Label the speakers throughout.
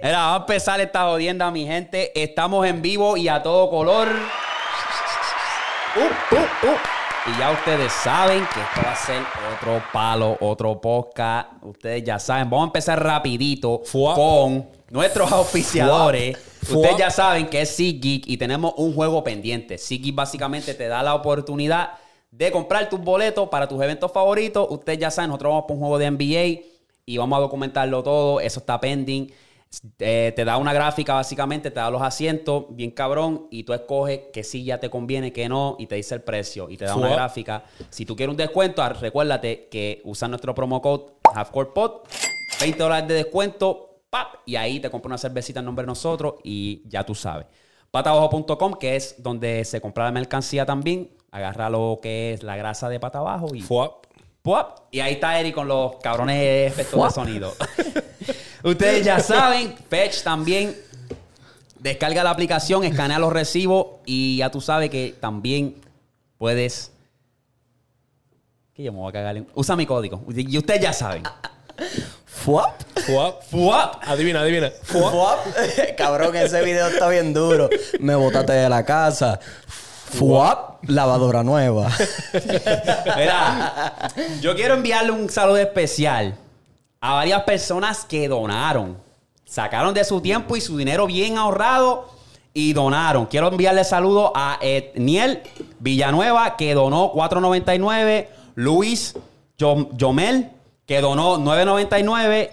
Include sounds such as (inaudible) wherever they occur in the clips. Speaker 1: Era, vamos a empezar esta jodienda, mi gente. Estamos en vivo y a todo color. Uh, uh, uh. Y ya ustedes saben que esto va a ser otro palo, otro podcast. Ustedes ya saben. Vamos a empezar rapidito
Speaker 2: Fua.
Speaker 1: con nuestros auspiciadores.
Speaker 2: Fua.
Speaker 1: Ustedes ya saben que es SeatGeek y tenemos un juego pendiente. SeatGeek básicamente te da la oportunidad de comprar tus boletos para tus eventos favoritos. Ustedes ya saben, nosotros vamos por un juego de NBA y vamos a documentarlo todo. Eso está pending. Eh, te da una gráfica básicamente, te da los asientos, bien cabrón, y tú escoges que sí ya te conviene, que no, y te dice el precio, y te da una
Speaker 2: Fua.
Speaker 1: gráfica. Si tú quieres un descuento, ah, recuérdate que usan nuestro promo code HalfCorePod, 20 dólares de descuento, ¡pap! y ahí te compras una cervecita en nombre de nosotros y ya tú sabes. Patabajo.com, que es donde se compra la mercancía también, agarra lo que es la grasa de pata abajo y
Speaker 2: Fuap.
Speaker 1: ¡Puap! Y ahí está Eric con los cabrones de efectos de sonido. (laughs) Ustedes ya saben, Fetch también. Descarga la aplicación, escanea los recibos y ya tú sabes que también puedes. Que yo me voy a cagar. en- Usa mi código. Y ustedes ya saben.
Speaker 3: ¿Fuap?
Speaker 2: Fuap.
Speaker 1: ¡Puap!
Speaker 2: Adivina, adivina. Fuap.
Speaker 3: ¿Fuap? (laughs) Cabrón, ese video está bien duro. Me botaste de la casa. ¿Fuap? Lavadora (laughs) nueva.
Speaker 1: Mira, yo quiero enviarle un saludo especial a varias personas que donaron. Sacaron de su tiempo y su dinero bien ahorrado y donaron. Quiero enviarle saludos a Etniel Villanueva, que donó 4.99. Luis Yom- Yomel, que donó 9.99.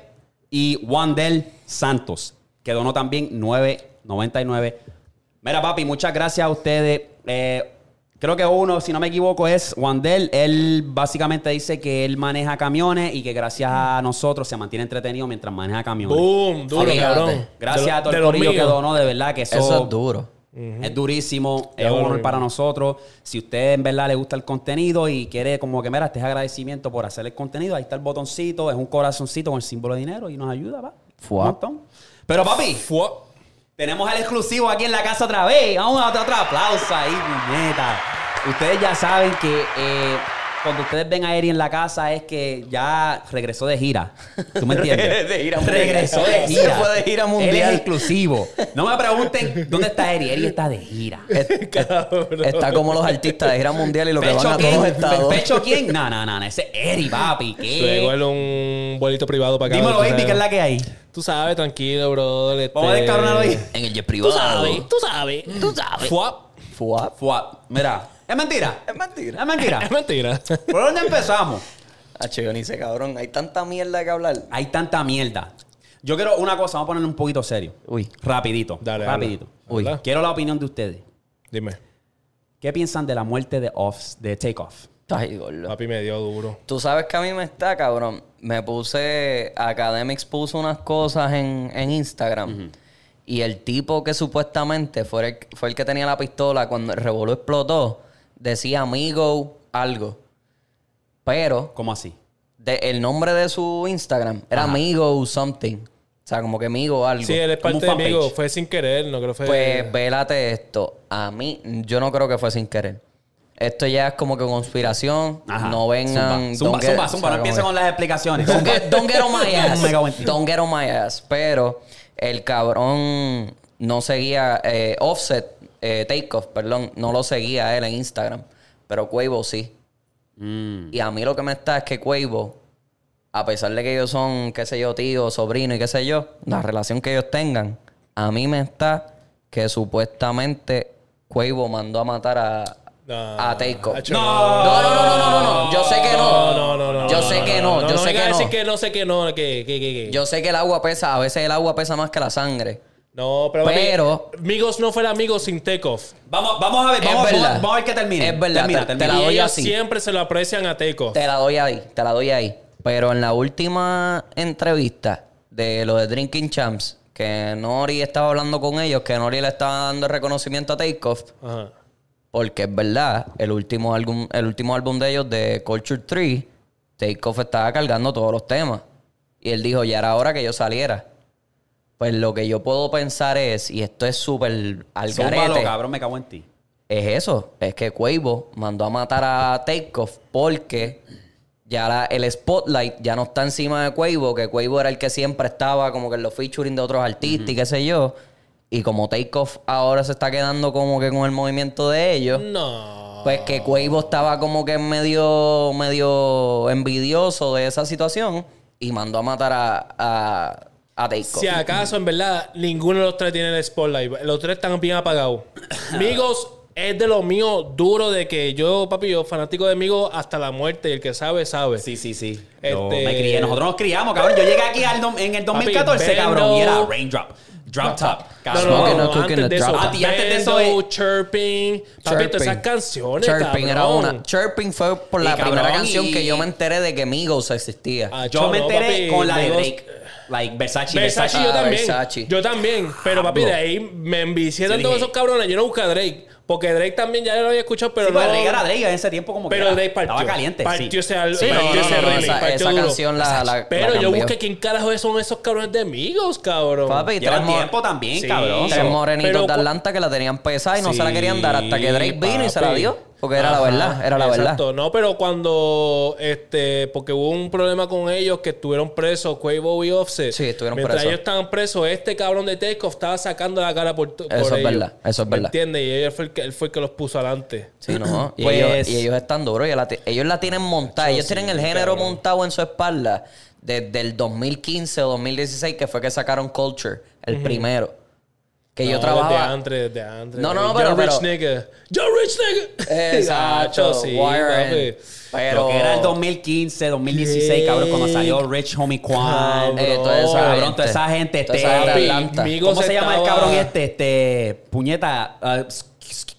Speaker 1: Y Wandel Santos, que donó también 9.99. Mira, papi, muchas gracias a ustedes. Eh, creo que uno, si no me equivoco, es Wandel. Él básicamente dice que él maneja camiones y que gracias a nosotros se mantiene entretenido mientras maneja camiones.
Speaker 2: Boom. Duro,
Speaker 1: Fíjate.
Speaker 2: cabrón.
Speaker 1: Gracias
Speaker 2: De lo-
Speaker 1: a todo
Speaker 2: de
Speaker 1: el
Speaker 2: los
Speaker 1: corillo que
Speaker 2: míos.
Speaker 1: donó, de verdad que eso,
Speaker 3: Eso es duro.
Speaker 1: es durísimo,
Speaker 2: Ya
Speaker 1: es un
Speaker 2: lo
Speaker 1: honor
Speaker 2: mismo.
Speaker 1: para nosotros. Si usted en verdad le gusta el contenido y quiere como que, mira, este es agradecimiento por hacer el contenido, ahí está el botoncito, es un corazoncito con el símbolo de dinero y nos ayuda, va.
Speaker 3: Fuá.
Speaker 1: Un montón. Pero papi,
Speaker 2: Fuap.
Speaker 1: tenemos al exclusivo aquí en la casa otra vez. Vamos a dar otro aplauso ahí, puñeta. Ustedes ya saben que eh, cuando ustedes ven a Eri en la casa es que ya regresó de gira. ¿Tú me entiendes?
Speaker 3: (laughs) De gira mundial.
Speaker 1: regresó de
Speaker 3: (laughs) Se
Speaker 1: gira.
Speaker 3: fue de gira
Speaker 1: Él
Speaker 3: mundial.
Speaker 1: es
Speaker 3: (laughs)
Speaker 1: exclusivo. No me pregunten dónde está Eri. Eri está de gira.
Speaker 2: Cabrón.
Speaker 3: Está como los artistas de gira mundial y lo que van a todos los estados.
Speaker 1: ¿Pecho quién? No, no, no. no, Ese Eri, papi.
Speaker 2: (laughs) Luego
Speaker 1: ¿Qué?
Speaker 2: era un vuelito privado para acá.
Speaker 1: Dímelo,
Speaker 2: tú
Speaker 1: Eri,
Speaker 2: sabes.
Speaker 1: que es la que hay.
Speaker 2: Tú sabes, tranquilo, este bro.
Speaker 1: Vamos a descabronarlo ahí.
Speaker 3: En el jet
Speaker 2: Tú
Speaker 3: privado.
Speaker 2: sabes, tú sabes. Tú sabes. Fuap.
Speaker 3: ¿Fuap?
Speaker 1: Fua, Mira. Es mentira.
Speaker 3: Es mentira.
Speaker 1: Es mentira.
Speaker 2: (laughs) Es mentira.
Speaker 1: ¿Por dónde empezamos?
Speaker 3: Hacho, yo ni sé, cabrón. Hay tanta mierda que hablar.
Speaker 1: Hay tanta mierda. Yo quiero una cosa, vamos a ponerlo un poquito serio.
Speaker 3: Uy.
Speaker 1: Rapidito.
Speaker 2: Dale,
Speaker 1: rapidito.
Speaker 2: habla. Uy. Habla.
Speaker 1: Quiero la opinión de ustedes.
Speaker 2: Dime.
Speaker 1: ¿Qué piensan de la muerte de, Off, de Takeoff?
Speaker 3: Ay, gordo.
Speaker 2: Papi me dio duro.
Speaker 3: Tú sabes que a mí me está, cabrón. Me puse. Academics puso unas cosas en, en Instagram. Y el tipo que supuestamente fue el, fue el que tenía la pistola cuando el revolú explotó, decía amigo algo. Pero
Speaker 1: ¿Cómo así?
Speaker 3: de- el nombre de su Instagram era
Speaker 1: Ajá.
Speaker 3: amigo something. O sea, como que amigo algo.
Speaker 2: Sí, él es
Speaker 1: Como un
Speaker 2: parte de amigo.
Speaker 1: fanpage.
Speaker 2: Fue sin querer, no creo que fue.
Speaker 3: Pues vélate esto. A mí, yo no creo que fue sin querer. Esto ya es como que conspiración.
Speaker 1: Ajá.
Speaker 3: No
Speaker 1: Zumba,
Speaker 3: vengan.
Speaker 1: zumba,
Speaker 3: don't get-
Speaker 1: zumba,
Speaker 3: o sea,
Speaker 1: zumba, No
Speaker 3: como
Speaker 1: empiecen
Speaker 3: que-
Speaker 1: con las explicaciones.
Speaker 3: Don't get, don't get on my ass.
Speaker 1: (laughs) Me cago en ti.
Speaker 3: Don't get on my ass. Pero el cabrón no seguía eh, Offset, eh, Takeoff, perdón, no lo seguía él en Instagram. Pero Quavo sí.
Speaker 1: Mm.
Speaker 3: Y a mí lo que me está es que Quavo, a pesar de que ellos son, qué sé yo, tío, sobrino y qué sé yo, la relación que ellos tengan, a mí me está que supuestamente Quavo mandó a matar a, a Takeoff.
Speaker 2: Hacho,
Speaker 1: No.
Speaker 3: No, no, no, no, no, no, no. Yo sé que no.
Speaker 2: No, no, no.
Speaker 3: Yo sé que no. Yo sé
Speaker 2: venga
Speaker 3: que
Speaker 2: a decir
Speaker 3: no.
Speaker 2: que no sé que no. Que, que, que, que.
Speaker 3: Yo sé que el agua pesa, a veces el agua pesa más que la sangre.
Speaker 2: No, pero. papi,
Speaker 3: Pero-
Speaker 2: Migos no fuera amigos sin Takeoff.
Speaker 1: Vamos, vamos a ver,
Speaker 3: Es
Speaker 1: vamos, vamos-
Speaker 3: verdad.
Speaker 1: vamos a ver que termine.
Speaker 3: Es verdad,
Speaker 1: Termina,
Speaker 3: te- te
Speaker 1: termina.
Speaker 3: la
Speaker 2: Y
Speaker 3: doy
Speaker 2: ellos
Speaker 3: así.
Speaker 2: siempre se lo aprecian a Takeoff.
Speaker 3: Te la doy ahí, te la doy ahí. Pero en la última entrevista de lo de Drinking Champs, que Nori estaba hablando con ellos, que Nori le estaba dando reconocimiento a Takeoff,
Speaker 2: Ajá.
Speaker 3: porque es verdad, el último álbum, el último álbum de ellos de Culture 3, Takeoff estaba cargando todos los temas. Y él dijo, ya era hora que yo saliera. Pues lo que yo puedo pensar es, y esto es súper al
Speaker 1: Zúmbalo,
Speaker 3: garete.
Speaker 1: cabrón, me cago en ti.
Speaker 3: Es eso, es que Cuevo mandó a matar a Takeoff porque ya la- el spotlight ya no está encima de Quavo, que Quavo era el que siempre estaba como que en los featuring de otros artistas y qué sé yo. Y como Takeoff ahora se está quedando como que con el movimiento de ellos,
Speaker 2: No.
Speaker 3: pues que Quavo estaba como que medio, medio envidioso de esa situación y mandó a matar a, a, a Takeoff.
Speaker 2: Si acaso, en verdad, ninguno de los tres tiene el spotlight. Los tres están bien
Speaker 3: (laughs)
Speaker 2: apagados. Migos es de lo mío duro de que yo, papi, yo fanático de Migos hasta la muerte. Y el que sabe, sabe.
Speaker 1: Sí, sí, sí. Yo
Speaker 2: Este-
Speaker 1: me crié, nosotros nos criamos, cabrón. Yo llegué aquí al dom- en el 2014,
Speaker 2: Papi,
Speaker 1: cabrón,
Speaker 2: Bendo.
Speaker 1: y era Raindrop, Drop Top,
Speaker 2: No,
Speaker 1: cabrón.
Speaker 2: no,
Speaker 3: Smoking,
Speaker 2: no,
Speaker 3: not cooking,
Speaker 2: antes
Speaker 3: not
Speaker 2: de eso.
Speaker 3: dropping.
Speaker 1: Ah, y antes de eso,
Speaker 2: Bendo,
Speaker 1: eh,
Speaker 2: Chirping. Papito, esas canciones,
Speaker 3: Chirping
Speaker 2: cabrón.
Speaker 3: era una. Chirping fue por
Speaker 1: Y
Speaker 3: la
Speaker 1: cabrón,
Speaker 3: primera canción
Speaker 1: y-
Speaker 3: que yo me enteré de que Migos existía.
Speaker 2: Ah,
Speaker 1: Yo
Speaker 2: chavo,
Speaker 1: me enteré
Speaker 2: papi,
Speaker 1: con la de
Speaker 2: Migos-
Speaker 1: Drake. Like Versace, Versace.
Speaker 2: Versace, yo
Speaker 3: Ah,
Speaker 2: también.
Speaker 3: Versace.
Speaker 2: Yo también. Pero papi, de ahí me envicié
Speaker 1: Yo
Speaker 2: tanto
Speaker 1: dije-
Speaker 2: con esos cabrones. Yo no busqué a Drake. Porque Drake también ya lo había escuchado, pero
Speaker 1: Sí,
Speaker 2: no.
Speaker 1: pues, Drake era Drake en ese tiempo como que
Speaker 2: Pero
Speaker 1: era-
Speaker 2: Drake partió.
Speaker 1: estaba caliente.
Speaker 2: Partió
Speaker 1: sí.
Speaker 2: ese, al-
Speaker 3: Sí,
Speaker 2: partió
Speaker 3: no, no,
Speaker 2: ese
Speaker 3: no, no,
Speaker 2: remix,
Speaker 3: esa,
Speaker 2: partió
Speaker 3: esa
Speaker 2: duro.
Speaker 3: canción la, la- la
Speaker 2: Pero yo
Speaker 3: cambió.
Speaker 2: busqué quién carajo son esos cabrones de amigos, cabrón.
Speaker 3: Papi,
Speaker 1: Lleva
Speaker 3: tres, mo-
Speaker 1: tiempo también,
Speaker 2: Sí.
Speaker 1: cabrón.
Speaker 3: tres
Speaker 2: Pero-
Speaker 3: morenitos
Speaker 2: pero
Speaker 3: de
Speaker 2: cu-
Speaker 3: Atlanta que la tenían pesada y no se la
Speaker 1: Sí,
Speaker 3: querían dar hasta que Drake vino y se la
Speaker 2: papi.
Speaker 3: dio. Porque era la
Speaker 2: Ajá,
Speaker 3: verdad, era la
Speaker 2: Exacto.
Speaker 3: verdad.
Speaker 2: No, pero cuando, este, porque hubo un problema con ellos que estuvieron presos, Quavo y Offset.
Speaker 3: Sí, estuvieron
Speaker 2: Mientras
Speaker 3: presos.
Speaker 2: ellos estaban presos, este cabrón de Takeoff estaba sacando la cara por, por
Speaker 3: Eso es
Speaker 2: ellos.
Speaker 3: verdad, eso es
Speaker 2: ¿Me
Speaker 3: verdad.
Speaker 2: entiendes? Y él fue, el que, él fue el que los puso adelante.
Speaker 3: Sí, no. Y,
Speaker 1: Pues-
Speaker 3: ellos, y ellos están duros. Ellos la, ti- ellos la tienen montada. Ellos tienen el género montado en su espalda desde el 2015 o 2016, que fue que sacaron Culture, el primero. Que yo
Speaker 2: No,
Speaker 3: trabajaba.
Speaker 2: Desde antes, desde antes.
Speaker 3: No, no, no,
Speaker 2: Yo
Speaker 3: pero-
Speaker 2: rich
Speaker 3: pero-
Speaker 2: nigga. Yo rich nigga. (laughs)
Speaker 3: Exacto.
Speaker 2: Hacho, sí,
Speaker 3: Wire
Speaker 2: papi.
Speaker 3: End. Pero.
Speaker 1: Lo que era el 2015, 2016,
Speaker 2: ¿Qué?
Speaker 1: cabrón, cuando salió Rich Homie Quan.
Speaker 2: Cabrón,
Speaker 3: Eh, toda esa
Speaker 1: cabrón,
Speaker 3: gente.
Speaker 1: toda esa gente,
Speaker 3: Toda
Speaker 1: este-
Speaker 3: esa gente de
Speaker 1: Papi,
Speaker 3: Atlanta.
Speaker 2: mi-
Speaker 1: ¿Cómo
Speaker 2: Migos
Speaker 1: se llama el
Speaker 2: estaba-
Speaker 1: cabrón este? Este, puñeta, ah,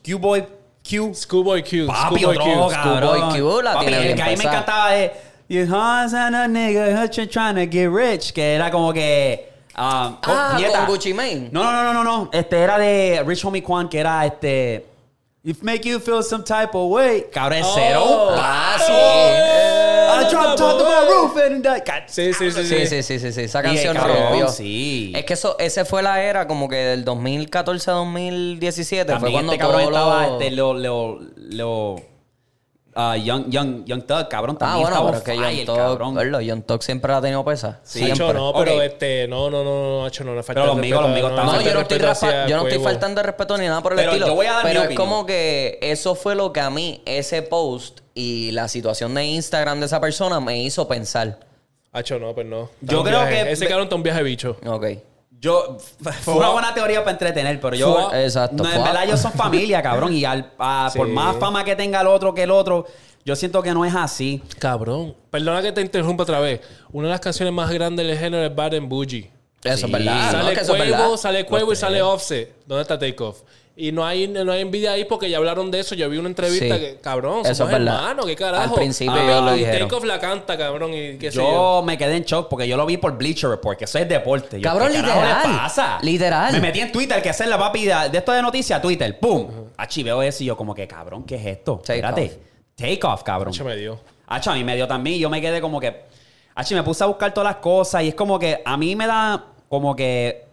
Speaker 1: Q-Boy Q.
Speaker 2: Schoolboy Q.
Speaker 1: Papi,
Speaker 2: Schoolboy
Speaker 1: otro
Speaker 2: Q.
Speaker 1: cabrón.
Speaker 3: Schoolboy Q la
Speaker 1: Papi,
Speaker 3: tiene
Speaker 1: el
Speaker 3: bien
Speaker 1: que a mí me
Speaker 3: pesada.
Speaker 1: encantaba de You hoes and a nigga hut you trying to get rich. Que era como que... ah, co-
Speaker 3: Ah,
Speaker 1: puñeta.
Speaker 3: con Gucci Mane.
Speaker 1: No, no, no, no, no, no. Este era de Rich Homie Quan, que era este... If make you feel some type of way. Cabrón,
Speaker 2: Oh.
Speaker 1: cero. un
Speaker 3: Ah,
Speaker 1: paso.
Speaker 2: sí.
Speaker 1: I dropped out of my roof and... I- God,
Speaker 2: Sí, sí, sí,
Speaker 3: Sí, sí, sí, sí, sí. Esa
Speaker 1: Y el
Speaker 3: canción
Speaker 1: cabrón,
Speaker 3: rompió.
Speaker 1: sí.
Speaker 3: Es que eso, ese fue la era como que del 2014 a 2017. fue
Speaker 1: También
Speaker 3: cuando
Speaker 1: este cabrón
Speaker 3: todo lo-
Speaker 1: estaba... Este, lo... lo, lo ah, young, young, young Thug, cabrón.
Speaker 3: Ah,
Speaker 1: También
Speaker 3: bueno, pero es
Speaker 1: estaba
Speaker 3: que
Speaker 1: on fire,
Speaker 3: John Talk,
Speaker 1: cabrón.
Speaker 3: verlo, John Talk siempre la ha tenido pesa.
Speaker 2: Sí,
Speaker 3: siempre.
Speaker 2: Hacho, no, pero
Speaker 1: Ok.
Speaker 2: este, no, no, no, no, Hacho, no le falta
Speaker 1: Pero
Speaker 2: el
Speaker 1: los amigos,
Speaker 2: respeto,
Speaker 1: los amigos
Speaker 2: le
Speaker 1: también.
Speaker 3: No,
Speaker 2: falta
Speaker 3: yo
Speaker 2: el
Speaker 3: no, estoy
Speaker 2: respeto
Speaker 3: rapa-
Speaker 2: hacia
Speaker 3: yo no estoy
Speaker 2: Quavo.
Speaker 3: faltando el respeto ni nada por el
Speaker 1: Pero
Speaker 3: estilo.
Speaker 1: yo voy a dar mi
Speaker 3: pero es
Speaker 1: opinión.
Speaker 3: como que eso fue lo que a mí, ese post y la situación de Instagram de esa persona me hizo pensar.
Speaker 2: Hacho, no, pues no.
Speaker 1: Yo
Speaker 2: Está un
Speaker 1: creo
Speaker 2: viaje.
Speaker 1: que-
Speaker 2: Ese cabrón está un viaje bicho.
Speaker 3: Ok.
Speaker 1: Yo, fue una buena teoría para entretener, pero yo.
Speaker 3: Fue- exacto,
Speaker 1: No, en
Speaker 3: fue-
Speaker 1: verdad, ellos son familia, cabrón. Y al, a-
Speaker 2: (laughs) Sí.
Speaker 1: por más fama que tenga el otro que el otro, yo siento que no es así.
Speaker 2: Cabrón. Perdona que te interrumpa otra vez. Una de las canciones más grandes del género es Bad and Bougie.
Speaker 3: Eso
Speaker 1: Sí.
Speaker 3: es verdad. Ah, ¿no?
Speaker 2: sale
Speaker 3: Que eso es
Speaker 2: Cuevo,
Speaker 3: verdad.
Speaker 2: sale Cuevo y sale Offset. ¿Dónde está Takeoff? Y no hay, no hay envidia ahí porque ya hablaron de eso. Yo vi una entrevista
Speaker 3: Sí.
Speaker 2: que, cabrón,
Speaker 3: Eso
Speaker 2: somos
Speaker 3: es verdad.
Speaker 2: hermanos, qué carajo.
Speaker 3: Al principio
Speaker 2: Ah,
Speaker 3: ellos lo
Speaker 2: y
Speaker 3: dijeron.
Speaker 2: Takeoff la canta, cabrón, y qué sé yo.
Speaker 1: Yo me quedé en shock porque yo lo vi por Bleacher Report, que eso es deporte. Yo,
Speaker 3: Cabrón,
Speaker 1: ¿qué carajo
Speaker 3: literal.
Speaker 1: le pasa?
Speaker 3: Literal.
Speaker 1: Me metí en Twitter, que esa es la papi de de esto de noticias, Twitter. ¡Pum! Achí, veo eso y yo, como que, cabrón, ¿qué es esto?
Speaker 3: Take
Speaker 1: Espérate.
Speaker 3: off.
Speaker 1: Take off, cabrón.
Speaker 2: Hacho me dio.
Speaker 1: Hacho, a mí me dio también. Yo me quedé como que. Hacho, me puse a buscar todas las cosas. Y es como que a mí me da como que.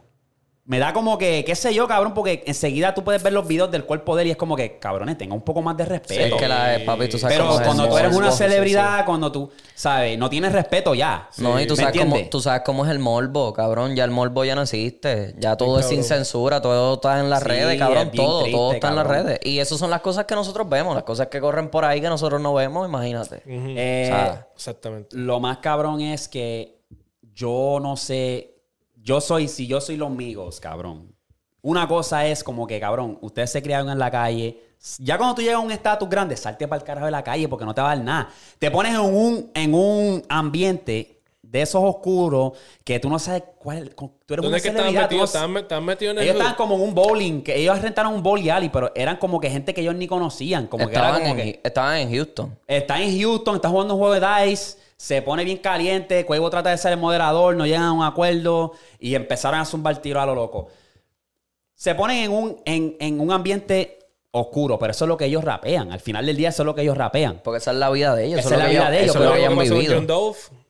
Speaker 1: Me da como que, qué sé yo, cabrón, porque enseguida tú puedes ver los videos del cuerpo de él y es como que, cabrones, tenga un poco más de
Speaker 3: Sí,
Speaker 1: respeto.
Speaker 3: es que la de papi, tú sabes
Speaker 1: Pero
Speaker 3: cómo es
Speaker 1: cuando
Speaker 3: el
Speaker 1: tú eres
Speaker 3: morbo.
Speaker 1: una
Speaker 3: Sí, sí, sí.
Speaker 1: celebridad, cuando tú, ¿sabes? No tienes respeto ya.
Speaker 3: No, y tú
Speaker 1: ¿Me
Speaker 3: sabes, cómo,
Speaker 1: entiendes?
Speaker 3: tú sabes cómo es el morbo, cabrón. Ya el morbo ya no existe. Ya todo es sin
Speaker 2: cabrón.
Speaker 3: censura, todo está en las
Speaker 1: Sí,
Speaker 3: redes, cabrón.
Speaker 1: es bien
Speaker 3: Todo, todo
Speaker 1: triste,
Speaker 3: está en las
Speaker 1: cabrón.
Speaker 3: redes. Y esas son las cosas que nosotros vemos, las cosas que corren por ahí que nosotros no vemos, imagínate.
Speaker 1: Eh,
Speaker 3: O sea,
Speaker 2: Exactamente.
Speaker 1: lo más cabrón es que yo no sé. Yo soy, si yo soy los amigos, cabrón. Una cosa es como que, cabrón, ustedes se criaron en la calle. Ya cuando tú llegas a un estatus grande, salte para el carajo de la calle porque no te va a dar nada. Te pones en un, en un ambiente de esos oscuros que tú no sabes cuál. Tú eres
Speaker 2: ¿Dónde
Speaker 1: una
Speaker 2: es que
Speaker 1: celebridad.
Speaker 2: estaban
Speaker 1: tú no
Speaker 2: metidos? Estaban me- estaban metidos en el
Speaker 1: ellos
Speaker 2: hood.
Speaker 1: estaban como en un bowling, que ellos rentaron un bowling alley, pero eran como que gente que ellos ni conocían. Como que era
Speaker 3: estaban,
Speaker 1: como
Speaker 3: en,
Speaker 1: que,
Speaker 3: estaban en Houston.
Speaker 1: Está en Houston, está jugando un juego de dice, se pone bien caliente, Cuevo trata de ser el moderador, no llegan a un acuerdo y empezaron a zumbar tiro a lo loco. Se ponen en un, en, en un ambiente oscuro, pero eso es lo que ellos rapean. Al final del día eso es lo que ellos rapean.
Speaker 3: Porque esa es la vida de ellos.
Speaker 1: Esa
Speaker 3: eso
Speaker 1: es la
Speaker 3: lo que
Speaker 1: vida de ellos,
Speaker 3: eso
Speaker 1: pero
Speaker 3: es lo que
Speaker 2: ¿Sabes
Speaker 3: ellos
Speaker 2: lo
Speaker 3: han
Speaker 2: que pasó con
Speaker 3: vivido.
Speaker 2: John Dove?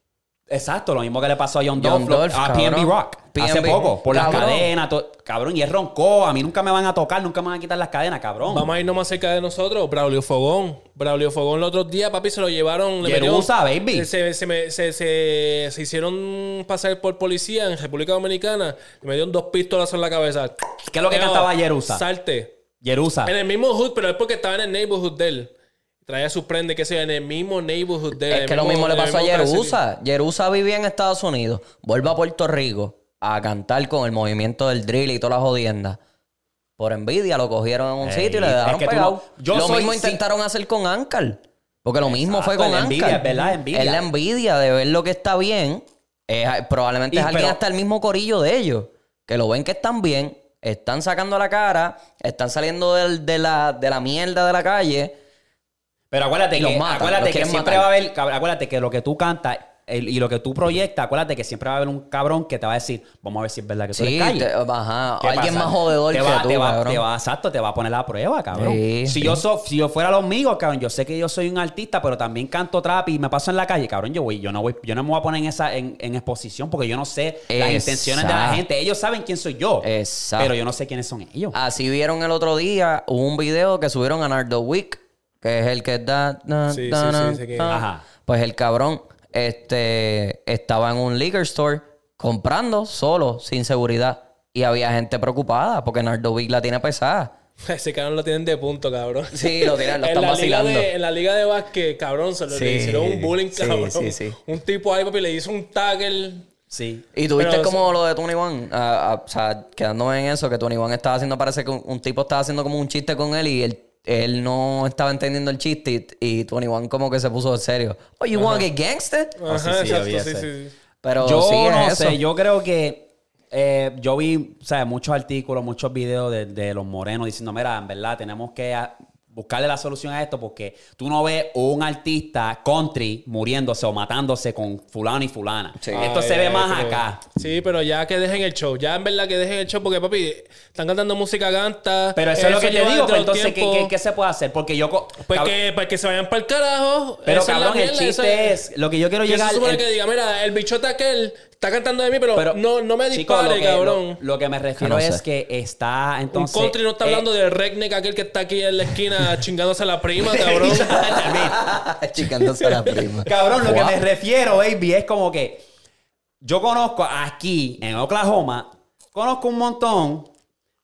Speaker 1: Exacto, lo mismo que le pasó a John,
Speaker 3: John
Speaker 1: Dolph, lo-
Speaker 3: Dolph,
Speaker 1: a
Speaker 3: cabrón.
Speaker 1: PNB Rock hace
Speaker 3: P&B,
Speaker 1: poco, por las
Speaker 3: cabrón.
Speaker 1: cadenas, to- cabrón, y él roncó, a mí nunca me van a tocar, nunca me van a quitar las cadenas, cabrón.
Speaker 2: Vamos a irnos más cerca de nosotros. Braulio Fogón. Braulio Fogón, el otro día, papi, se lo llevaron. le metieron-
Speaker 1: Yerusa, baby.
Speaker 2: Eh, Se, se me- se- se- se hicieron pasar por policía en República Dominicana. Le metieron dos pistolas en la cabeza.
Speaker 1: ¿Qué es lo que
Speaker 2: Leo,
Speaker 1: cantaba Yerusa?
Speaker 2: Salte.
Speaker 1: Yerusa.
Speaker 2: En el mismo hood, pero es porque estaba en el neighborhood de él. Traía sus prendas, que sea, en el mismo neighborhood de él.
Speaker 3: Es
Speaker 2: el
Speaker 3: que lo mismo le
Speaker 2: el
Speaker 3: pasó a
Speaker 2: mismo caserío.
Speaker 3: Jerusa. Jerusa vivía en Estados Unidos. Vuelve a Puerto Rico a cantar con el movimiento del drill y todas las jodiendas. Por envidia lo cogieron en un
Speaker 1: Ey,
Speaker 3: sitio y le
Speaker 1: es
Speaker 3: dejaron
Speaker 1: que tú
Speaker 3: pegado.
Speaker 1: no- yo
Speaker 3: lo
Speaker 1: soy-
Speaker 3: mismo
Speaker 1: sí.
Speaker 3: intentaron hacer con Ankar. Porque lo mismo
Speaker 1: Exacto,
Speaker 3: fue con
Speaker 1: es la envidia,
Speaker 3: Ankar.
Speaker 1: es verdad, es envidia.
Speaker 3: Es la envidia de ver lo que está bien. Es- probablemente
Speaker 1: Y
Speaker 3: es alguien
Speaker 1: pero-
Speaker 3: hasta el mismo corillo de ellos. Que lo ven que están bien, están sacando la cara, están saliendo del- de, la, de la mierda de la calle.
Speaker 1: Pero acuérdate
Speaker 3: Y los
Speaker 1: que,
Speaker 3: matan, los
Speaker 1: acuérdate que
Speaker 3: quieren
Speaker 1: siempre
Speaker 3: matar.
Speaker 1: va a haber, cabr- acuérdate que lo que tú cantas el- y lo que tú proyectas, acuérdate que siempre va a haber un cabrón que te va a decir, vamos a ver si es verdad que tú
Speaker 3: Sí,
Speaker 1: eres calle.
Speaker 3: te- ajá.
Speaker 1: ¿Qué
Speaker 3: Alguien
Speaker 1: pasa?
Speaker 3: más jodedor
Speaker 1: te
Speaker 3: que
Speaker 1: va,
Speaker 3: tú,
Speaker 1: te va-
Speaker 3: cabrón.
Speaker 1: te va- exacto, te va a poner la prueba, cabrón.
Speaker 3: Sí,
Speaker 1: si,
Speaker 3: sí.
Speaker 1: Yo so- si yo fuera los amigos, cabrón, yo sé que yo soy un artista, pero también canto trap y me paso en la calle, cabrón, yo voy, yo no voy, yo no me voy a poner en esa, en, en exposición porque yo no sé las
Speaker 3: Exacto.
Speaker 1: intenciones de la gente. Ellos saben quién soy yo.
Speaker 3: Exacto. Ah.
Speaker 1: Pero yo no sé quiénes son ellos.
Speaker 3: Así vieron el otro día hubo un video que subieron a Nardo Wick, que es el que da. da-
Speaker 2: Sí, sí,
Speaker 3: da-
Speaker 2: sí,
Speaker 3: da-
Speaker 2: sé que-
Speaker 3: da.
Speaker 1: Ajá.
Speaker 3: Pues el cabrón este, estaba en un liquor store comprando solo, sin seguridad. Y había gente preocupada porque Nardo Wick la tiene pesada.
Speaker 2: (laughs) Ese cabrón lo tienen de punto, cabrón.
Speaker 3: Sí, lo tienen, lo
Speaker 2: En
Speaker 3: están
Speaker 2: la liga
Speaker 3: vacilando.
Speaker 2: de- en la liga de básquet, cabrón, se lo
Speaker 3: Sí,
Speaker 2: le hicieron un bullying,
Speaker 3: sí,
Speaker 2: cabrón.
Speaker 3: sí, sí.
Speaker 2: Un tipo ahí, papi, le hizo un tackle.
Speaker 1: Sí.
Speaker 3: Y tuviste
Speaker 2: Pero-
Speaker 3: como lo de Tony One, o sea, quedándome en eso, que Tony One estaba haciendo, parece que un, un tipo estaba haciendo como un chiste con él y él, él no estaba entendiendo el chiste y, y Tony One como que se puso en serio. Oh, you wanna get gangster?
Speaker 1: Oh, sí,
Speaker 2: Ajá,
Speaker 1: sí, yo
Speaker 2: exacto,
Speaker 1: vi
Speaker 2: sí,
Speaker 1: ese.
Speaker 2: sí, sí.
Speaker 3: Pero
Speaker 1: yo
Speaker 3: sí es
Speaker 1: no
Speaker 3: eso.
Speaker 1: sé,
Speaker 3: (laughs)
Speaker 1: yo creo que eh, yo vi o sea, muchos artículos, muchos videos de, de los morenos diciendo, mira, en verdad tenemos que ah, buscarle la solución a esto porque tú no ves un artista country muriéndose o matándose con fulano y fulana.
Speaker 3: Sí.
Speaker 1: Esto
Speaker 2: Ay,
Speaker 1: se ve
Speaker 2: ay,
Speaker 1: más
Speaker 2: pero-
Speaker 1: acá.
Speaker 2: Sí, pero ya que dejen el show. Ya en verdad que dejen el show porque, papi, están cantando música ganta.
Speaker 1: Pero eso, es lo que te
Speaker 2: lleva
Speaker 1: digo, pero
Speaker 2: entre los
Speaker 1: entonces, ¿qué,
Speaker 2: tiempos.
Speaker 1: qué- qué se puede hacer? Porque yo... co-
Speaker 2: Pues
Speaker 1: cab-
Speaker 2: que, pues que se vayan para el carajo.
Speaker 1: pero
Speaker 2: Esa es la
Speaker 1: cabrón, el
Speaker 2: mierda,
Speaker 1: chiste
Speaker 2: esa-
Speaker 1: es, lo que yo quiero
Speaker 2: Yo se
Speaker 1: llegar...
Speaker 2: supone
Speaker 1: el-
Speaker 2: que diga, mira, el bichote aquel está cantando de mí, pero,
Speaker 1: pero,
Speaker 2: no, no me
Speaker 1: chico,
Speaker 2: dispare,
Speaker 1: lo que-
Speaker 2: cabrón.
Speaker 1: Lo, lo que me refiero
Speaker 3: Que Ah, no
Speaker 1: es
Speaker 3: sé.
Speaker 1: que está entonces...
Speaker 2: un country no está
Speaker 1: eh, (laughs)
Speaker 2: hablando del redneck aquel que está aquí en la esquina chingándose a la prima,
Speaker 1: (laughs)
Speaker 2: cabrón.
Speaker 3: Chicándose a
Speaker 2: (laughs)
Speaker 3: la prima.
Speaker 1: Cabrón, lo que
Speaker 3: Wow.
Speaker 1: me refiero, baby, es como que yo conozco aquí en Oklahoma, conozco un montón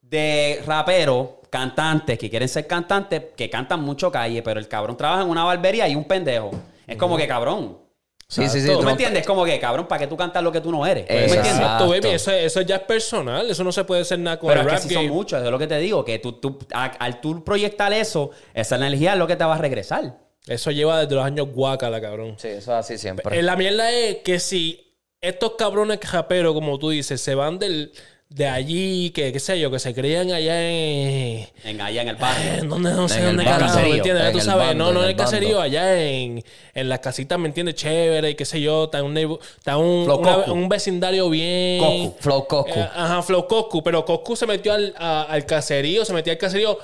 Speaker 1: de raperos, cantantes que quieren ser cantantes, que cantan mucho calle, pero el cabrón trabaja en una barbería y un pendejo. Es como que cabrón.
Speaker 3: Sí, sí, sí.
Speaker 1: ¿Tú
Speaker 3: tú
Speaker 1: me
Speaker 3: no-
Speaker 1: entiendes? Como que cabrón, ¿para qué tú cantas lo que tú no eres? ¿Tú me
Speaker 3: Exacto.
Speaker 1: entiendes?
Speaker 2: Exacto, baby. Eso, eso ya es personal. Eso no se puede hacer nada con
Speaker 1: Pero
Speaker 2: el
Speaker 1: es que
Speaker 2: rap
Speaker 1: sí son
Speaker 2: game.
Speaker 1: muchos, eso es lo que te digo, que tú, tú- a- al tú proyectar eso, esa energía es lo que te va a regresar.
Speaker 2: Eso lleva desde los años guacala, cabrón.
Speaker 3: Sí, eso es así siempre.
Speaker 2: Eh, la mierda es que si estos cabrones raperos, como tú dices, se van del, de allí, que qué sé yo, que se creían allá en...
Speaker 1: En, allá en el barrio.
Speaker 2: en donde no sé
Speaker 3: En el
Speaker 2: dónde
Speaker 3: bando.
Speaker 2: carajo, ¿me
Speaker 3: Caserío,
Speaker 2: entiendes? Ya
Speaker 3: en
Speaker 2: tú
Speaker 3: el
Speaker 2: sabes,
Speaker 3: bando,
Speaker 2: no,
Speaker 3: en
Speaker 2: no en
Speaker 3: el
Speaker 2: el caserío,
Speaker 3: bando.
Speaker 2: allá en, en las casitas, ¿me entiendes? Chévere y qué sé yo, está un, neighbor- está un,
Speaker 1: Flow
Speaker 2: una-
Speaker 1: Coscu.
Speaker 2: un vecindario bien...
Speaker 1: Coscu.
Speaker 3: Flow Coscu.
Speaker 2: Eh, ajá, Flow Coscu, pero Coscu se metió al, a- al caserío, se metió al caserío.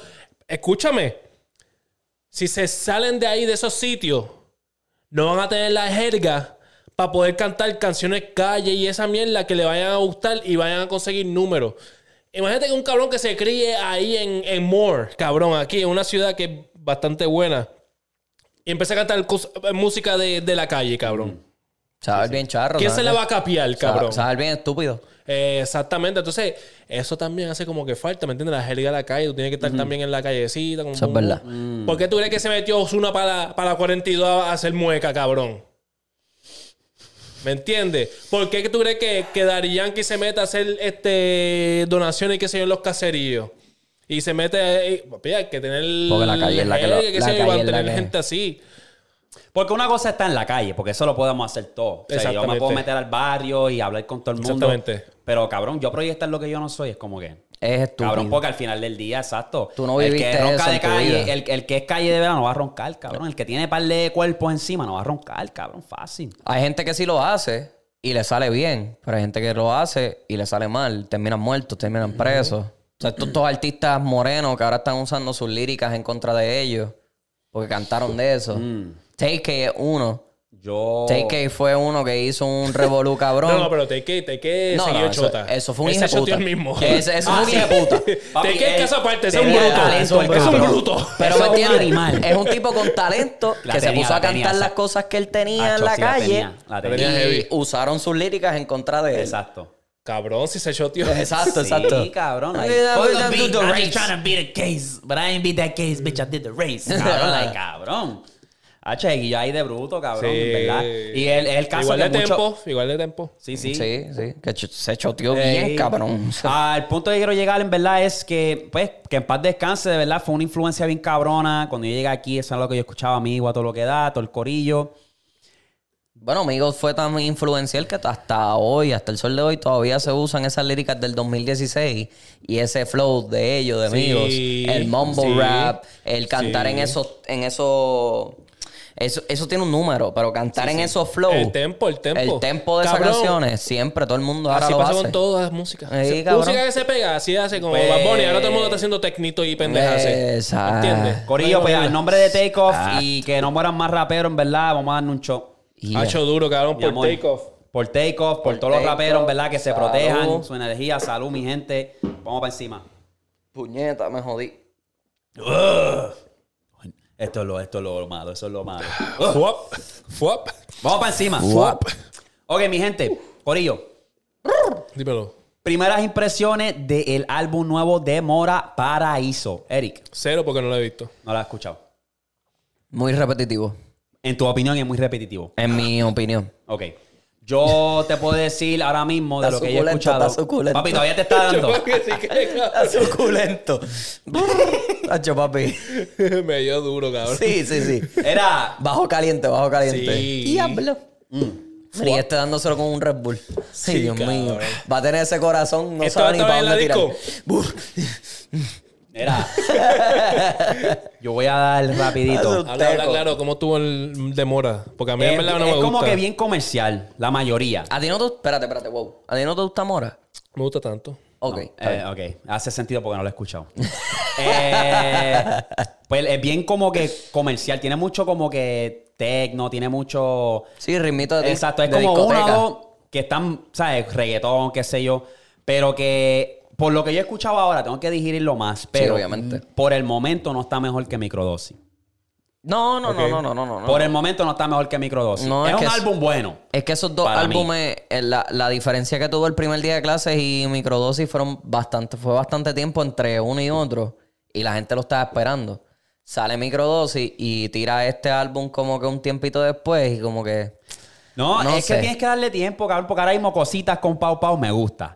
Speaker 2: Escúchame, si se salen de ahí, de esos sitios, no van a tener la jerga para poder cantar canciones calle y esa mierda que le vayan a gustar y vayan a conseguir números. Imagínate que un cabrón que se críe ahí en, en Moore, cabrón, aquí, en una ciudad que es bastante buena, y empieza a cantar cos- música de, de la calle, cabrón.
Speaker 3: Sabes bien charro.
Speaker 2: ¿Quién se
Speaker 3: sabes
Speaker 2: le
Speaker 3: bien-
Speaker 2: va a capiar, cabrón?
Speaker 3: Sabes- Sabes bien estúpido.
Speaker 2: Eh, exactamente, entonces eso también hace como que falta, ¿me entiendes? La jerga de la calle, tú tienes que estar también en la callecita. Como
Speaker 3: Eso es verdad.
Speaker 2: ¿Por qué tú crees que se metió Osuna para, para la 42 a hacer mueca, cabrón? ¿Me entiendes? ¿Por qué que tú crees que, que Daddy Yankee se mete a hacer este, donaciones y qué sé yo en los caseríos? Y se mete. eh, papi, hay que tener.
Speaker 3: Porque la calle es la que lo-
Speaker 2: jerga, qué
Speaker 3: la
Speaker 2: sé yo, y van a
Speaker 3: calle es la
Speaker 2: tener
Speaker 3: que-
Speaker 2: gente así.
Speaker 1: Porque una cosa está en la calle, porque eso lo podemos hacer todos. O sea, yo me
Speaker 2: Exactamente.
Speaker 1: puedo meter al barrio y hablar con todo el mundo.
Speaker 2: Exactamente.
Speaker 1: Pero cabrón, yo proyectar lo que yo no soy es como que.
Speaker 3: Es estúpido.
Speaker 1: Cabrón, porque al final del día, exacto.
Speaker 3: Tú no
Speaker 1: el
Speaker 3: viviste
Speaker 1: que ronca
Speaker 3: eso
Speaker 1: de
Speaker 3: en tu
Speaker 1: calle,
Speaker 3: vida.
Speaker 1: el, el que es calle de verano va a roncar, cabrón. El que tiene par de cuerpos encima no va a roncar, cabrón. Fácil.
Speaker 3: Hay gente que sí lo hace y le sale bien, pero hay gente que lo hace y le sale mal. Terminan muertos, terminan presos. O sea, estos, estos artistas morenos que ahora están usando sus líricas en contra de ellos porque cantaron de eso. Take es uno
Speaker 1: Yo.
Speaker 3: Take fue uno que hizo un revolú cabrón.
Speaker 2: (laughs) No, no, pero te que, te que
Speaker 3: No,
Speaker 2: siguió
Speaker 3: no, eso-
Speaker 2: chota.
Speaker 3: eso fue un
Speaker 2: Ese
Speaker 3: hijo de
Speaker 2: choteó
Speaker 3: puta.
Speaker 2: el mismo.
Speaker 3: (laughs) Ese- ese
Speaker 1: Ah,
Speaker 3: fue un
Speaker 2: sí.
Speaker 3: hijo
Speaker 1: (laughs)
Speaker 3: de puta.
Speaker 2: Te que que
Speaker 1: él
Speaker 2: esa parte, ese es un
Speaker 1: eh, tenía
Speaker 2: bruto.
Speaker 1: talento, el
Speaker 2: es un
Speaker 1: cabrón.
Speaker 2: bruto.
Speaker 3: Pero
Speaker 1: Eso
Speaker 3: me
Speaker 1: es un
Speaker 3: entiendes,
Speaker 1: animal.
Speaker 3: es un tipo con talento
Speaker 1: La
Speaker 3: que se
Speaker 1: tenía,
Speaker 3: puso a
Speaker 1: la tenía,
Speaker 3: cantar
Speaker 1: esa.
Speaker 3: las cosas que él tenía
Speaker 1: Acho,
Speaker 3: en la
Speaker 1: sí, la
Speaker 3: calle
Speaker 1: tenía, la
Speaker 2: tenía. La tenía
Speaker 3: y
Speaker 2: heavy.
Speaker 3: usaron sus líricas en contra de él. Exacto,
Speaker 1: Exacto.
Speaker 2: Cabrón, si se
Speaker 3: (laughs)
Speaker 2: choteó.
Speaker 3: exacto.
Speaker 1: Sí, cabrón. Like,
Speaker 3: Yeah,
Speaker 1: fuck
Speaker 3: we
Speaker 1: the
Speaker 3: don't
Speaker 1: beat,
Speaker 3: do the
Speaker 1: I'm
Speaker 3: race.
Speaker 1: just trying to beat the case, but I ain't beat that case, bitch. I did the
Speaker 3: (laughs)
Speaker 1: race. Cabrón, like, cabrón. H, y ahí de bruto, cabrón,
Speaker 2: Sí.
Speaker 1: ¿verdad? Y el, el caso
Speaker 2: Igual de
Speaker 1: que mucho-
Speaker 2: tempo, igual de tempo.
Speaker 1: Sí, sí.
Speaker 3: Sí, sí, que ch- se choteó
Speaker 1: Ey.
Speaker 3: bien, cabrón.
Speaker 1: Ah, el punto que quiero llegar, en verdad, es que, pues, que en paz descanse, de verdad, fue una influencia bien cabrona. Cuando yo llegué aquí, eso es lo que yo escuchaba amigo, a todo lo que da, todo el corillo.
Speaker 3: Bueno, amigos, fue tan influencial que hasta hoy, hasta el sol de hoy, todavía se usan esas líricas del 2016 y ese flow de ellos, de amigos.
Speaker 2: Sí,
Speaker 3: El mumble
Speaker 2: sí,
Speaker 3: rap, el cantar en
Speaker 2: sí.
Speaker 3: esos, en esos. Eso, eso tiene un número, pero cantar en esos flows.
Speaker 2: El tempo, el tempo.
Speaker 3: El tempo de
Speaker 2: Cabrón.
Speaker 3: esas canciones, siempre todo el mundo ahora
Speaker 2: Así
Speaker 3: lo
Speaker 2: pasa
Speaker 3: hace.
Speaker 2: con todas las músicas.
Speaker 3: Ey,
Speaker 2: Se-
Speaker 3: cabrón.
Speaker 2: música que se pega, así hace como
Speaker 1: Pues-
Speaker 2: Bad Bunny. Ahora todo el mundo está haciendo tecnito y pendejas.
Speaker 3: Exacto.
Speaker 2: ¿Entiendes?
Speaker 1: Corillo, pues, en nombre de Takeoff
Speaker 3: Exacto.
Speaker 1: y que no mueran más raperos, en verdad, vamos a darle un show.
Speaker 3: Y-
Speaker 2: Ha hecho duro, cabrón,
Speaker 1: Mi
Speaker 2: por
Speaker 1: amor.
Speaker 2: takeoff.
Speaker 1: Por takeoff, por, todos los
Speaker 3: Takeoff,
Speaker 1: raperos, ¿verdad? Que se
Speaker 3: salud.
Speaker 1: protejan, su energía, salud, mi gente. Vamos para encima.
Speaker 3: Puñeta, me jodí.
Speaker 1: Esto es lo, esto es lo malo, eso es lo malo.
Speaker 2: Fuap, fuap.
Speaker 1: Vamos para encima.
Speaker 3: Fuap.
Speaker 1: Ok, mi gente, Corillo.
Speaker 2: Dímelo.
Speaker 1: Primeras impresiones del álbum nuevo de Mora Paraíso. Eric,
Speaker 2: Cero porque no lo he visto.
Speaker 1: no la has escuchado.
Speaker 3: Muy repetitivo,
Speaker 1: En tu opinión es muy repetitivo.
Speaker 3: en mi opinión.
Speaker 1: Ok. Yo te puedo decir ahora mismo de
Speaker 3: Está
Speaker 1: lo que yo he
Speaker 3: suculento,
Speaker 1: escuchado.
Speaker 3: está suculento.
Speaker 1: Papi, todavía te
Speaker 3: (laughs)
Speaker 1: está dando.
Speaker 2: Porque sí (laughs) que-
Speaker 3: suculento. Hacho, papi.
Speaker 2: (laughs) Me dio duro, cabrón.
Speaker 3: Sí, sí, sí.
Speaker 1: Era.
Speaker 3: Bajo caliente, bajo caliente.
Speaker 2: Sí. Mm.
Speaker 3: Diablo. Y este dándoselo con un Red Bull. Sí,
Speaker 2: Sí,
Speaker 3: Dios
Speaker 2: cabrón.
Speaker 3: mío. Va a tener ese corazón, no
Speaker 2: ¿Esto
Speaker 3: sabe ni
Speaker 2: estaba
Speaker 3: para
Speaker 2: en la
Speaker 3: dónde tirar.
Speaker 2: disco?
Speaker 3: Buf. (laughs)
Speaker 1: Era. Yo voy a dar rapidito.
Speaker 2: Habla, habla claro, ¿cómo estuvo el demora? Porque a mí en
Speaker 1: Es,
Speaker 2: verdad no me
Speaker 1: Eh, es
Speaker 2: gusta. Ah,
Speaker 1: como que bien comercial, la mayoría.
Speaker 3: A ti no te... Espérate, espérate, wow. ¿A ti no te gusta Mora?
Speaker 2: Me gusta tanto.
Speaker 3: Ok.
Speaker 1: Eh, ok, hace sentido porque no lo he
Speaker 2: (laughs)
Speaker 1: escuchado. Eh, pues es bien como que comercial, tiene mucho como que tecno, tiene mucho...
Speaker 3: Sí, ritmito de dis-
Speaker 1: Exacto, es
Speaker 3: de
Speaker 1: como uno
Speaker 3: discoteca.
Speaker 1: o dos que están, ¿sabes? Reggaetón, qué sé yo. Pero que, por lo que yo he escuchado ahora, tengo que digerirlo más. Pero
Speaker 3: obviamente.
Speaker 1: por el momento no está mejor que microdosis.
Speaker 3: No, no,
Speaker 2: Ok.
Speaker 3: no, no, no, no, no.
Speaker 1: Por el momento no está mejor que microdosis.
Speaker 3: Ah. No,
Speaker 1: es,
Speaker 3: es
Speaker 1: un
Speaker 3: que es-
Speaker 1: álbum bueno.
Speaker 3: Es que esos dos
Speaker 1: Para mí.
Speaker 3: álbumes, eh, la, la diferencia que tuvo el primer día de clases y microdosis fueron bastante, fue bastante tiempo entre uno y otro. Y la gente lo estaba esperando. Sale microdosis y tira este álbum como que un tiempito después y como que.
Speaker 1: No,
Speaker 3: No
Speaker 1: es que
Speaker 3: sé.
Speaker 1: tienes que darle tiempo, cabrón, porque ahora mismo cositas con Pau Pau me gusta.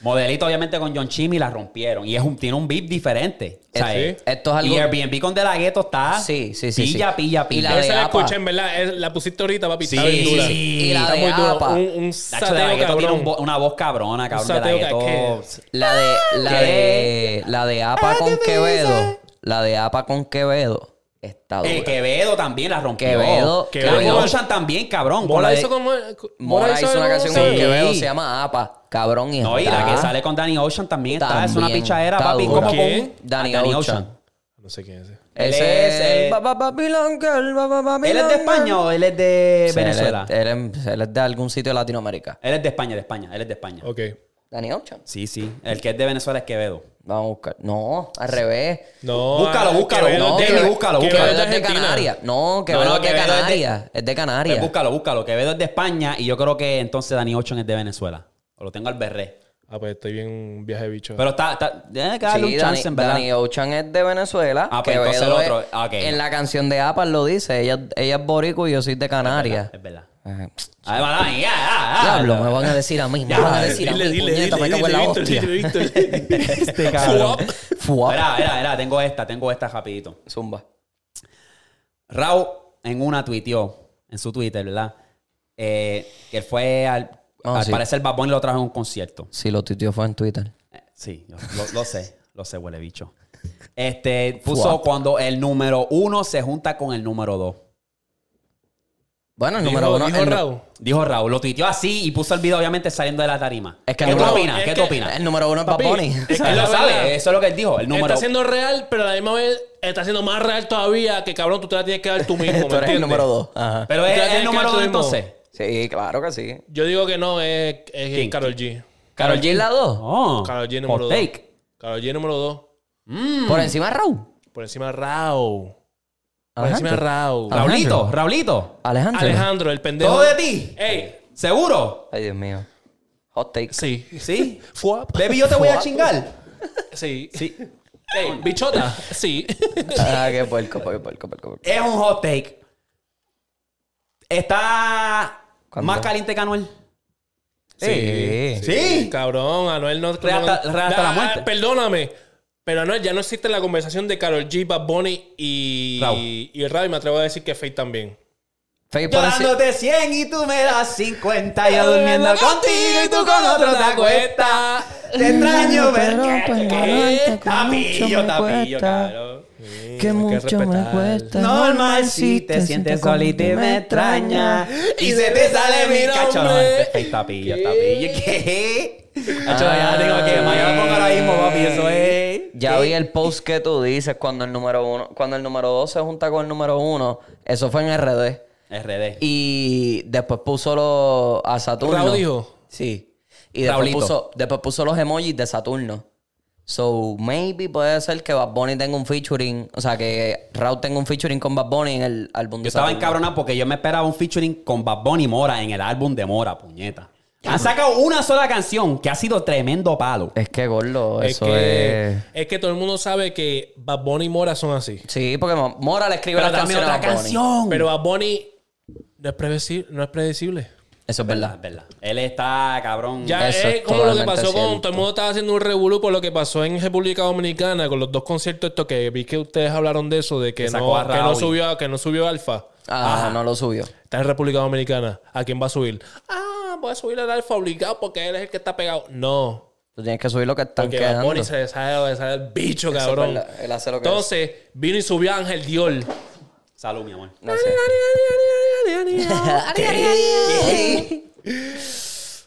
Speaker 1: Modelito, obviamente, con John Chimmy la rompieron. Y es un, tiene un beat diferente. O sea,
Speaker 2: Sí.
Speaker 1: es-
Speaker 3: Esto es algo-
Speaker 1: Y Airbnb con De La Ghetto está.
Speaker 3: Sí, sí, sí, sí.
Speaker 1: Pilla, pilla,
Speaker 3: Y
Speaker 1: pilla.
Speaker 3: La de
Speaker 2: Esa la
Speaker 3: Apa.
Speaker 2: escuché, en verdad. es- la pusiste ahorita, papi.
Speaker 1: Sí,
Speaker 2: está bien dura.
Speaker 1: sí.
Speaker 3: Y la
Speaker 2: Está
Speaker 3: de
Speaker 2: muy dura.
Speaker 3: Apa.
Speaker 2: Un, un
Speaker 1: Nacho, De La
Speaker 2: sateo,
Speaker 1: Ghetto tiene
Speaker 2: cabrón.
Speaker 1: un vo- una voz cabrona, cabrón. De La
Speaker 2: sateo que-
Speaker 1: Ghetto-
Speaker 2: que-
Speaker 3: La de. La
Speaker 1: ¿Qué?
Speaker 3: de. La de APA con Quevedo. La de APA con Quevedo. Está dura.
Speaker 1: Eh, Quevedo también la rompió.
Speaker 3: Quevedo,
Speaker 1: La
Speaker 2: Quevedo.
Speaker 1: Ocean también, cabrón. con la
Speaker 2: Mola
Speaker 1: de-
Speaker 2: hizo como...
Speaker 3: Mora hizo una canción
Speaker 1: sí.
Speaker 3: con
Speaker 2: como-
Speaker 3: Quevedo, se llama APA. Cabrón, y
Speaker 1: No, y la que
Speaker 3: está-
Speaker 1: sale con Danny Ocean también está. Es una
Speaker 3: También
Speaker 1: pichadera,
Speaker 3: está
Speaker 1: papi.
Speaker 3: dura.
Speaker 1: Como
Speaker 2: ¿Quién?
Speaker 1: con
Speaker 3: Danny Ocean.
Speaker 2: No sé quién es ese.
Speaker 1: Él
Speaker 3: Ese
Speaker 1: es,
Speaker 3: es
Speaker 1: eh,
Speaker 3: el ba- ba- Babylon Girl, ba- ba-
Speaker 1: ¿Él es de
Speaker 3: Babylon Girl.
Speaker 1: España o él es de
Speaker 3: Sí, él es-
Speaker 1: Venezuela?
Speaker 3: Él em- es, él es de algún sitio de Latinoamérica.
Speaker 1: Él es de España, de España. Él es de España.
Speaker 2: Ok.
Speaker 3: Dani Ocean.
Speaker 1: Sí, sí. El que es de Venezuela es Quevedo. Pues
Speaker 3: Vamos a buscar. No, al revés.
Speaker 2: No.
Speaker 1: Búscalo,
Speaker 2: ah,
Speaker 1: búscalo,
Speaker 2: Quevedo
Speaker 1: no,
Speaker 2: es de-
Speaker 1: Demi, búscalo,
Speaker 2: Quevedo
Speaker 1: búscalo.
Speaker 2: es
Speaker 3: Quevedo
Speaker 2: de
Speaker 3: es de
Speaker 2: Argentina.
Speaker 3: Canarias. No, Quevedo
Speaker 1: no,
Speaker 3: es de
Speaker 1: Quevedo es de-
Speaker 3: Canarias. Es de
Speaker 1: Pues
Speaker 3: Canarias.
Speaker 1: búscalo, búscalo. Quevedo es de España y yo creo que entonces Danny Ocean es de Venezuela. O lo tengo al berré.
Speaker 2: Ah, pues estoy bien un viaje de bicho.
Speaker 1: Pero está, está, tiene que
Speaker 3: Sí,
Speaker 1: darle un chance,
Speaker 3: Dani,
Speaker 1: en verdad.
Speaker 3: Dani Ocean es de Venezuela.
Speaker 1: Ah, pues
Speaker 3: Quevedo
Speaker 1: entonces el otro,
Speaker 3: es-
Speaker 1: ah, ok.
Speaker 3: En la canción de APA lo dice. Ella, ella es boricua y yo soy de Canarias.
Speaker 1: Es verdad.
Speaker 3: Ajá.
Speaker 1: Además, Dani, ya, ya, ya.
Speaker 3: Diablo, me van a decir a mí. Me van a decir a mí. puñeta, me cago en la hostia.
Speaker 1: Este cabrón.
Speaker 3: (laughs) Fuap.
Speaker 1: Verá, verá, verá, tengo esta, tengo esta rapidito.
Speaker 3: Zumba.
Speaker 1: Raúl en una tuiteó, en su Twitter, ¿verdad? Eh, que él fue al.
Speaker 3: Ah,
Speaker 1: al
Speaker 3: sí.
Speaker 1: parecer, Bad Bunny lo trajo a un concierto.
Speaker 3: Sí, lo tuiteó fue en Twitter.
Speaker 1: Eh, Sí, yo- lo, lo sé, lo sé, huele bicho. Este, puso
Speaker 3: Fuap.
Speaker 1: cuando el número uno se junta con el número dos.
Speaker 3: Bueno, el
Speaker 2: Dijo-
Speaker 3: (laughs) número uno.
Speaker 2: dijo
Speaker 3: el nu-
Speaker 2: Raúl.
Speaker 1: Dijo Raúl, lo tuiteó así y puso el video obviamente saliendo de la tarima.
Speaker 3: Es que
Speaker 1: ¿Qué
Speaker 3: no
Speaker 1: tú
Speaker 3: lo-
Speaker 1: opinas?
Speaker 2: es
Speaker 1: ¿Qué
Speaker 2: que-
Speaker 1: tú opinas?
Speaker 3: El número uno es Bad
Speaker 2: Papi, eh,
Speaker 3: Bunny.
Speaker 2: es que
Speaker 1: Él lo
Speaker 2: la verdad-
Speaker 1: sabe, eso es lo que él dijo, el número
Speaker 2: Está siendo real, pero a la misma vez está siendo más real todavía que cabrón, tú te la tienes que dar tú mismo. ¿me
Speaker 3: (laughs) Tú eres el
Speaker 2: entiendes?
Speaker 3: número dos. Ajá.
Speaker 1: Pero
Speaker 2: Ya
Speaker 1: es
Speaker 2: tienes
Speaker 1: el
Speaker 2: que
Speaker 1: número
Speaker 2: hacer
Speaker 1: dos
Speaker 2: tú mismo.
Speaker 1: entonces.
Speaker 3: Sí, claro que sí.
Speaker 2: Yo digo que no, es, es
Speaker 1: ¿Quién?
Speaker 2: Carol G.
Speaker 3: Carol G es la dos.
Speaker 1: Oh,
Speaker 2: Karol G
Speaker 1: hot
Speaker 2: número dos.
Speaker 1: take.
Speaker 2: Carol G número 2.
Speaker 3: Mm. Por encima de Raúl.
Speaker 2: Por encima de Raúl. Por
Speaker 3: Ajá.
Speaker 2: encima de Raúl.
Speaker 3: Ah.
Speaker 1: Raulito, Raulito.
Speaker 3: Alejandro.
Speaker 2: Alejandro, el pendejo.
Speaker 1: ¿Todo de ti?
Speaker 2: Ey,
Speaker 1: ¿Seguro?
Speaker 3: Ay, Dios mío. Hot (laughs) take.
Speaker 2: sí.
Speaker 1: ¿Sí?
Speaker 2: Fuap.
Speaker 1: Baby, yo te voy a chingar.
Speaker 2: Sí.
Speaker 1: Sí.
Speaker 2: Ey, bichota. Sí.
Speaker 3: Ah, qué puerco, qué puerco, puerco, puerco.
Speaker 1: Es un hot take. Está
Speaker 3: ¿Cuándo?
Speaker 1: más caliente que Anuel.
Speaker 3: Sí.
Speaker 1: Sí.
Speaker 2: Cabrón, Anuel no. Ah,
Speaker 1: Re hasta- re hasta la muerte.
Speaker 2: Perdóname. Pero Anuel ya no existe la conversación de Carol G, Bad Bunny y.
Speaker 1: Raúl.
Speaker 2: Y Raúl. Y me atrevo a decir que Faith también.
Speaker 3: Fake
Speaker 1: Yo
Speaker 3: por encima.
Speaker 1: dándote 100 y tú me das 50. Yo durmiendo contigo y tú con otro te acuestas. Te extraño,
Speaker 4: Pero,
Speaker 1: pero...
Speaker 4: pues,
Speaker 1: ¿Qué?
Speaker 4: adelante, que mucho
Speaker 1: Tapillo,
Speaker 4: me
Speaker 1: tapillo,
Speaker 4: cuesta.
Speaker 1: cabrón.
Speaker 2: Sí,
Speaker 4: Que
Speaker 2: hay
Speaker 4: mucho me
Speaker 2: respetar.
Speaker 4: cuesta.
Speaker 1: Normal si te sientes solita y me extraña Y se te sale mi cachorro
Speaker 2: nombre.
Speaker 1: Perfecto, tapillo, tapillo ¿Qué? Hacho, ya tengo que mañana pongo ahora mismo, papi Eso es
Speaker 3: Ah. Ya vi el post que tú dices cuando el número uno, cuando el número dos se junta con el número uno. Eso fue en RD.
Speaker 1: RD
Speaker 3: Y después puso los a Saturno.
Speaker 2: Raúl dijo.
Speaker 3: Sí. Y después
Speaker 1: Raulito.
Speaker 3: puso, después puso los emojis de Saturno. So, maybe puede ser que Bad Bunny tenga un featuring. O sea, que Raúl tenga un featuring con Bad Bunny en el álbum
Speaker 1: Yo
Speaker 3: de
Speaker 1: estaba
Speaker 3: Saturno.
Speaker 1: encabronado porque yo me esperaba un featuring con Bad Bunny y Mora en el álbum de Mora, puñeta. Han sacado una sola canción que ha sido tremendo palo.
Speaker 3: Es que, gordo,
Speaker 2: Es
Speaker 3: eso
Speaker 2: que,
Speaker 3: es...
Speaker 2: es que todo el mundo sabe que Bad Bunny y Mora son así.
Speaker 3: Sí, porque Mo- Mora le escribe
Speaker 1: Pero
Speaker 3: la
Speaker 1: también
Speaker 3: canción a
Speaker 1: otra
Speaker 3: Bad Bunny.
Speaker 1: canción.
Speaker 2: Pero Bad Bunny no es predecible. No es predecible.
Speaker 3: Eso es verdad.
Speaker 1: Es verdad. Él está, cabrón.
Speaker 2: Ya
Speaker 3: Eso
Speaker 2: es
Speaker 3: es
Speaker 2: como lo que
Speaker 3: totalmente
Speaker 2: pasó con.
Speaker 3: cierto.
Speaker 2: Todo el mundo estaba haciendo un revolú por lo que pasó en República Dominicana con los dos conciertos estos que vi que ustedes hablaron de eso, de que,
Speaker 1: Que sacó a
Speaker 2: no, que no
Speaker 1: Raúl.
Speaker 2: subió que no subió Alfa.
Speaker 3: Ajá, Ah, no lo subió.
Speaker 2: Está en República Dominicana. ¿A quién va a subir? Ah, voy a subir al Alfa obligado porque él es el que está pegado. No.
Speaker 3: Tú tienes que subir lo que están
Speaker 2: Porque Bad
Speaker 3: quedando.
Speaker 2: Bunny se le sale, le sale el bicho,
Speaker 3: es
Speaker 2: cabrón.
Speaker 3: verdad. Él hace lo que
Speaker 2: Entonces, vino y subió a Ángel Dior.
Speaker 1: Salud, mi amor.
Speaker 3: No sé.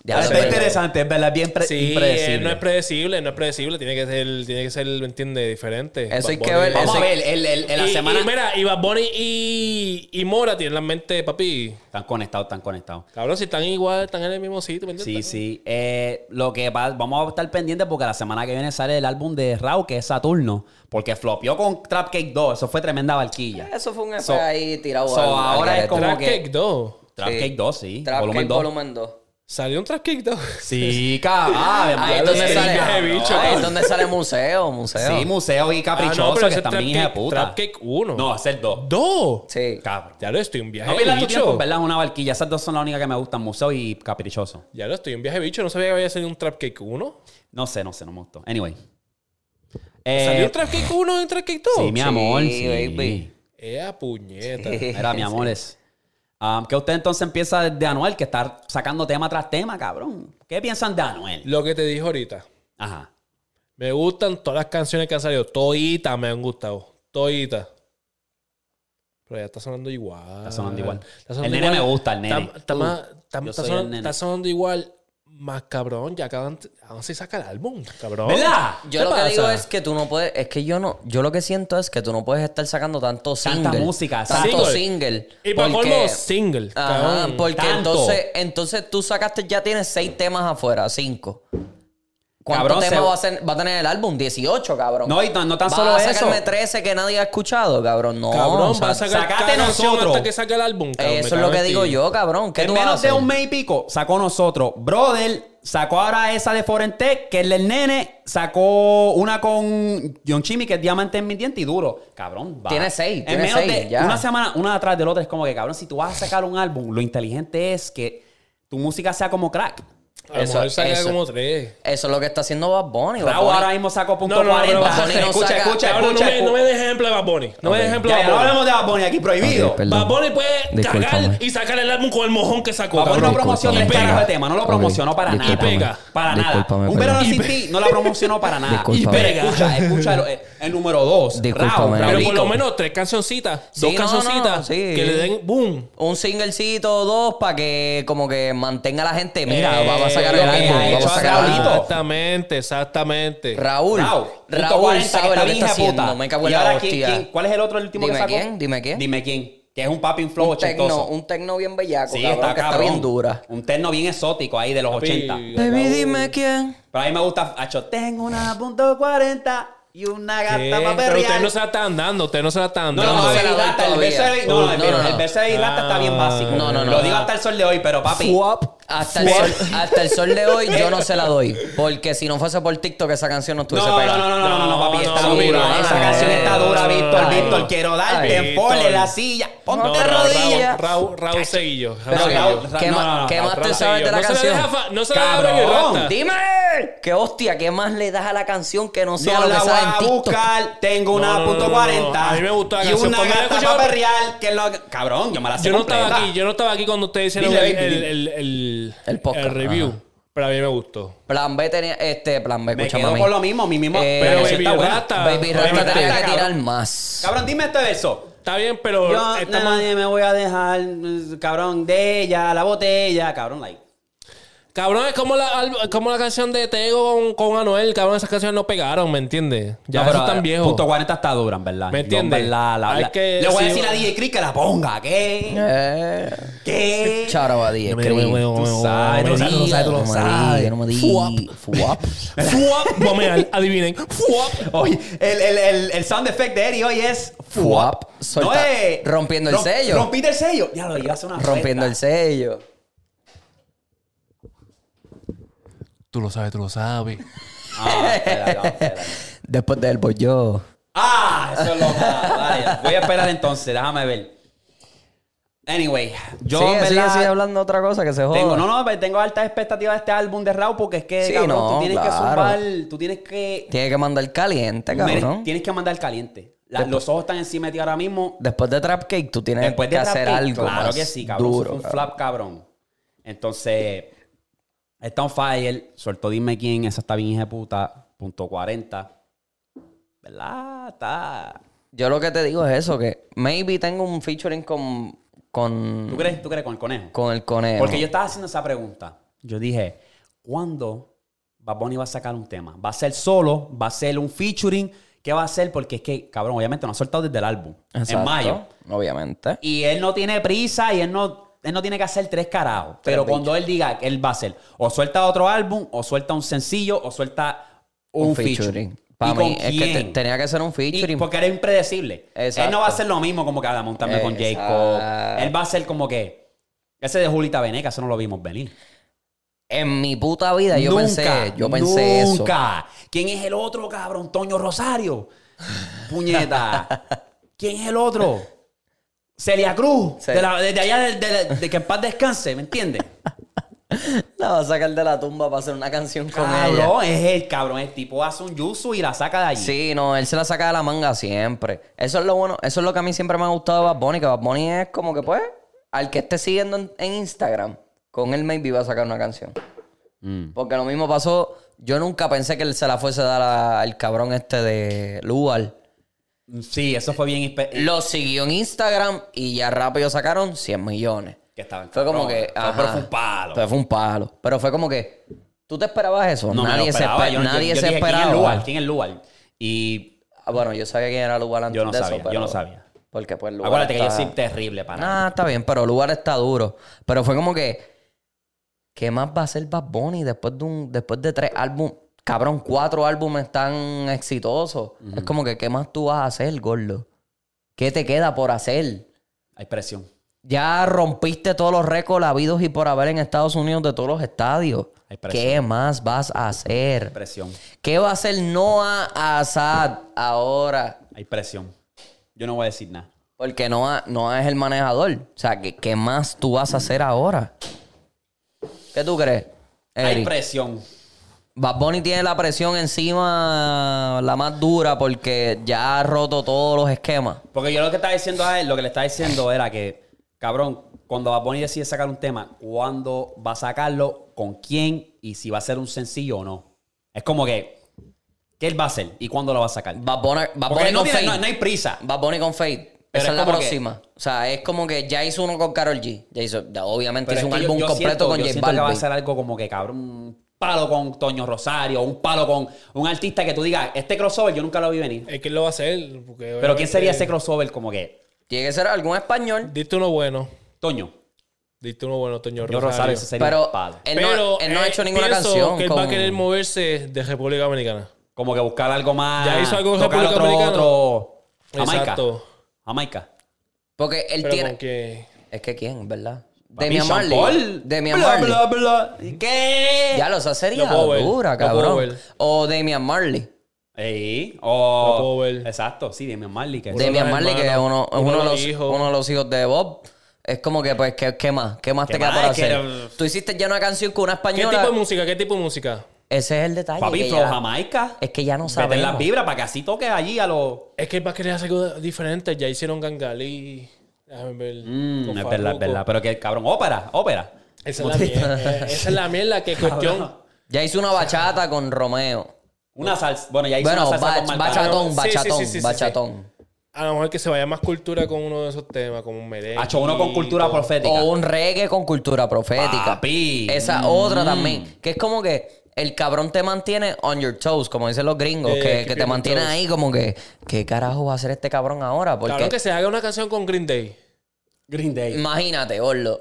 Speaker 3: Ya,
Speaker 1: está
Speaker 3: pero-
Speaker 1: interesante, es verdad, es bien pre-
Speaker 2: Sí,
Speaker 1: impredecible.
Speaker 2: eh, no es predecible, no es predecible. Tiene que ser, tiene que ser, ¿me entiendes? Diferente. Bad
Speaker 3: Eso hay que
Speaker 2: Bunny.
Speaker 3: ver-
Speaker 1: Vamos
Speaker 3: Ese-
Speaker 1: a ver, el, el- el- la
Speaker 2: y,
Speaker 1: semana...
Speaker 2: y mira, y Bad Bunny y, y Mora tienen la mente, papi.
Speaker 1: Están conectados, están conectados.
Speaker 2: Cabrón, si están igual, están en el mismo sitio, ¿me
Speaker 1: Sí,
Speaker 2: entiendes?
Speaker 1: sí. Eh, lo que va- vamos a estar pendientes porque la semana que viene sale el álbum de Raúl, que es Saturno. Porque flopió con Trap Cake 2. Eso fue tremenda barquilla.
Speaker 3: Eso fue un EP
Speaker 1: So-
Speaker 3: ahí tirado
Speaker 1: so
Speaker 3: al- al
Speaker 1: ahora es
Speaker 3: garete.
Speaker 1: como-
Speaker 2: Track
Speaker 1: que-
Speaker 2: Cake 2.
Speaker 1: Trap
Speaker 3: Sí.
Speaker 1: Cake 2, sí.
Speaker 3: Trap
Speaker 1: volumen
Speaker 3: Cake
Speaker 1: 2.
Speaker 3: volumen 2.
Speaker 2: Salió un Track Cake 2.
Speaker 1: Sí, cabrón. Ah,
Speaker 3: Ahí
Speaker 1: María,
Speaker 3: es donde
Speaker 1: sí,
Speaker 3: sale.
Speaker 2: ese
Speaker 1: cabrón.
Speaker 2: bicho,
Speaker 3: ahí es donde sale museo, museo.
Speaker 1: Sí, museo y caprichoso, que
Speaker 2: Ah, ese es
Speaker 1: están bien hija de puta.
Speaker 2: Trap Cake 1.
Speaker 1: No, es el 2.
Speaker 2: ¿Dos?
Speaker 3: Sí.
Speaker 1: Cabrón.
Speaker 2: Ya lo estoy un viaje
Speaker 1: No pierdas tu
Speaker 2: bicho.
Speaker 1: tiempo, en verdad, es una barquilla. Esas dos son las únicas que me gustan, museo y caprichoso.
Speaker 2: ya lo estoy un viaje bicho. No sabía que había salido un Trap Cake 1.
Speaker 1: No sé, no sé, no me gustó. Anyway. Eh,
Speaker 2: ¿Salió un Trap Cake 1 en Trap Cake 2?
Speaker 1: Sí, mi amor.
Speaker 3: Sí,
Speaker 1: Sí,
Speaker 3: baby.
Speaker 2: Ea, puñeta.
Speaker 1: Mira, mi amores. am, ¿Qué usted entonces empieza de Anuel, que está sacando tema tras tema, cabrón? ¿Qué piensan de Anuel?
Speaker 2: Lo que te dije ahorita.
Speaker 1: Ajá.
Speaker 2: Me gustan todas las canciones que han salido. Toditas me han gustado. Toditas. Pero ya está sonando igual.
Speaker 1: Está sonando igual.
Speaker 2: Está sonando
Speaker 1: El nene me gusta, el nene.
Speaker 2: Está, está
Speaker 1: Uh,
Speaker 2: más- está-
Speaker 1: yo
Speaker 2: está
Speaker 1: soy
Speaker 2: sonando,
Speaker 1: el nene.
Speaker 2: está sonando igual. Más cabrón, ya acaban. Aún se saca el álbum, cabrón.
Speaker 1: ¿Verdad?
Speaker 3: Yo
Speaker 2: ¿Qué
Speaker 3: lo que digo
Speaker 2: pasa?
Speaker 3: es que tú no puedes, es que yo no, yo lo que siento es que tú no puedes estar sacando tanto single.
Speaker 1: Tanta música,
Speaker 3: tanto
Speaker 2: single.
Speaker 3: single.
Speaker 2: Y para
Speaker 3: porque-
Speaker 2: colmo, single.
Speaker 3: Ajá,
Speaker 2: cabrón.
Speaker 3: porque
Speaker 1: tanto.
Speaker 3: entonces, entonces tú sacaste, ya tienes seis temas afuera, cinco. ¿Cuántos
Speaker 1: Cabrón,
Speaker 3: temas
Speaker 1: se-
Speaker 3: va, a ser- va a tener el álbum? 18, cabrón.
Speaker 1: No, y tan- no tan
Speaker 3: ¿Vas
Speaker 1: solo
Speaker 3: a
Speaker 1: eso.
Speaker 3: sacarme 13 que nadie ha escuchado, cabrón. No,
Speaker 2: Cabrón,
Speaker 3: o sea,
Speaker 2: va a sacar
Speaker 1: sacate
Speaker 2: cada canción
Speaker 1: nosotros.
Speaker 2: hasta que saque el álbum. cabrón, me
Speaker 3: Eso es
Speaker 2: cago
Speaker 3: lo que
Speaker 2: en
Speaker 3: digo
Speaker 2: ti.
Speaker 3: yo, cabrón. ¿Qué
Speaker 1: en
Speaker 3: tú vas a
Speaker 1: menos de
Speaker 3: hacer?
Speaker 1: un mes y pico sacó nosotros. Brother sacó ahora esa de Forentec, que es del nene. Sacó una con John Chimmy, que es Diamante en mi diente y duro. Cabrón, va.
Speaker 3: Tiene seis,
Speaker 1: En
Speaker 3: tiene
Speaker 1: menos
Speaker 3: seis,
Speaker 1: de
Speaker 3: ya.
Speaker 1: una semana, una atrás del otro, es como que, cabrón, si tú vas a sacar un álbum, lo inteligente es que tu música sea como crack.
Speaker 2: A lo
Speaker 3: Eso-
Speaker 2: mejor saca
Speaker 3: eso.
Speaker 2: como tres.
Speaker 3: Eso es lo que está haciendo Bad Bunny. Bad
Speaker 1: Raúl
Speaker 3: Bunny-
Speaker 1: ahora mismo sacó punto
Speaker 2: No, no, no,
Speaker 1: 40.
Speaker 2: Bad
Speaker 3: Bunny no
Speaker 1: escucha,
Speaker 3: saca-
Speaker 1: escucha,
Speaker 2: Cabrón, no
Speaker 1: escucha,
Speaker 2: me, no me
Speaker 1: escucha.
Speaker 2: des ejemplo de Bad Bunny. No me des
Speaker 3: Ok.
Speaker 2: ejemplo
Speaker 1: Ya,
Speaker 2: de
Speaker 1: ya, no
Speaker 2: Bad Bunny.
Speaker 1: hablemos de Bad Bunny aquí prohibido.
Speaker 4: Ok, perdón.
Speaker 2: Bad Bunny puede
Speaker 4: Discúlpame.
Speaker 2: cagar y sacar el álbum con el mojón que sacó.
Speaker 1: Bad Bunny no
Speaker 2: cabrón.
Speaker 1: promocionó
Speaker 2: Y
Speaker 1: tres
Speaker 2: pega.
Speaker 1: carajos de tema, no lo
Speaker 4: Ok,
Speaker 1: promocionó para nada.
Speaker 4: discúlpame.
Speaker 2: pega.
Speaker 1: Para nada.
Speaker 4: Discúlpame,
Speaker 1: Un verano
Speaker 4: perdón.
Speaker 1: sin ti no la promocionó para nada.
Speaker 4: Discúlpame.
Speaker 1: Y pega. Escucha, escucha el, el- el número dos.
Speaker 4: Discúlpame.
Speaker 1: Raúl,
Speaker 2: Pero por
Speaker 1: Raúlico.
Speaker 2: lo menos tres cancioncitas,
Speaker 3: Sí,
Speaker 2: dos
Speaker 3: no,
Speaker 2: cancioncitas
Speaker 3: no, sí.
Speaker 2: que le den boom.
Speaker 3: Un singlecito, dos, para que como que mantenga a la gente. Mira,
Speaker 2: Eh,
Speaker 3: vamos a sacar
Speaker 1: lo
Speaker 3: el
Speaker 1: que
Speaker 3: álbum.
Speaker 1: ha
Speaker 3: Vamos
Speaker 1: hecho
Speaker 3: a sacar el
Speaker 1: Raulito.
Speaker 3: álbum.
Speaker 2: Exactamente, exactamente.
Speaker 3: Raúl.
Speaker 1: Raúl,
Speaker 3: Raúl,
Speaker 1: punto 40,
Speaker 3: sabe
Speaker 1: está
Speaker 3: lo que
Speaker 1: bien
Speaker 3: está
Speaker 1: hijaputa.
Speaker 3: haciendo. Me cago en
Speaker 1: Y ahora,
Speaker 3: la
Speaker 1: ¿quién-
Speaker 3: hostia.
Speaker 1: quién- ¿Cuál es el otro el último
Speaker 3: Dime
Speaker 1: que sacó?
Speaker 3: quién, dime quién.
Speaker 1: Dime quién. Que es un papi flow
Speaker 3: Un tecno,
Speaker 1: ochentoso.
Speaker 3: un tecno bien bellaco,
Speaker 1: Sí,
Speaker 3: cabrón,
Speaker 1: está
Speaker 3: que está
Speaker 1: cabrón.
Speaker 3: bien dura.
Speaker 1: Un terno bien exótico ahí de los
Speaker 2: Papi,
Speaker 1: 80.
Speaker 3: Baby, dime quién.
Speaker 1: Pero a mí me gusta, hacho, tengo una punto 40 y una
Speaker 2: ¿Qué?
Speaker 1: gata para
Speaker 2: Pero ustedes
Speaker 1: perrear.
Speaker 2: no se la están dando, ustedes no se la eh. están
Speaker 1: No,
Speaker 2: dando.
Speaker 1: no,
Speaker 3: no se
Speaker 1: el
Speaker 3: la doy
Speaker 1: Islata, el
Speaker 3: todavía.
Speaker 1: verso de no, no, el-
Speaker 3: No, no, no.
Speaker 1: el verso de Islata está bien básico.
Speaker 3: No, no, no.
Speaker 1: Lo digo hasta el sol de hoy, pero papi.
Speaker 3: Fuap. Hasta el, sol, (laughs) hasta el sol de hoy yo no se la doy. Porque si no fuese por TikTok, esa canción
Speaker 1: No,
Speaker 3: no estuviese
Speaker 1: no,
Speaker 3: pegada.
Speaker 1: no, no, no, no, no, papi,
Speaker 2: No,
Speaker 1: está
Speaker 2: no,
Speaker 1: dura.
Speaker 2: no,
Speaker 1: Esa
Speaker 2: no,
Speaker 1: canción
Speaker 2: no,
Speaker 1: está dura,
Speaker 2: no,
Speaker 1: Víctor,
Speaker 2: no,
Speaker 1: Víctor,
Speaker 2: no.
Speaker 1: quiero darte,
Speaker 2: Ay,
Speaker 1: ponle
Speaker 2: Víctor.
Speaker 1: la silla,
Speaker 2: No,
Speaker 1: ponte
Speaker 2: no,
Speaker 1: rodillas.
Speaker 2: Raúl, Raúl, Raúl Seguillo.
Speaker 3: Pero,
Speaker 2: Raúl
Speaker 1: Raúl,
Speaker 2: Seguillo.
Speaker 1: Ra-
Speaker 3: ¿qué,
Speaker 1: no,
Speaker 3: más-
Speaker 1: no, no,
Speaker 3: qué
Speaker 1: Raúl
Speaker 3: más te
Speaker 2: Raúl
Speaker 3: sabes de
Speaker 2: Seguillo.
Speaker 3: la
Speaker 2: no Se le deja
Speaker 3: canción?
Speaker 2: fa- no se le deja ver el
Speaker 1: Cabrón.
Speaker 2: rasta.
Speaker 3: ¡Dime! ¿Qué hostia? ¿Qué más le das a la canción que no sea
Speaker 1: No
Speaker 3: lo que
Speaker 1: la voy
Speaker 3: sale en
Speaker 1: a
Speaker 3: TikTok?
Speaker 1: buscar, tengo una
Speaker 2: No, no, no,
Speaker 1: punto
Speaker 2: no, no.
Speaker 1: 40.
Speaker 2: A mí me gustó la
Speaker 1: Y
Speaker 2: canción.
Speaker 1: una
Speaker 2: Cuando la
Speaker 1: gata
Speaker 2: escuchaba-
Speaker 1: para perrear, que lo... Cabrón, yo me la sé
Speaker 2: Yo no estaba
Speaker 1: completa.
Speaker 2: aquí, yo no estaba aquí cuando ustedes hicieron
Speaker 1: Dile,
Speaker 2: el,
Speaker 1: baby,
Speaker 2: el,
Speaker 1: dile.
Speaker 2: el, el-
Speaker 3: El podcast,
Speaker 2: el review.
Speaker 3: ajá.
Speaker 2: Pero a mí me gustó.
Speaker 3: Plan B tenía... Este, Plan B,
Speaker 1: Me
Speaker 3: escúchame a
Speaker 1: quedo
Speaker 3: mí.
Speaker 1: con lo mismo, mi mismo... la
Speaker 3: Eh,
Speaker 2: Pero
Speaker 1: canción
Speaker 2: Baby
Speaker 1: está buena.
Speaker 2: Rasta,
Speaker 3: Baby Rasta
Speaker 1: Rasta,
Speaker 3: tenía que
Speaker 1: cabrón.
Speaker 3: tirar más.
Speaker 1: Cabrón, dime este verso.
Speaker 2: Está bien, pero
Speaker 1: Yo
Speaker 2: estamos-
Speaker 1: nadie me voy a dejar, cabrón, de ella, la botella, cabrón, like.
Speaker 2: Cabrón, es como la, al- como la canción de Tego con, con Anuel. Cabrón, esas canciones no pegaron, ¿me entiendes? Ya
Speaker 1: No,
Speaker 2: eso
Speaker 1: pero,
Speaker 2: tan
Speaker 1: eh,
Speaker 2: viejo.
Speaker 1: Punto 40 está dura, en verdad.
Speaker 2: ¿Me
Speaker 1: Yo,
Speaker 2: entiendes?
Speaker 1: en verdad, la-
Speaker 2: Hay
Speaker 1: la-
Speaker 2: que-
Speaker 1: Le voy
Speaker 2: sí,
Speaker 1: a decir a
Speaker 2: yo-
Speaker 1: DJ Cris que la ponga. ¿Qué?
Speaker 3: Eh,
Speaker 1: ¿Qué?
Speaker 3: Charo a
Speaker 2: No
Speaker 3: DJ
Speaker 2: me- no me- no me-
Speaker 3: Cris.
Speaker 2: no me-
Speaker 1: Tú
Speaker 2: no me-
Speaker 1: sabes, tú
Speaker 2: no
Speaker 1: lo
Speaker 2: me
Speaker 1: sabes, tú lo
Speaker 2: digas.
Speaker 1: sabes, tú lo sabes.
Speaker 3: No me
Speaker 2: Fuap.
Speaker 3: digas. Fuap.
Speaker 2: Fuap, bomeal, adivinen.
Speaker 1: (laughs)
Speaker 2: Fuap.
Speaker 1: Hoy, el, el, el, el sound effect de Eri hoy es
Speaker 3: Fuap. Solta-
Speaker 1: es-
Speaker 3: rompiendo el
Speaker 1: rom-
Speaker 3: sello.
Speaker 1: Rompiste el sello. Ya lo iba a hacer una
Speaker 3: Rompiendo el
Speaker 1: fiesta.
Speaker 3: sello.
Speaker 2: Tú lo sabes, tú lo sabes.
Speaker 1: Ah, espérate, vamos, espérate.
Speaker 3: Después del voy yo.
Speaker 1: Ah, eso es lo malo. Dale, voy a esperar entonces, déjame ver. Anyway, yo en
Speaker 3: sigue, sigue,
Speaker 1: verdad,
Speaker 3: sigue hablando otra cosa que se joda.
Speaker 1: Tengo, no, no, pero tengo altas expectativas de este álbum de Raúl porque es que,
Speaker 3: Sí,
Speaker 1: cabrón, tú
Speaker 3: no,
Speaker 1: tienes que
Speaker 3: claro.
Speaker 1: zumbar, tú tienes que...
Speaker 3: Tiene que mandar caliente,
Speaker 1: mere-
Speaker 3: cabrón.
Speaker 1: Tienes que mandar caliente. La-
Speaker 3: Después-
Speaker 1: los ojos están encima de ti ahora mismo.
Speaker 3: Después de Trap Cake, tú tienes
Speaker 1: Después de
Speaker 3: que
Speaker 1: Trap
Speaker 3: hacer
Speaker 1: Cake,
Speaker 3: algo
Speaker 1: Claro
Speaker 3: más
Speaker 1: que sí, cabrón. eso
Speaker 3: duro,
Speaker 1: fue un
Speaker 3: cabrón.
Speaker 1: flap, cabrón. Entonces, está on fire. Soltó Dime Quién. Esa está bien hija de puta. Punto 40. ¿Verdad? Está...
Speaker 3: Yo lo que te digo es eso, que maybe tengo un featuring con,
Speaker 1: ¿Tú
Speaker 3: con,
Speaker 1: crees, ¿Tú crees con el conejo?
Speaker 3: con el conejo.
Speaker 1: Porque yo estaba haciendo esa pregunta. Yo dije, ¿cuándo Bad Bunny va a sacar un tema? ¿Va a ser solo? ¿Va a ser un featuring? ¿Qué va a hacer? Porque es que, cabrón, obviamente no ha soltado desde el álbum.
Speaker 3: Exacto,
Speaker 1: En mayo.
Speaker 3: Obviamente.
Speaker 1: Y él no tiene prisa y él no, él no tiene que hacer tres carajos. Pero cuando él diga que él va a hacer, o suelta otro álbum, o suelta un sencillo, o suelta un, featuring.
Speaker 3: Para
Speaker 1: ¿Y con
Speaker 3: mí, es que te-
Speaker 1: quién?
Speaker 3: tenía que ser un
Speaker 1: Y-
Speaker 3: featuring.
Speaker 1: porque era impredecible.
Speaker 3: Exacto.
Speaker 1: Él no va a hacer lo mismo como que Adam también con
Speaker 3: Exacto.
Speaker 1: Jacob. Él va a ser como que. Ese de Julita Veneca, eso no lo vimos venir.
Speaker 3: En mi puta vida yo
Speaker 1: nunca,
Speaker 3: pensé, yo pensé eso.
Speaker 1: Nunca. ¿Quién es el otro, cabrón? Toño
Speaker 3: (laughs)
Speaker 1: Rosario. Puñeta. ¿Quién es el otro? Celia Cruz.
Speaker 3: Sí.
Speaker 1: De la- desde allá, de, de- de que en paz descanse, ¿me entiendes?
Speaker 3: (laughs) La va a sacar de la tumba para hacer una canción (laughs) con ella.
Speaker 1: Cabrón, es el cabrón. El tipo hace un yuzu y la saca de allí.
Speaker 3: Sí, no, él se la saca de la manga siempre. Eso es lo bueno, eso es lo que a mí siempre me ha gustado de Bad Bunny, que Bad Bunny es como que pues, al que esté siguiendo en, en Instagram, con él maybe va a sacar una canción. Porque lo mismo pasó, yo nunca pensé que él se la fuese a dar a- al cabrón este de Lugar.
Speaker 1: Sí, eso fue bien. espe-
Speaker 3: Lo siguió en Instagram y ya rápido sacaron 100 millones.
Speaker 1: Que estaba en
Speaker 3: Fue como
Speaker 1: cabrón.
Speaker 3: que.
Speaker 1: Fue- Pero fue un palo.
Speaker 3: Pero fue un palo. Pero fue como que. ¿Tú te esperabas eso?
Speaker 1: No me lo
Speaker 3: nadie se,
Speaker 1: esperaba.
Speaker 3: espe-
Speaker 1: Yo- yo-
Speaker 3: nadie
Speaker 1: yo
Speaker 3: se
Speaker 1: dije,
Speaker 3: esperaba.
Speaker 1: ¿Quién es Lugar? ¿Quién es Lugar? Y
Speaker 3: Ah, Bueno, yo sabía quién era Lugar antes
Speaker 1: Yo no
Speaker 3: de
Speaker 1: sabía,
Speaker 3: eso. Pero...
Speaker 1: yo no sabía.
Speaker 3: Porque pues Lugar.
Speaker 1: acuérdate que yo
Speaker 3: está- Ah.
Speaker 1: soy terrible para nada.
Speaker 3: Nah, está bien, pero Lugar está duro. Pero fue como que. ¿Qué más va a hacer Bad Bunny después de, un, después de tres álbumes? Cabrón, cuatro álbumes tan exitosos. Es como que, ¿qué más tú vas a hacer, gordo? ¿Qué te queda por hacer?
Speaker 1: Hay presión.
Speaker 3: Ya rompiste todos los récords habidos y por haber en Estados Unidos de todos los estadios.
Speaker 1: Ay, parece.
Speaker 3: ¿Qué más vas a
Speaker 1: Hay
Speaker 3: hacer?
Speaker 1: presión.
Speaker 3: ¿Qué va a hacer Noah Azad ahora?
Speaker 1: Hay presión. Yo no voy a decir nada.
Speaker 3: Porque Noah, Noah es el manejador. O sea, ¿qué, qué más tú vas a hacer ahora? ¿Qué tú crees?
Speaker 1: Hay
Speaker 3: Eri.
Speaker 1: presión.
Speaker 3: Bad Bunny tiene la presión encima, la más dura, porque ya ha roto todos los esquemas.
Speaker 1: Porque yo lo que estaba diciendo a él, lo que le estaba diciendo era que, cabrón, cuando Bad Bunny decide sacar un tema, ¿cuándo va a sacarlo? ¿Con quién? ¿Y si va a ser un sencillo o no? Es como que, ¿qué él va a hacer? ¿Y cuándo lo va a sacar?
Speaker 3: Bad Bunny, Bad
Speaker 1: Porque
Speaker 3: Bunny
Speaker 1: no,
Speaker 3: con
Speaker 1: tiene-
Speaker 3: Fade.
Speaker 1: no- no hay prisa.
Speaker 3: Bad Bunny con Fade.
Speaker 1: Pero es
Speaker 3: Esa es la
Speaker 1: como que-
Speaker 3: próxima. O sea, es como que ya hizo uno con Carol G. Ya hizo, ya obviamente
Speaker 1: Pero
Speaker 3: hizo
Speaker 1: es
Speaker 3: un
Speaker 1: que yo-
Speaker 3: álbum
Speaker 1: yo siento-
Speaker 3: completo
Speaker 1: yo
Speaker 3: con J
Speaker 1: siento que va a
Speaker 3: Balvin.
Speaker 1: ser algo como que, cabrón, un palo con Toño Rosario, un palo con un artista que tú digas, este crossover yo nunca lo vi venir.
Speaker 2: Es que él lo va a hacer. porque
Speaker 1: Pero ¿quién sería ese
Speaker 2: obviamente-
Speaker 1: crossover como que,
Speaker 3: Tiene que ser algún español.
Speaker 2: Diste uno bueno.
Speaker 1: Toño,
Speaker 2: Diste uno bueno, Toño
Speaker 1: yo
Speaker 2: Rosario.
Speaker 1: Rosario, ese sería un
Speaker 3: Pero
Speaker 1: palo.
Speaker 3: él no, él no ha
Speaker 2: eh,
Speaker 3: hecho ninguna
Speaker 2: pienso
Speaker 3: canción.
Speaker 2: que él va a
Speaker 3: con-
Speaker 2: querer moverse de República Dominicana.
Speaker 1: Como que buscar algo más.
Speaker 2: Ya hizo algo en
Speaker 1: tocar
Speaker 2: República
Speaker 1: otro,
Speaker 2: Dominicana.
Speaker 1: otro. Jamaica.
Speaker 2: Exacto.
Speaker 1: Jamaica.
Speaker 3: Porque él
Speaker 2: Pero
Speaker 3: tiene.
Speaker 2: con que...
Speaker 3: Es que quién, ¿verdad?
Speaker 1: Papi,
Speaker 3: Demian
Speaker 1: Sean
Speaker 3: Marley.
Speaker 1: Paul.
Speaker 3: Demian
Speaker 1: Bla,
Speaker 3: Marley.
Speaker 1: bla, bla. ¿Qué?
Speaker 3: Ya lo, esa sería
Speaker 2: Lo puedo ver,
Speaker 3: dura,
Speaker 2: lo puedo
Speaker 3: cabrón.
Speaker 2: ver.
Speaker 3: O Damian Marley.
Speaker 1: Ey, o-
Speaker 2: Lo puedo ver.
Speaker 1: Exacto, sí, Demian Marley. que-
Speaker 2: Uno de
Speaker 3: Damian
Speaker 2: los
Speaker 3: Marley, que es
Speaker 2: hermanos,
Speaker 3: uno, es
Speaker 2: uno
Speaker 3: uno, de
Speaker 2: de
Speaker 3: los
Speaker 2: los hijos.
Speaker 3: uno de los hijos de Bob. Es como que, pues, ¿qué, qué más? ¿Qué más
Speaker 1: ¿Qué
Speaker 3: te queda
Speaker 1: más?
Speaker 3: por
Speaker 1: Es que
Speaker 3: hacer?
Speaker 1: era-
Speaker 3: Tú hiciste ya una canción con una
Speaker 2: ¿Qué
Speaker 3: española.
Speaker 2: tipo de música? ¿Qué tipo de música?
Speaker 3: Ese es el detalle.
Speaker 1: Papi,
Speaker 3: que
Speaker 1: Flow
Speaker 3: ya-
Speaker 1: Jamaica.
Speaker 3: Es que ya no
Speaker 1: Meten
Speaker 3: sabemos.
Speaker 1: las vibras para que así toques allí a los.
Speaker 2: Es que él va a querer hacer algo diferente. Ya hicieron Gangalí. Déjame ver.
Speaker 1: Mm,
Speaker 2: con
Speaker 1: es verdad, es
Speaker 2: Farruko.
Speaker 1: verdad. Pero que cabrón, ópera, ópera.
Speaker 2: Esa es la mierda. Esa es la
Speaker 1: (laughs)
Speaker 2: mierda que cuestión.
Speaker 3: Ya hizo una bachata con Romeo.
Speaker 1: Una salsa. Bueno, ya hizo
Speaker 3: Bueno,
Speaker 1: una salsa
Speaker 3: ba-
Speaker 1: con Marc Anthony.
Speaker 2: Sí,
Speaker 3: bachatón,
Speaker 2: sí,
Speaker 3: bachatón,
Speaker 2: sí, sí, sí,
Speaker 3: bachatón.
Speaker 2: A lo mejor que se vaya más cultura con uno de esos temas, como un merengue.
Speaker 1: Hacho, uno con cultura profética.
Speaker 3: O un reggae con cultura profética.
Speaker 1: Papi.
Speaker 3: Esa otra
Speaker 2: Mm.
Speaker 3: también. Que es como que el cabrón te mantiene on your toes, como dicen los gringos.
Speaker 2: Eh,
Speaker 3: que,
Speaker 2: keep
Speaker 3: que te
Speaker 2: your
Speaker 3: mantiene
Speaker 2: toes.
Speaker 3: ahí como que, ¿qué carajo va a hacer este cabrón ahora? Porque
Speaker 2: Claro que se haga una canción con Green Day.
Speaker 1: Green Day.
Speaker 3: imagínate, Orlo.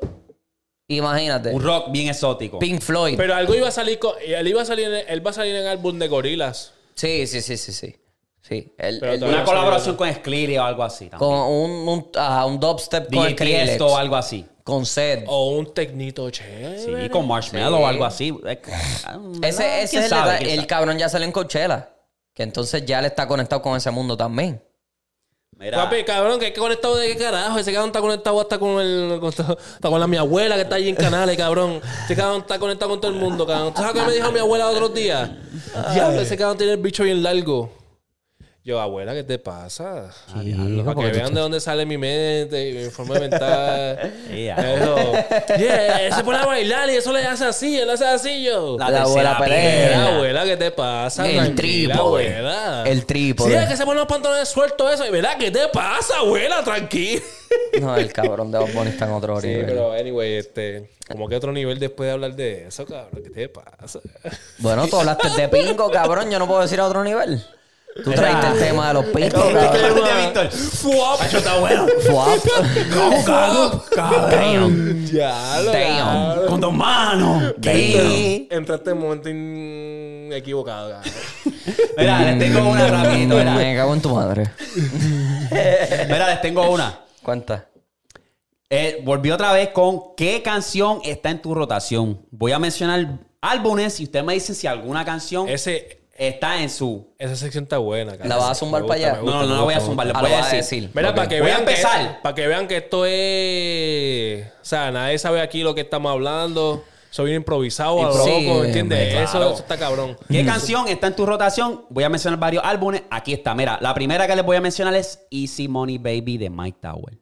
Speaker 3: Imagínate.
Speaker 1: Un rock bien exótico.
Speaker 3: Pink Floyd.
Speaker 2: Pero algo iba a salir con, él iba a salir en, él va a salir en el álbum de Gorilas.
Speaker 3: Sí, sí, sí, sí, sí. Sí. El-
Speaker 2: Pero
Speaker 3: el-
Speaker 2: todavía-
Speaker 1: Una colaboración con Skliri o algo así.
Speaker 3: con
Speaker 1: también.
Speaker 3: un, un, ajá, un dubstep con
Speaker 1: DJ
Speaker 3: Skrillex.
Speaker 1: Tiesto o algo así.
Speaker 3: Con Sed.
Speaker 2: O un tecnito che.
Speaker 1: Sí, con Marshmallow o algo así. Es que-
Speaker 3: Ese,
Speaker 1: ¿Quién
Speaker 3: ese es el
Speaker 1: sabe?
Speaker 3: detalle.
Speaker 1: ¿Quién
Speaker 3: El
Speaker 1: sabe?
Speaker 3: cabrón ya salió en Coachella. Que entonces ya le está conectado con ese mundo también.
Speaker 1: Mira,
Speaker 2: Papi, cabrón, que que conectado de qué carajo. Ese cabrón está conectado hasta con el. con- Hasta con la mi abuela que está allí en Canales, cabrón. Ese cabrón está conectado con todo el mundo, cabrón. ¿Tú sabes lo que me dijo mi abuela otros días? Diablo, ese cabrón tiene el bicho bien largo. Yo, abuela, ¿qué te pasa?
Speaker 3: Ah, diablo,
Speaker 2: Para
Speaker 3: porque
Speaker 2: que
Speaker 3: tú
Speaker 2: vean de dónde sale mi mente, y mi informe mental.
Speaker 3: (laughs)
Speaker 2: (laughs)
Speaker 1: Yeah.
Speaker 2: Eso. Yeah, él se pone a bailar y eso le hace así, él hace así yo.
Speaker 1: la,
Speaker 3: la
Speaker 1: tercera
Speaker 3: abuela Pérez.
Speaker 1: piedra.
Speaker 2: Mira, abuela, ¿qué te pasa?
Speaker 3: El
Speaker 2: Tranquila,
Speaker 3: trípode.
Speaker 2: abuela.
Speaker 3: El trípode.
Speaker 2: Sí, es que se ponen los pantalones sueltos eso. ¿Verdad? ¿Qué te pasa, abuela? Tranquila.
Speaker 3: No, el cabrón de Bob Bunny está en otro
Speaker 2: Sí,
Speaker 3: nivel.
Speaker 2: pero anyway, este, como que otro nivel después de hablar de eso, cabrón, ¿qué te
Speaker 3: (laughs)
Speaker 2: pasa?
Speaker 3: Bueno, tú hablaste de pingo, cabrón. Yo no puedo decir a otro nivel. Tú traiste el tema de los pingos,
Speaker 1: Este
Speaker 3: cabrón.
Speaker 1: es de Víctor. Fuap. Eso está bueno.
Speaker 3: Fuap.
Speaker 1: Cabrón, cabrón, cabrón.
Speaker 2: Ya, lo
Speaker 3: Damn.
Speaker 1: Con dos manos.
Speaker 3: Damn.
Speaker 2: Entraste en un este momento in- equivocado, cabrón.
Speaker 1: (laughs) Mira, les tengo
Speaker 2: Mm.
Speaker 1: una rapidito. Mira,
Speaker 3: Mm,
Speaker 1: eh.
Speaker 2: (laughs)
Speaker 3: Me cago en tu madre.
Speaker 1: Mira, les tengo una.
Speaker 3: Cuenta.
Speaker 1: Eh, volví otra vez con qué canción está en tu rotación. Voy a mencionar álbumes y ustedes me dicen si alguna canción
Speaker 2: Ese,
Speaker 1: está en su.
Speaker 2: esa sección está buena, cabrón.
Speaker 3: ¿La vas a zumbar
Speaker 2: Me
Speaker 3: para
Speaker 2: gusta,
Speaker 3: allá?
Speaker 2: me
Speaker 1: No, no,
Speaker 2: gusta,
Speaker 1: no
Speaker 2: me
Speaker 1: la voy a
Speaker 2: gusta, me
Speaker 1: zumbar,
Speaker 3: Ah,
Speaker 1: les
Speaker 3: lo
Speaker 1: voy a
Speaker 3: vas a
Speaker 1: decir.
Speaker 3: decir.
Speaker 2: Mira,
Speaker 3: Ok.
Speaker 2: para que
Speaker 1: Voy a
Speaker 2: vean
Speaker 1: empezar.
Speaker 2: Que, para que vean que esto es. O sea, nadie sabe aquí lo que estamos hablando. Soy bien improvisado, a lo
Speaker 3: Sí,
Speaker 2: loco, ¿entiendes?
Speaker 3: hombre,
Speaker 2: Eso,
Speaker 1: claro.
Speaker 2: eso está cabrón.
Speaker 1: ¿Qué canción está en tu rotación? Voy a mencionar varios álbumes. Aquí está, mira. La primera que les voy a mencionar es Easy Money Baby de Mike Tower.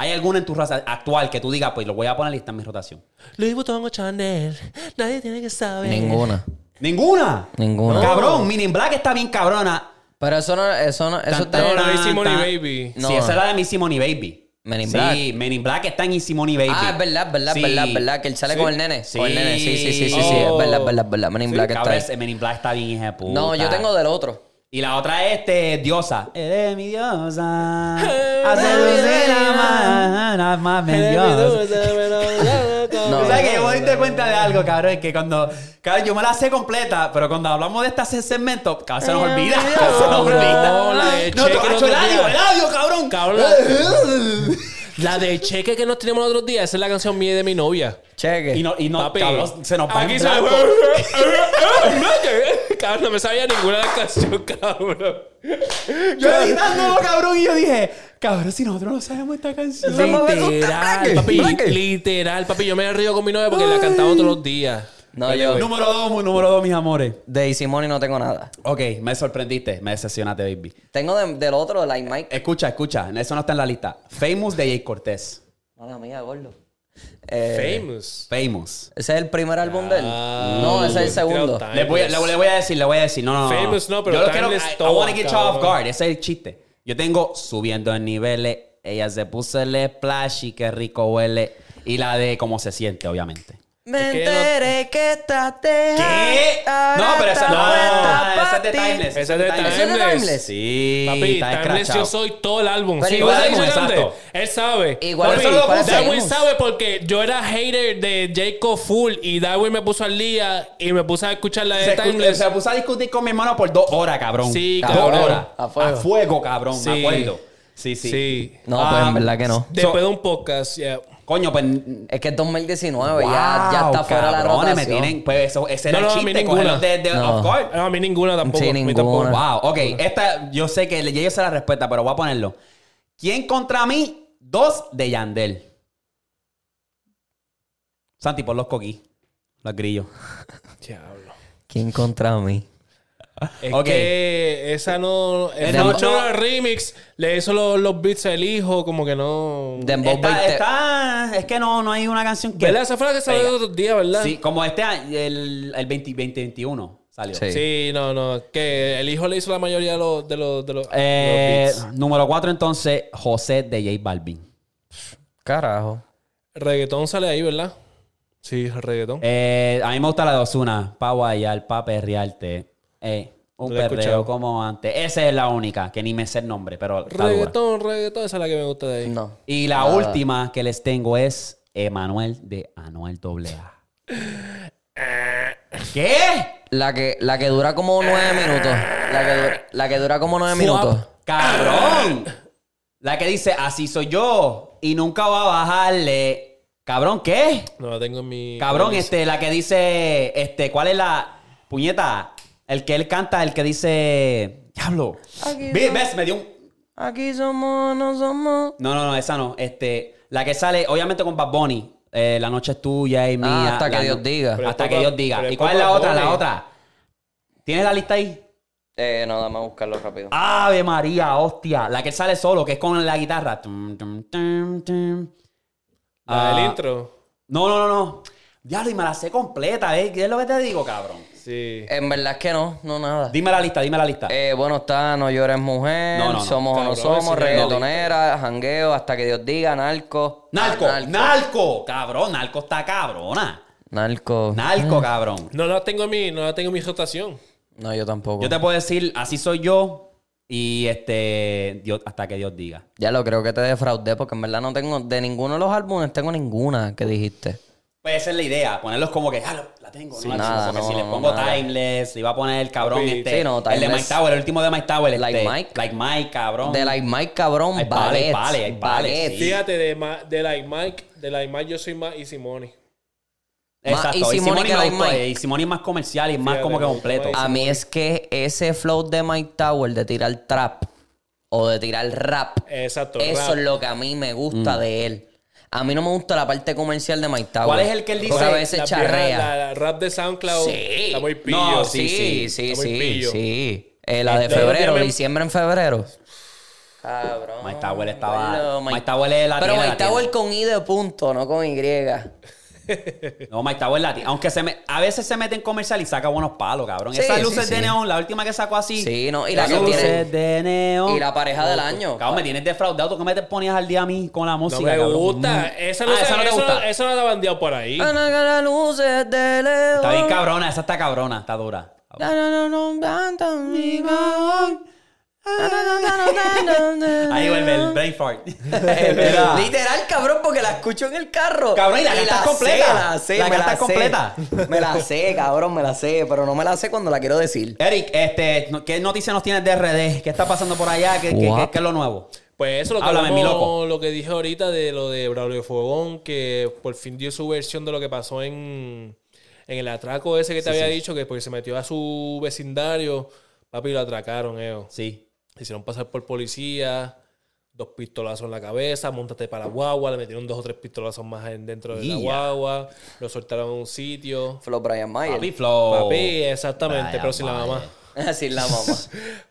Speaker 1: ¿Hay alguna en tu raza actual que tú digas, pues lo voy a poner y está en mi rotación?
Speaker 2: Louis Vuitton o Chanel, nadie tiene que saber.
Speaker 3: Ninguna.
Speaker 1: ¿Ninguna?
Speaker 3: Ninguna.
Speaker 1: Cabrón, Mini Black está bien cabrona.
Speaker 3: Pero eso no, eso no, eso
Speaker 2: No,
Speaker 3: está...
Speaker 2: no, Easy Money
Speaker 1: Tan, tan.
Speaker 2: Baby.
Speaker 1: Sí,
Speaker 3: No.
Speaker 1: esa es la de Easy Money Baby.
Speaker 3: Men in
Speaker 1: sí,
Speaker 3: Black.
Speaker 1: Men in Black está en Easy Money Baby.
Speaker 3: Ah, es verdad, es verdad, es
Speaker 1: Sí.
Speaker 3: verdad, es verdad. Que él sale
Speaker 1: Sí.
Speaker 3: con el nene. Con el nene, sí, sí, sí, sí, sí.
Speaker 2: Oh.
Speaker 3: Es verdad, es verdad, es verdad. Men in
Speaker 1: Sí,
Speaker 3: Black está
Speaker 1: cabrón,
Speaker 3: ahí.
Speaker 1: ese Men in Black está bien hija de puta.
Speaker 3: No, yo tengo del otro.
Speaker 1: Y la otra es este, Diosa. Eres mi diosa.
Speaker 2: Eres
Speaker 1: Hace
Speaker 2: mi
Speaker 1: lucir
Speaker 2: reina.
Speaker 1: a más, a más mi diosa.
Speaker 2: No,
Speaker 1: Tú
Speaker 3: No.
Speaker 1: sabes que yo me diste cuenta de algo, cabrón, es que cuando. Cabrón, yo me la sé completa, pero cuando hablamos de estas segmentos, cabrón, se nos
Speaker 2: Eh,
Speaker 1: olvida. (laughs) se nos
Speaker 2: Cabrón,
Speaker 1: olvida.
Speaker 2: la de
Speaker 1: no,
Speaker 2: Cheque
Speaker 1: tú-
Speaker 2: el
Speaker 1: hecho,
Speaker 2: otro
Speaker 1: el audio,
Speaker 2: día.
Speaker 1: el audio, cabrón.
Speaker 2: Cabrón. La de cheque que nos tenemos los otros días, esa es la canción mía y de mi novia.
Speaker 3: Cheque.
Speaker 1: Y no, y no
Speaker 2: Papi,
Speaker 1: cabrón, se nos va
Speaker 2: Aquí
Speaker 1: en
Speaker 2: se me
Speaker 1: blanco.
Speaker 2: fue. (laughs) Cabrón, no me sabía ninguna de las canciones, cabrón.
Speaker 1: Yo editándolo, cabrón, y yo dije, cabrón, si nosotros no sabemos esta canción.
Speaker 3: Sí. Vamos a
Speaker 1: (laughs)
Speaker 3: ver,
Speaker 2: Literal,
Speaker 3: usted,
Speaker 2: papi.
Speaker 3: Frankie, Frankie.
Speaker 2: Literal, papi. Yo me río con mi novia porque la cantaba todos los días.
Speaker 3: No, yo
Speaker 1: Número dos, mu- número dos, mis amores.
Speaker 3: de Isimoni no tengo nada.
Speaker 1: Ok, me sorprendiste, me decepcionaste, baby.
Speaker 3: Tengo de- del otro, de Like Mike.
Speaker 1: Escucha, escucha, eso no está en la lista. Famous de Jay Cortés.
Speaker 3: Mala mía, gordo. Eh,
Speaker 2: Famous.
Speaker 1: Famous.
Speaker 3: ese es el primer álbum de él.
Speaker 2: Ah,
Speaker 3: no, ese es el
Speaker 2: Timeless.
Speaker 3: segundo.
Speaker 2: Ay,
Speaker 1: Le voy, a-
Speaker 2: pues.
Speaker 1: le, le voy a decir, le voy a decir. No, no, no.
Speaker 2: Famous no, pero
Speaker 1: Yo lo quiero. I,
Speaker 2: Timeless
Speaker 1: I wanna
Speaker 2: todo,
Speaker 1: get you off
Speaker 2: cabrón.
Speaker 1: guard. Ese es el chiste. Yo tengo subiendo en niveles. Ella se puso el splash y qué rico huele. Y la de cómo se siente, obviamente.
Speaker 3: Me
Speaker 2: Es que no-
Speaker 3: enteré que estás de
Speaker 1: ¿Qué? No, pero esa no. Esa es de Timeless.
Speaker 2: Esa es de
Speaker 3: ¿Ese es de
Speaker 2: Timeless.
Speaker 3: Timeless?
Speaker 1: Sí,
Speaker 2: Papi,
Speaker 1: está
Speaker 2: Timeless
Speaker 1: escrachado.
Speaker 2: yo soy todo el álbum.
Speaker 3: Pero
Speaker 2: Sí,
Speaker 3: igual
Speaker 2: ¿ves ahí
Speaker 1: álbum,
Speaker 2: gigante?
Speaker 1: exacto.
Speaker 2: Él sabe.
Speaker 3: Igual
Speaker 2: Papi,
Speaker 1: eso lo puse.
Speaker 2: Darwin
Speaker 3: Seguimos.
Speaker 2: sabe porque yo era hater de Jacob Full y Darwin me puso al día y me puse a escuchar la
Speaker 1: Se,
Speaker 2: de
Speaker 1: escu-
Speaker 2: Timeless.
Speaker 1: se puso a discutir con mi hermano por dos horas, cabrón.
Speaker 2: Sí,
Speaker 1: dos
Speaker 2: cabrón.
Speaker 1: horas.
Speaker 3: A fuego.
Speaker 1: A fuego, cabrón, me
Speaker 2: Sí.
Speaker 1: acuerdo. Sí, sí.
Speaker 2: Sí.
Speaker 3: No, pues
Speaker 1: Ah,
Speaker 3: en verdad que no.
Speaker 2: Después de un podcast, yeah.
Speaker 1: Coño, pues.
Speaker 3: Es que es 2019, ya, ya está
Speaker 1: wow,
Speaker 3: fuera la
Speaker 1: cabrones,
Speaker 3: rotación.
Speaker 1: me tienen. Pues eso, ese era
Speaker 2: No,
Speaker 1: el
Speaker 2: no, a mí
Speaker 1: chiste,
Speaker 2: ninguna.
Speaker 1: cogerlos de, de
Speaker 3: No.
Speaker 1: off guard.
Speaker 2: No, a mí ninguna tampoco.
Speaker 3: Sí,
Speaker 2: a mí
Speaker 3: ninguna.
Speaker 2: tampoco.
Speaker 1: Wow, ok. Esta, yo sé que ya yo sé la respuesta, pero voy a ponerlo. ¿Quién contra mí? Dos de Yandel. Santi, por los coquí. Los grillos.
Speaker 2: Diablo.
Speaker 3: ¿Quién contra mí?
Speaker 2: Es
Speaker 1: Ok.
Speaker 2: que esa no. El
Speaker 1: No,
Speaker 2: no,
Speaker 1: no.
Speaker 2: remix le hizo los, los beats al hijo, como que no.
Speaker 3: Dembow
Speaker 1: Está,
Speaker 3: Beat-
Speaker 1: está- es que no, no hay una canción que.
Speaker 2: ¿Verdad? Esa fue la que salió
Speaker 1: Venga.
Speaker 2: el otro día, ¿verdad?
Speaker 1: Sí, como este año, el, el 20 2021 salió.
Speaker 3: Sí.
Speaker 2: Sí, no, no. Que el hijo le hizo la mayoría de los, de los, de los,
Speaker 1: Eh,
Speaker 2: los beats.
Speaker 1: número 4 entonces, José de J Balvin.
Speaker 3: Carajo.
Speaker 2: Reggaetón sale ahí, ¿verdad? Sí, reggaetón.
Speaker 1: Eh, a mí me gusta la de Osuna. Pa' guayar, pa' perrearte. Eh, un
Speaker 2: No la he
Speaker 1: perreo
Speaker 2: escuchado.
Speaker 1: como antes. Esa es la única, que ni me sé el nombre, pero está dura.
Speaker 2: reggaetón, reggaetón. Esa es la que me gusta de ahí.
Speaker 3: No.
Speaker 1: Y la
Speaker 3: Nada.
Speaker 1: última que les tengo es Emanuel de Anuel AA. ¿Qué?
Speaker 3: La que, la que dura como nueve minutos. La que, dura- la que dura como nueve minutos.
Speaker 1: ¡Cabrón! La que dice, así soy yo y nunca va a bajarle. ¿Cabrón qué?
Speaker 2: No la tengo en mi.
Speaker 1: Cabrón,
Speaker 2: playlist.
Speaker 1: este, la que dice, este, ¿cuál es la puñeta? El que él canta, el que dice, diablo.
Speaker 3: Aquí
Speaker 1: Ve-
Speaker 3: no.
Speaker 1: ¿Ves? Me dio un...
Speaker 3: Aquí somos, no somos.
Speaker 1: No, no, no, esa no. Este, la que sale, obviamente con Bad Bunny. eh, la noche es tuya y mía.
Speaker 3: hasta que
Speaker 1: la-
Speaker 3: Dios diga.
Speaker 2: Pero
Speaker 1: hasta
Speaker 2: es
Speaker 1: que
Speaker 2: con
Speaker 1: Dios
Speaker 2: Bad-
Speaker 1: diga.
Speaker 2: pero
Speaker 1: ¿Y
Speaker 2: es
Speaker 1: cuál
Speaker 2: con
Speaker 1: es la
Speaker 2: Bad
Speaker 1: otra? La
Speaker 2: Bunny.
Speaker 1: otra. ¿Tienes la lista ahí?
Speaker 3: Eh, no, dame a buscarlo
Speaker 1: Ah,
Speaker 3: rápido.
Speaker 1: Ave María, hostia. La que él sale solo, que es con la guitarra. Tum, tum, tum, tum.
Speaker 2: La del
Speaker 1: Ah,
Speaker 2: intro.
Speaker 1: No, no, no, no. Diablo, y me la sé completa, ¿eh? ¿Qué es lo que te digo, cabrón?
Speaker 2: Sí.
Speaker 3: En verdad es que no, no nada.
Speaker 1: Dime la lista, dime la lista.
Speaker 3: Eh, bueno, está No llores mujer,
Speaker 1: No, no, no.
Speaker 3: somos o no
Speaker 2: Cabrón,
Speaker 3: somos,
Speaker 2: ese
Speaker 3: reggaetonera, jangueo, hasta que Dios diga, narco.
Speaker 1: Narco,
Speaker 3: Ah, Narco.
Speaker 1: narco, cabrón, narco está cabrona.
Speaker 3: Narco.
Speaker 1: Narco, cabrón.
Speaker 2: No la tengo en mi, no la tengo en mi rotación.
Speaker 3: No, yo tampoco.
Speaker 1: Yo te puedo decir, así soy yo y este, Dios, hasta que Dios diga.
Speaker 3: Ya lo creo que te defraudé porque en verdad no tengo, de ninguno de los álbumes tengo ninguna que dijiste.
Speaker 1: Pues esa es la idea, ponerlos como que, ya lo- la tengo, no la
Speaker 3: nada,
Speaker 1: tengo", porque
Speaker 3: no,
Speaker 1: si le
Speaker 3: no,
Speaker 1: pongo
Speaker 3: nada.
Speaker 1: Timeless, le iba a poner el cabrón
Speaker 2: Sí,
Speaker 1: este,
Speaker 3: sí, no,
Speaker 1: el de
Speaker 3: Timeless.
Speaker 1: Mike Tower, el último de Mike Tower, este,
Speaker 3: Like Mike.
Speaker 1: Like Mike, cabrón.
Speaker 3: De Like Mike, cabrón,
Speaker 1: Hay
Speaker 3: Ballet.
Speaker 1: pales, pales, hay pales,
Speaker 3: ballet.
Speaker 1: sí.
Speaker 2: Fíjate, de, Ma- de Like Mike, de Like Mike yo soy más Easy Money.
Speaker 1: Exacto,
Speaker 3: Ma- y
Speaker 1: y
Speaker 3: Simone
Speaker 1: Simone
Speaker 3: que
Speaker 1: me
Speaker 3: Like
Speaker 1: gustó,
Speaker 3: Mike. Ah,
Speaker 1: eh, y Simone es más comercial y es más
Speaker 2: Fíjate,
Speaker 1: como que
Speaker 2: me
Speaker 1: completo.
Speaker 2: gustó
Speaker 3: A mí es que ese flow de Mike Tower de tirar trap o de tirar rap,
Speaker 2: Exacto.
Speaker 3: eso
Speaker 2: rap.
Speaker 3: es lo que a mí me gusta de él. A mí no me gusta la parte comercial de Mike Tower.
Speaker 1: ¿Cuál es el que él dice?
Speaker 3: Porque a veces
Speaker 2: La
Speaker 3: charrea.
Speaker 2: vieja- la, la rap de SoundCloud
Speaker 3: Sí.
Speaker 2: está muy pillo.
Speaker 1: No,
Speaker 3: sí, sí, sí,
Speaker 2: Está muy
Speaker 3: sí.
Speaker 2: pillo.
Speaker 3: Eh, la de
Speaker 2: Entonces,
Speaker 3: febrero,
Speaker 2: obviamente-
Speaker 3: diciembre en febrero. Cabrón.
Speaker 1: Mike Tower estaba-
Speaker 3: gordo,
Speaker 1: Mike Tower es la
Speaker 3: Pero
Speaker 1: tiene, la
Speaker 3: Mike Tower con I de punto, no con Y.
Speaker 1: No, Mike Tower Latin. Aunque se me, a veces se mete en comercial y saca buenos palos, cabrón.
Speaker 3: Sí,
Speaker 1: Esas
Speaker 3: sí,
Speaker 1: luces de
Speaker 3: sí.
Speaker 1: neón, la última que sacó así.
Speaker 3: Sí, no, y la
Speaker 1: Las
Speaker 3: que tiene.
Speaker 1: luces de neón.
Speaker 3: Y la pareja del año.
Speaker 1: Cabrón, me tienes defraudado. ¿Tú qué me te ponías al día a mí con la
Speaker 2: No
Speaker 1: música,
Speaker 2: me
Speaker 1: cabrón?
Speaker 2: gusta.
Speaker 1: Mm.
Speaker 2: Esa no,
Speaker 1: Ah,
Speaker 2: se-
Speaker 1: esa no te
Speaker 2: eso
Speaker 1: gusta.
Speaker 2: no- eso no la bandeado por ahí.
Speaker 3: Anaga las luces de león.
Speaker 1: Está bien cabrona. Esa está cabrona. Está dura.
Speaker 3: Na, na, na, na, canta mi voz. Na, na, na, na, na, na, na.
Speaker 1: Ahí vuelve el brain
Speaker 3: (laughs)
Speaker 1: fart. Mira.
Speaker 3: Literal, cabrón, porque la escucho en el carro.
Speaker 1: Cabrón, y la cantas completa.
Speaker 3: Sé, la sé,
Speaker 1: La
Speaker 3: me
Speaker 1: cantas
Speaker 3: sé.
Speaker 1: completa.
Speaker 3: (laughs) Me la sé, cabrón, me la sé, pero no me la sé cuando la quiero decir.
Speaker 1: Eric, este, no- ¿qué noticias nos tienes de RD? ¿Qué está pasando por allá? ¿Qué, qué-
Speaker 3: Guap.
Speaker 1: qué- qué es lo nuevo?
Speaker 2: Pues eso lo que
Speaker 1: Háblame, mi
Speaker 2: hablamos,
Speaker 1: loco.
Speaker 2: lo que dije ahorita de lo de Braulio Fogón, que por fin dio su versión de lo que pasó en, en el atraco ese que te había dicho, que porque se metió a su vecindario, papi, lo atracaron, eh. ellos.
Speaker 1: Sí.
Speaker 2: Se hicieron pasar por policía, dos pistolazos en la cabeza, montate para la guagua, le metieron dos o tres pistolazos más en- dentro de la
Speaker 1: Ya.
Speaker 2: guagua, lo soltaron a un sitio.
Speaker 3: Flo Brian Mayer.
Speaker 1: Papi
Speaker 3: (laughs)
Speaker 1: Flow.
Speaker 2: Papi,
Speaker 3: eh,
Speaker 2: exactamente,
Speaker 1: Oh. Vaya
Speaker 2: pero sin la
Speaker 1: madre.
Speaker 2: mamá.
Speaker 3: Así la mamá.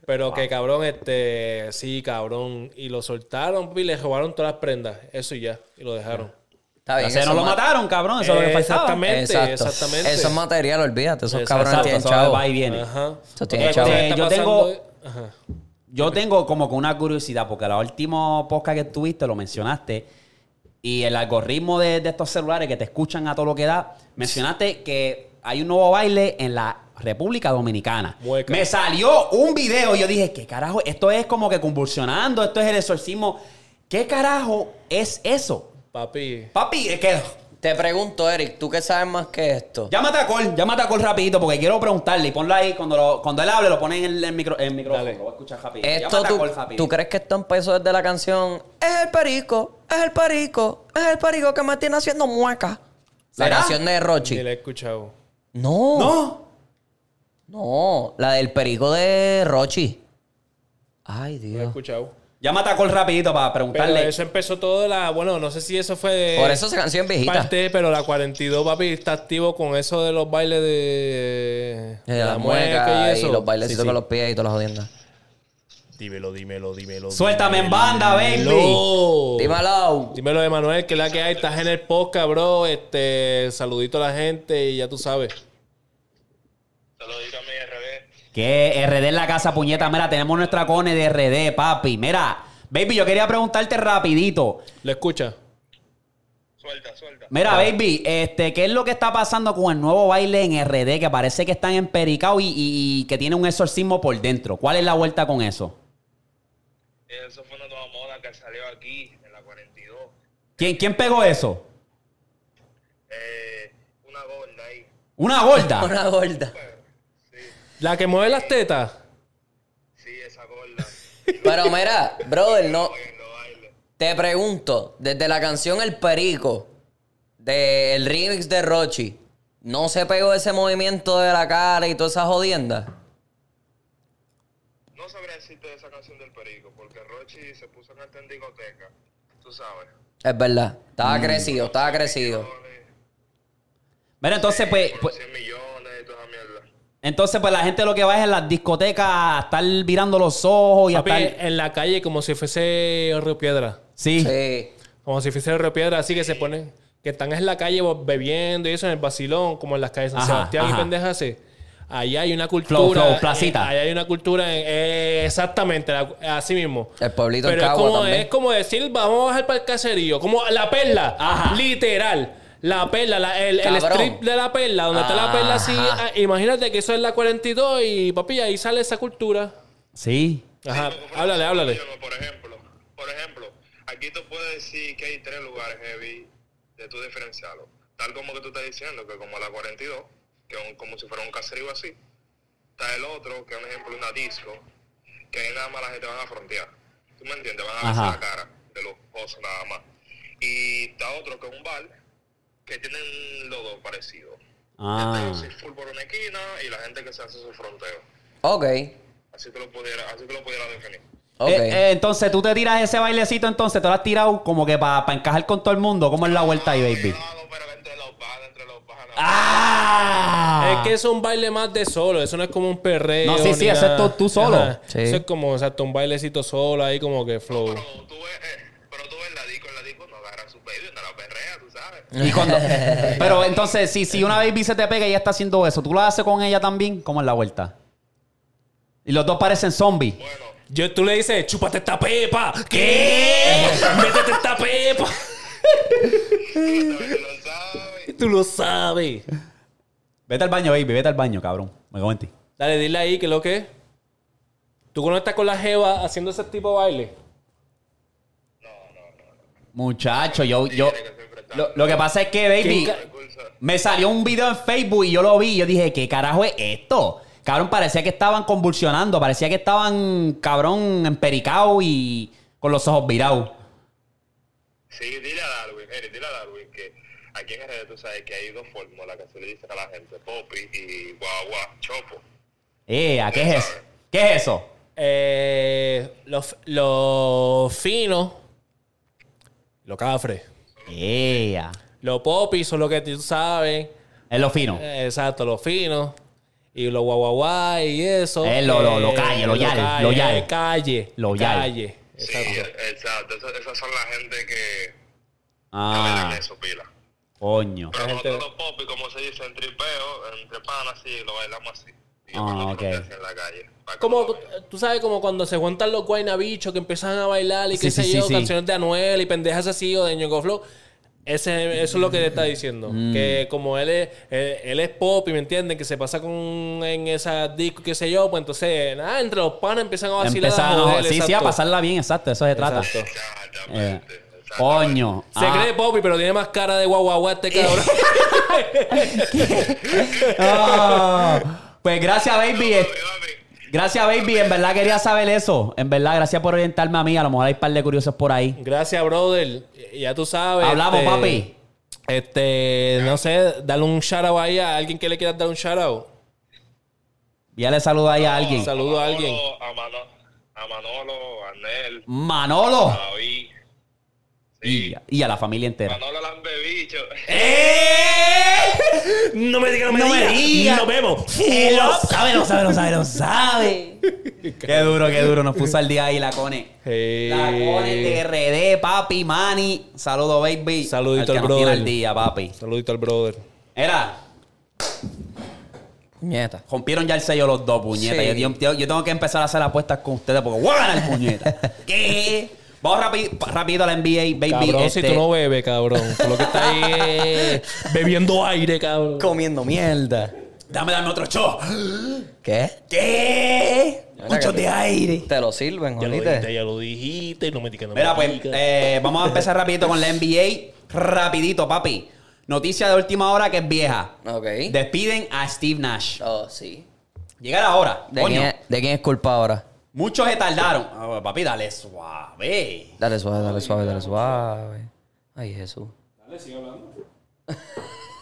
Speaker 2: Pero que cabrón, este, sí, cabrón. Y lo soltaron, papi, le robaron todas las prendas, eso y ya, y lo dejaron.
Speaker 3: Está bien.
Speaker 1: O sea,
Speaker 3: eso
Speaker 1: no lo
Speaker 3: ma-
Speaker 1: mataron, cabrón. Eso es lo que faltaba.
Speaker 2: Exactamente.
Speaker 3: Exacto.
Speaker 2: exactamente.
Speaker 3: Eso es material, olvídate. Esos
Speaker 2: Exacto,
Speaker 3: cabrones
Speaker 1: Exacto,
Speaker 3: tienen
Speaker 1: eso
Speaker 3: chavo.
Speaker 1: va Este- y viene.
Speaker 2: Ajá.
Speaker 3: Eso tiene
Speaker 2: Otra
Speaker 3: chavo.
Speaker 2: cosa que
Speaker 1: Yo
Speaker 2: está
Speaker 1: tengo-
Speaker 2: pasando- Ajá.
Speaker 1: Yo tengo como que una curiosidad, porque la última podcast que tuviste lo mencionaste, y el algoritmo de, de estos celulares que te escuchan a todo lo que da, mencionaste que hay un nuevo baile en la República Dominicana.
Speaker 2: Mueca.
Speaker 1: Me salió un video y yo dije, ¿qué carajo? Esto es como que convulsionando, esto es el exorcismo. ¿Qué carajo es eso?
Speaker 2: Papi.
Speaker 1: Papi, es que
Speaker 3: Te pregunto, Eric, ¿tú qué sabes más que esto?
Speaker 1: llámate a Col, llámate a Col rapidito, porque quiero preguntarle y ponlo ahí, cuando, lo- cuando él hable lo ponen en el, el micro, el micrófono,
Speaker 2: Dale.
Speaker 1: lo voy a escuchar rápido.
Speaker 3: Esto
Speaker 1: Llámate a
Speaker 3: tú,
Speaker 1: Col rapidito.
Speaker 3: tú crees que esto empezó desde la canción Es el perico, es el perico, es el perico que me tiene haciendo mueca. La
Speaker 1: ¿Será?
Speaker 3: canción de
Speaker 2: Ni
Speaker 3: Rochi.
Speaker 2: la he escuchado.
Speaker 3: No, no,
Speaker 1: ¿No?
Speaker 3: la del perico de Rochi. Ay,
Speaker 2: No la he
Speaker 3: Dios.
Speaker 2: escuchado.
Speaker 1: Llámate a Col rapidito para
Speaker 2: Pero
Speaker 1: preguntarle.
Speaker 2: eso empezó todo de la. Bueno, no sé si eso fue de.
Speaker 3: Por eso esa canción viejita.
Speaker 2: Parte, pero la 42, papi, está activo con eso de los bailes de.
Speaker 3: De la, mueca, y, los bailecitos
Speaker 2: Sí, sí.
Speaker 3: con los pies y todas las jodiendas.
Speaker 2: Dímelo, dímelo, dímelo.
Speaker 1: Suéltame en
Speaker 2: dímelo.
Speaker 1: banda,
Speaker 2: Oh.
Speaker 1: baby.
Speaker 3: Dímelo.
Speaker 2: Dímelo, Emanuel, que es la que hay. Estás en el podcast, bro. Este, saludito a la gente y ya tú sabes.
Speaker 4: Te lo digo a mí al revés.
Speaker 1: Que RD en la casa, puñeta. Mira, tenemos nuestra cone de RD, papi. Mira, baby, yo quería preguntarte rapidito.
Speaker 2: ¿Lo escucha?
Speaker 4: Suelta, suelta.
Speaker 1: Mira, baby, este, ¿qué es lo que está pasando con el nuevo baile en RD? Que parece que están en Pericao y, y- y que tiene un exorcismo por dentro. ¿Cuál es la vuelta con eso?
Speaker 4: Eso fue una nueva moda que salió aquí en la 42.
Speaker 1: ¿Quién, quién pegó eso?
Speaker 4: Eh, una gorda ahí.
Speaker 1: Una gorda.
Speaker 3: Una gorda.
Speaker 2: La que mueve las tetas.
Speaker 4: Sí, esa gorda.
Speaker 3: Pero mira, brother, no.
Speaker 4: Oye, lo baile.
Speaker 3: Te pregunto, desde la canción El Perico, del remix de Rochi, ¿no se pegó ese movimiento de la cara y toda esa jodienda?
Speaker 4: No sabría decirte de esa canción del perico, porque Rochi se puso a cantar en discoteca. Tú sabes.
Speaker 3: Es verdad.
Speaker 2: Mm.
Speaker 3: Estaba crecido, estaba crecido.
Speaker 1: Mira, entonces, pues,
Speaker 4: Por
Speaker 1: pues-
Speaker 4: 100 millones y toda esa mierda.
Speaker 1: entonces, pues la gente lo que va es en las discotecas a estar virando los ojos y a
Speaker 2: Papi, eh,
Speaker 1: estar.
Speaker 2: en la calle como si fuese Río Piedra.
Speaker 1: Sí.
Speaker 3: Sí.
Speaker 2: Como si fuese Río Piedra, así que se ponen, que están en la calle bebiendo y eso en el vacilón, como en las calles de San
Speaker 1: Ajá,
Speaker 2: Sebastián
Speaker 1: ajá.
Speaker 2: y pendejas así. Allá hay una cultura.
Speaker 1: Flow, flow, placita.
Speaker 2: eh, allá hay una cultura, en- eh, exactamente, la- así mismo.
Speaker 1: Eh,
Speaker 3: El pueblito en
Speaker 2: Pero es
Speaker 3: Cagua
Speaker 2: como,
Speaker 3: también.
Speaker 2: es como decir, vamos a bajar para el caserío, como la perla,
Speaker 1: Ajá.
Speaker 2: literal. La perla, la- el, el
Speaker 3: Cabrón.
Speaker 2: strip de la perla, donde está la perla así.
Speaker 3: Ajá.
Speaker 2: ah, Imagínate que eso es la 42 y papi, ahí sale esa cultura.
Speaker 1: Sí.
Speaker 2: Ajá,
Speaker 4: Sí, porque por
Speaker 2: háblale,
Speaker 4: ejemplo,
Speaker 2: háblale.
Speaker 4: yo, Por ejemplo, por ejemplo, aquí tú puedes decir que hay tres lugares heavy de tú diferenciarlo. Tal como que tú estás diciendo, que como la 42, que es un- como si fuera un caserío así, está el otro, que es un ejemplo, una disco, que ahí nada más la gente van a frontear. ¿Tú me entiendes? Van a
Speaker 1: Ajá.
Speaker 4: besar la cara de los osos nada más. Y está otro que es un bar, que tienen los dos parecidos.
Speaker 1: Ah.
Speaker 4: Yo soy full por una esquina y la gente que se hace su fronteo.
Speaker 3: Ok,
Speaker 4: Así te lo pudiera, así te lo pudiera definir.
Speaker 3: ok.
Speaker 1: Eh, eh, entonces tú te tiras ese bailecito, entonces tú lo has tirado como que para encajar con todo el mundo. ¿Cómo es la vuelta ahí, baby?
Speaker 4: Cuidado, Ah, pero entre los panas, entre los panas.
Speaker 1: ¡Ah!
Speaker 2: Es que es un baile más de solo, eso no es como un perreo.
Speaker 1: No, sí, sí,
Speaker 2: ni
Speaker 1: eso es
Speaker 2: nada.
Speaker 1: tú- tú solo.
Speaker 3: Sí.
Speaker 2: Eso es como, exacto, un bailecito solo ahí como que flow.
Speaker 4: Pero tú ves, eh, pero tú ves la disco, en la disco no agarra su baby, no la perrea, tú sabes.
Speaker 1: Y cuando- Pero entonces, si, si una baby se te pega y ella está haciendo eso, ¿tú lo haces con ella también? ¿Cómo es la vuelta? Y los dos parecen zombies.
Speaker 4: Bueno,
Speaker 2: Yo, tú le dices, chúpate esta pepa.
Speaker 1: (laughs)
Speaker 2: ¿Qué? Métete esta pepa.
Speaker 4: (laughs)
Speaker 2: (laughs)
Speaker 4: tú lo sabes.
Speaker 2: Tú lo sabes.
Speaker 1: Vete al baño, baby, vete al baño, cabrón. Me cago en ti.
Speaker 2: Dale, dile ahí que lo que es. Tú conectas con la jeva haciendo ese tipo de baile.
Speaker 1: Muchacho, yo, yo. Lo, lo que pasa es que, baby,
Speaker 2: ¿Quién
Speaker 1: me salió un video en Facebook y yo lo vi. Y yo dije, ¿qué carajo es esto? Cabrón, parecía que estaban convulsionando, parecía que estaban, cabrón, empericados y con los ojos virados.
Speaker 4: Sí, dile a Darwin, Eric, dile a Darwin que aquí en RD tú sabes que hay dos fórmulas que se le dicen a la gente, Poppy y Guagua, Chopo.
Speaker 1: Eh, ¿a qué es eso? ¿Qué es eso?
Speaker 2: eh, los, los finos, los cafres,
Speaker 1: Ea.
Speaker 2: los popis son los que tú sabes.
Speaker 1: Es lo fino.
Speaker 2: Eh, Exacto, los finos. Y los guaguaguay y eso.
Speaker 1: Eh, lo- lo- lo calle, lo yal, lo yal.
Speaker 2: eh, Calle.
Speaker 1: Lo yal.
Speaker 2: calle.
Speaker 4: Sí,
Speaker 2: Exacto.
Speaker 4: exacto. Esas, esas son la gente que
Speaker 1: Ah,
Speaker 4: que eso pila.
Speaker 1: coño.
Speaker 4: Pero
Speaker 2: La gente-
Speaker 4: nosotros los popis, como se dice, en tripeo, entre panas, sí, lo bailamos así. Y yo
Speaker 1: Ah,
Speaker 4: cuando
Speaker 1: ok.
Speaker 4: conocí así en la calle. Pa'
Speaker 2: Como,
Speaker 4: que lo baile.
Speaker 2: tú Eh, sabes, como cuando se juntan los guaynabichos que empiezan a bailar y
Speaker 1: Sí,
Speaker 2: qué
Speaker 1: sí,
Speaker 2: sé
Speaker 1: sí,
Speaker 2: yo,
Speaker 1: sí.
Speaker 2: canciones de Anuel y pendejas así o de Ñongo Flow. Ese, eso es lo que te está diciendo.
Speaker 1: Mm.
Speaker 2: Que como él es, eh, él es pop y me entienden, que se pasa con en esa disco, qué sé yo, pues entonces, nada, entre los panas empiezan a vacilar.
Speaker 1: Empezamos.
Speaker 2: joder,
Speaker 1: sí, sí, a
Speaker 2: exacto.
Speaker 1: pasarla bien, exacto. Eso se trata.
Speaker 2: Exacto.
Speaker 4: Exactamente.
Speaker 1: Eh,
Speaker 4: exactamente.
Speaker 1: Coño.
Speaker 2: Se
Speaker 1: Ah.
Speaker 2: cree popi, pero tiene más cara de
Speaker 1: (laughs)
Speaker 2: guaguaguá este cabrón.
Speaker 1: Ah. Pues gracias, baby.
Speaker 4: Papi,
Speaker 1: Eh,
Speaker 4: papi,
Speaker 1: Gracias, baby. En verdad quería saber eso. En verdad, gracias por orientarme a mí. A lo mejor hay un par de curiosos por ahí.
Speaker 2: Gracias, brother. Ya tú sabes.
Speaker 1: Hablamos,
Speaker 2: este,
Speaker 1: papi.
Speaker 2: Este, no sé, dale un shout out ahí a alguien que le quieras dar un shout out.
Speaker 1: Ya le saludo ahí a alguien.
Speaker 2: Saludo a alguien.
Speaker 4: Manolo, A Manolo, a, Manolo, a Nel, a
Speaker 1: Manolo.
Speaker 4: David.
Speaker 1: Y,
Speaker 4: Sí.
Speaker 1: y a la familia entera.
Speaker 4: Manolo la han bebido.
Speaker 2: ¡Eh! No me digas,
Speaker 1: No me digas.
Speaker 2: Nos vemos.
Speaker 1: Eh, lo sabe, lo sabe, lo sabe, lo
Speaker 2: (laughs)
Speaker 1: sabe. qué duro, qué duro. Nos puso al día ahí la Cone.
Speaker 2: Eh,
Speaker 1: La Cone TRD, papi, Manny. Saludo, baby.
Speaker 2: Saludito
Speaker 1: al
Speaker 2: al
Speaker 1: que nos tiene
Speaker 2: brother.
Speaker 1: al día, papi.
Speaker 2: Saludito al brother.
Speaker 1: Era,
Speaker 3: Puñeta.
Speaker 1: rompieron ya el sello los dos, puñetas.
Speaker 3: Sí.
Speaker 1: Yo, yo- yo tengo que empezar a hacer apuestas con ustedes porque voy a ganar,
Speaker 3: (laughs)
Speaker 1: puñeta. ¿Qué? Vamos rapi- pa- rapidito a la NBA, baby.
Speaker 2: Cabrón, si
Speaker 1: este,
Speaker 2: tú no bebes, cabrón. Tú lo que estás ahí es (laughs) bebiendo aire, cabrón.
Speaker 3: Comiendo mierda.
Speaker 1: Dame, dame otro show.
Speaker 3: ¿Qué?
Speaker 1: ¿Qué?
Speaker 3: Mira
Speaker 1: Muchos
Speaker 3: que-
Speaker 1: de aire.
Speaker 3: Te lo sirven,
Speaker 2: Ya lo
Speaker 3: ¿oíste?
Speaker 2: dijiste, ya lo dijiste. No me digas, no me
Speaker 1: Mira, pues
Speaker 2: digas.
Speaker 1: eh, vamos a empezar rapidito con la NBA. Rapidito, papi. Noticia de última hora que es vieja.
Speaker 3: Ok.
Speaker 1: Despiden a Steve Nash.
Speaker 3: Oh, sí.
Speaker 1: Llega la hora.
Speaker 3: ¿De
Speaker 1: coño.
Speaker 3: quién, es, de quién es culpa ahora?
Speaker 1: Muchos se tardaron. Ah, papi, dale suave.
Speaker 3: Dale suave, dale suave, dale suave. Ay, Jesús.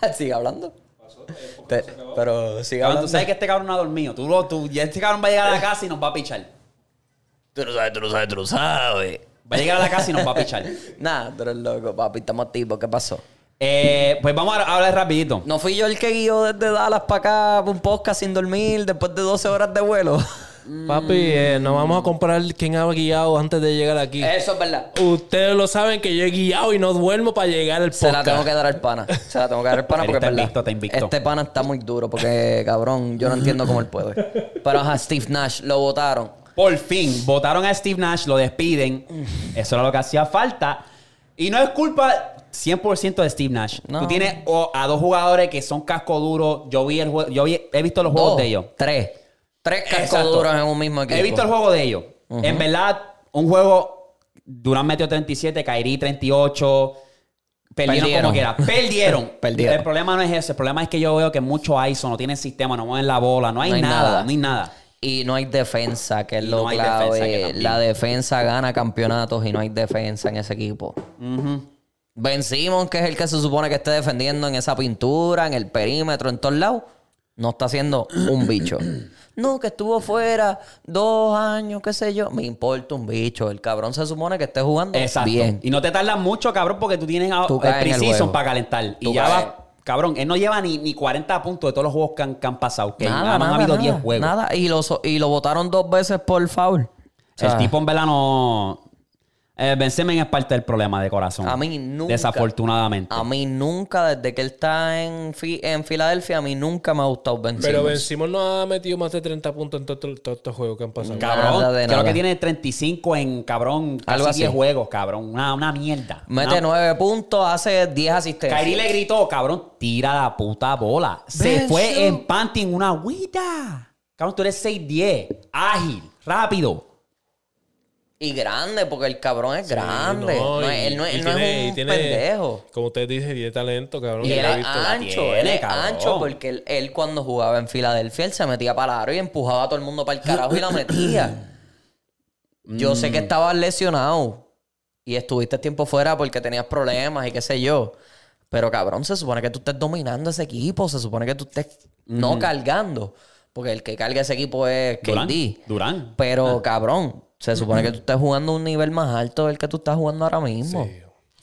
Speaker 3: Dale, (laughs) sigue hablando. ¿Sigue hablando? Te- pero sigue
Speaker 1: Cabrón,
Speaker 3: hablando.
Speaker 1: tú sabes que este cabrón no ha dormido. Tú, lo, tú, ya este cabrón va a llegar a la casa y nos va a pichar.
Speaker 3: Tú lo sabes, tú lo sabes, tú lo sabes.
Speaker 1: Va a llegar a la casa y nos va a pichar.
Speaker 3: Nah, tú eres loco, papi. Estamos activos. ¿Qué pasó?
Speaker 1: Eh, pues vamos a hablar rapidito.
Speaker 3: ¿No fui yo el que guió desde Dallas para acá pa' un podcast sin dormir después de 12 horas de vuelo?
Speaker 2: Papi, eh, nos vamos a comprar quién ha guiado antes de llegar aquí.
Speaker 3: (laughs) Eso es verdad.
Speaker 2: Ustedes lo saben que yo he guiado y no duermo para llegar al
Speaker 3: Se la
Speaker 2: podcast.
Speaker 3: tengo que dar al pana. Se la tengo que dar al pana
Speaker 1: Él
Speaker 3: porque
Speaker 1: está
Speaker 3: es verdad.
Speaker 1: invicto, está invicto.
Speaker 3: Este pana está muy duro porque, cabrón, yo no entiendo cómo él puede. Pero ajá, Steve Nash lo votaron.
Speaker 1: Por fin, votaron a Steve Nash, lo despiden. Eso era lo que hacía falta. Y no es culpa 100% de Steve Nash.
Speaker 3: No.
Speaker 1: Tú tienes o- a dos jugadores que son casco duro. Yo vi el jue- yo vi- he visto los juegos
Speaker 3: Dos,
Speaker 1: de ellos.
Speaker 3: Tres. Tres
Speaker 1: Exacto.
Speaker 3: cascoduros en un mismo equipo.
Speaker 1: He visto el juego de ellos. En verdad, un juego Durán metió 37, Kairi 38. Perdieron,
Speaker 3: Perdieron.
Speaker 1: como quiera. Perdieron.
Speaker 3: (laughs) Perdieron.
Speaker 1: El problema no es ese. El problema es que yo veo que muchos ISO no tienen sistema, no mueven la bola, no hay, nada, no hay nada.
Speaker 3: Y no hay defensa, que es
Speaker 1: Y
Speaker 3: lo
Speaker 1: no hay
Speaker 3: clave.
Speaker 1: defensa, que también.
Speaker 3: la defensa gana campeonatos y no hay defensa en ese equipo. Ben Simmons, que es el que se supone que esté defendiendo en esa pintura, en el perímetro, en todos lados, no está haciendo
Speaker 1: (coughs)
Speaker 3: un bicho. No, que estuvo fuera dos años, qué sé yo. Me importa un bicho. El cabrón se supone que esté jugando
Speaker 1: Exacto.
Speaker 3: Oh, bien.
Speaker 1: Y no te tardas mucho, cabrón, porque tú tienes a-
Speaker 3: Tú caes
Speaker 1: el
Speaker 3: en el
Speaker 1: precision
Speaker 3: juego.
Speaker 1: para calentar.
Speaker 3: Tú
Speaker 1: y ya
Speaker 3: caes.
Speaker 1: va, cabrón, él no lleva ni, ni 40 puntos de todos los juegos que han, que han pasado. Que
Speaker 3: Nada,
Speaker 1: nada, más
Speaker 3: nada,
Speaker 1: han habido
Speaker 3: nada,
Speaker 1: 10 juegos.
Speaker 3: nada. Y lo, so- y lo votaron dos veces por foul. O sea,
Speaker 1: El tipo en verdad no. Eh, ben Simmons es parte del problema de corazón.
Speaker 3: A mí nunca.
Speaker 1: Desafortunadamente.
Speaker 3: A mí nunca, desde que él está en, Fi- en Filadelfia, a mí nunca me ha gustado Ben
Speaker 2: Pero
Speaker 3: Simmons.
Speaker 2: Ben Simmons no ha metido más de 30 puntos en todo- todo- todos estos juegos que han pasado.
Speaker 3: Nunca.
Speaker 1: Cabrón,
Speaker 3: nada de
Speaker 1: creo
Speaker 3: nada.
Speaker 1: que tiene 35 en cabrón, casi
Speaker 3: Algo así.
Speaker 1: 10 juegos, cabrón. Una, una mierda.
Speaker 3: Mete
Speaker 1: Una-
Speaker 3: nueve puntos, hace 10 asistencias.
Speaker 1: Kyrie le gritó, cabrón, tira la puta bola. Se
Speaker 3: Ben
Speaker 1: fue
Speaker 3: Simmons.
Speaker 1: en panty en una agüita. Cabrón, tú eres 6'10, ágil, rápido.
Speaker 3: Y grande, porque el cabrón es grande.
Speaker 2: Sí, no,
Speaker 3: No
Speaker 2: y-
Speaker 3: es- él no, es-
Speaker 2: y
Speaker 3: él no
Speaker 2: tiene-
Speaker 3: es
Speaker 2: y
Speaker 3: un
Speaker 2: tiene-
Speaker 3: pendejo.
Speaker 2: Como ustedes dicen, tiene talento, cabrón.
Speaker 3: Y
Speaker 2: Yo
Speaker 3: él
Speaker 2: lo he
Speaker 3: es
Speaker 2: visto.
Speaker 1: la
Speaker 3: ancho,
Speaker 1: tiene,
Speaker 3: él es
Speaker 1: cabrón.
Speaker 3: ancho, porque él, él cuando jugaba en Filadelfia, él se metía para el aro y empujaba a todo el mundo para el carajo y la
Speaker 1: (clears throat)
Speaker 3: metía. Yo sé
Speaker 1: Mm.
Speaker 3: que estabas lesionado y estuviste tiempo fuera porque tenías problemas y qué sé yo. Pero cabrón, se supone que tú estés dominando ese equipo, se supone que tú estés no cargando. Porque el que carga ese equipo es KD.
Speaker 1: Mm. Durán. Ah. Durán.
Speaker 3: Pero, cabrón, se supone que tú estás jugando un nivel más alto del que tú estás jugando ahora mismo.
Speaker 2: Sí.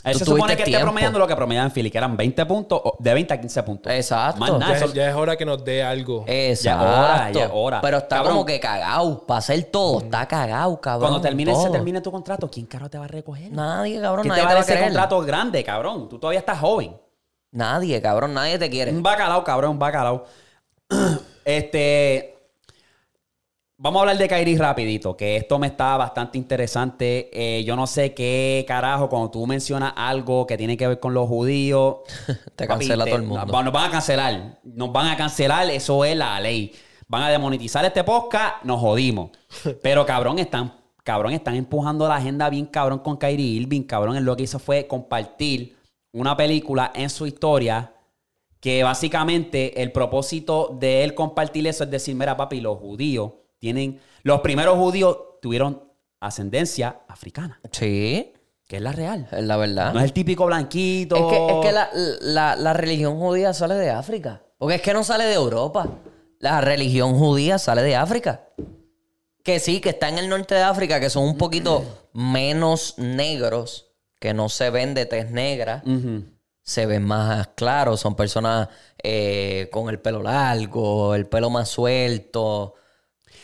Speaker 1: Él
Speaker 3: Tú
Speaker 1: se supone
Speaker 3: tuviste
Speaker 1: que esté
Speaker 3: tiempo.
Speaker 1: promediando lo que promediaba en Philly, que eran 20 puntos, o de 20 a 15 puntos.
Speaker 3: Exacto.
Speaker 1: Más nada,
Speaker 2: Ya,
Speaker 1: eso-
Speaker 2: es- ya es hora que nos dé algo.
Speaker 1: Eh.
Speaker 3: Exacto.
Speaker 1: hora, ya es hora.
Speaker 3: Pero está
Speaker 1: Cabrón. Mm.
Speaker 3: como que cagado. Para hacer todo, está cagado, cabrón.
Speaker 1: Cuando termine, se
Speaker 3: todo.
Speaker 1: termine tu contrato, ¿quién caro te va a recoger?
Speaker 3: Nadie, cabrón,
Speaker 1: ¿Quién
Speaker 3: nadie
Speaker 1: te va a dar ese
Speaker 3: querer.
Speaker 1: contrato grande, cabrón? Tú todavía estás joven.
Speaker 3: Nadie, cabrón, nadie te quiere.
Speaker 1: Un bacalao, cabrón, un bacalao. (clears throat) Este. Vamos a hablar de Kairi rapidito, que esto me está bastante interesante. Eh, yo no sé qué carajo, cuando tú mencionas algo que tiene que ver con los judíos.
Speaker 3: Te
Speaker 1: papi,
Speaker 3: cancela
Speaker 1: te-
Speaker 3: todo el mundo.
Speaker 1: va- Nos van a cancelar. Nos van a cancelar, eso es la ley. Van a demonetizar este podcast, nos
Speaker 3: (laughs)
Speaker 1: jodimos. Pero cabrón, están, cabrón, están empujando la agenda bien cabrón con Kairi Irving. Cabrón, él lo que hizo fue compartir una película en su historia que básicamente el propósito de él compartir eso es decir, mira papi, los judíos tienen, los primeros judíos tuvieron ascendencia africana,
Speaker 3: Sí,
Speaker 1: que es la real.
Speaker 3: es la verdad.
Speaker 1: No es el típico blanquito.
Speaker 3: Ah. Es que, es que la, la- la religión judía sale de África. Porque es que no sale de Europa. La religión judía sale de África. Que sí, que está en el norte de África, que son
Speaker 1: (clears throat)
Speaker 3: un poquito menos negros, que no se ven de tez negra,
Speaker 1: Ujú.
Speaker 3: se ven más claros, son personas eh, con el pelo largo, el pelo más suelto.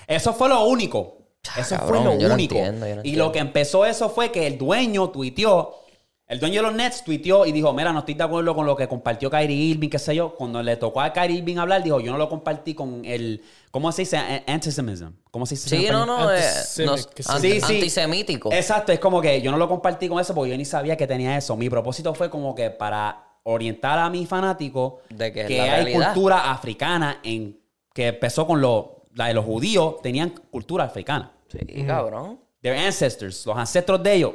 Speaker 1: Eso fue lo único.
Speaker 3: Ah,
Speaker 1: Eso
Speaker 3: cabrón,
Speaker 1: fue lo
Speaker 3: yo no
Speaker 1: único.
Speaker 3: entiendo, yo no
Speaker 1: y
Speaker 3: entiendo.
Speaker 1: lo que empezó eso fue que el dueño tuiteó, el dueño de los Nets tuiteó y dijo, mira, no estoy de acuerdo con lo que compartió Kyrie Irving, qué sé yo. Cuando le tocó a Kyrie Irving hablar, dijo, yo no lo compartí con el, ¿cómo se dice? A- Antisemitism. ¿Cómo se dice?
Speaker 3: Sí,
Speaker 1: en
Speaker 3: no,
Speaker 1: español?
Speaker 3: no, eh,
Speaker 2: Antisemic-
Speaker 3: no,
Speaker 2: que se-
Speaker 3: anti-
Speaker 1: Sí, sí.
Speaker 3: antisemítico.
Speaker 1: Exacto, es como que yo no lo compartí con eso porque yo ni sabía que tenía eso. Mi propósito fue como que para orientar a mis fanáticos
Speaker 3: De que es la
Speaker 1: hay
Speaker 3: realidad.
Speaker 1: cultura africana en que empezó con los, la de los judíos, tenían cultura africana.
Speaker 3: Sí, cabrón.
Speaker 1: Their ancestors, los ancestros de ellos.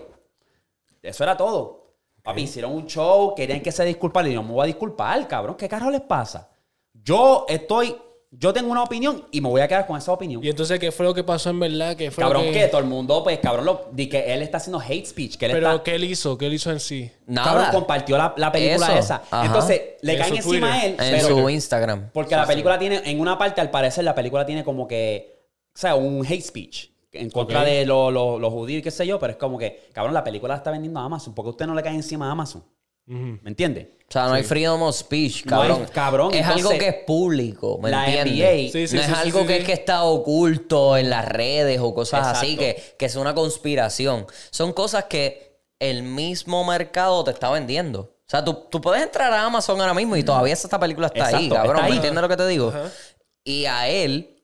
Speaker 1: Eso era todo. Papi, hicieron un show, querían que se disculpara. Y yo me voy a disculpar, cabrón. ¿Qué carajo les pasa? Yo estoy, yo tengo una opinión y me voy a quedar con esa opinión.
Speaker 2: Y entonces, ¿qué fue lo que pasó en verdad? ¿Qué fue lo
Speaker 1: Cabrón, que
Speaker 2: que...
Speaker 1: todo el mundo, pues, cabrón, lo, di que él está haciendo hate speech, que él
Speaker 2: Pero,
Speaker 1: está.
Speaker 2: ¿qué él hizo? ¿Qué él hizo en sí?
Speaker 3: Nada.
Speaker 1: cabrón, compartió la, la película
Speaker 3: Eso,
Speaker 1: esa.
Speaker 3: ajá.
Speaker 1: Entonces, le
Speaker 2: En
Speaker 1: caen
Speaker 2: su
Speaker 1: encima a él.
Speaker 2: Twitter.
Speaker 3: en
Speaker 1: pero-
Speaker 3: su Instagram.
Speaker 1: Porque la película tiene, en una parte, al parecer, la película tiene como que, o sea, un hate speech en contra
Speaker 2: Ok.
Speaker 1: de lo- lo- los judíos y qué sé yo, pero es como que, cabrón, la película la está vendiendo a Amazon, porque usted no le cae encima a Amazon.
Speaker 2: Ujú.
Speaker 1: ¿Me entiende?
Speaker 3: O sea, no hay freedom of speech,
Speaker 1: No hay-
Speaker 3: cabrón.
Speaker 1: cabrón,
Speaker 3: es
Speaker 1: entonces-
Speaker 3: algo que es público, ¿me
Speaker 1: La
Speaker 3: entiendes?
Speaker 1: NBA.
Speaker 2: Sí, sí,
Speaker 3: no
Speaker 2: sí,
Speaker 3: es
Speaker 2: sí,
Speaker 3: algo
Speaker 2: sí,
Speaker 3: que
Speaker 2: sí.
Speaker 3: es que está oculto en las redes o cosas así,
Speaker 1: Exacto.
Speaker 3: que, que es una conspiración. Son cosas que el mismo mercado te está vendiendo. O sea, tú, tú puedes entrar a Amazon ahora mismo y todavía esta película está ahí,
Speaker 1: Mm. Exacto,
Speaker 3: cabrón.
Speaker 1: está ahí.
Speaker 3: ¿Me entiendes lo que te digo? Y a él,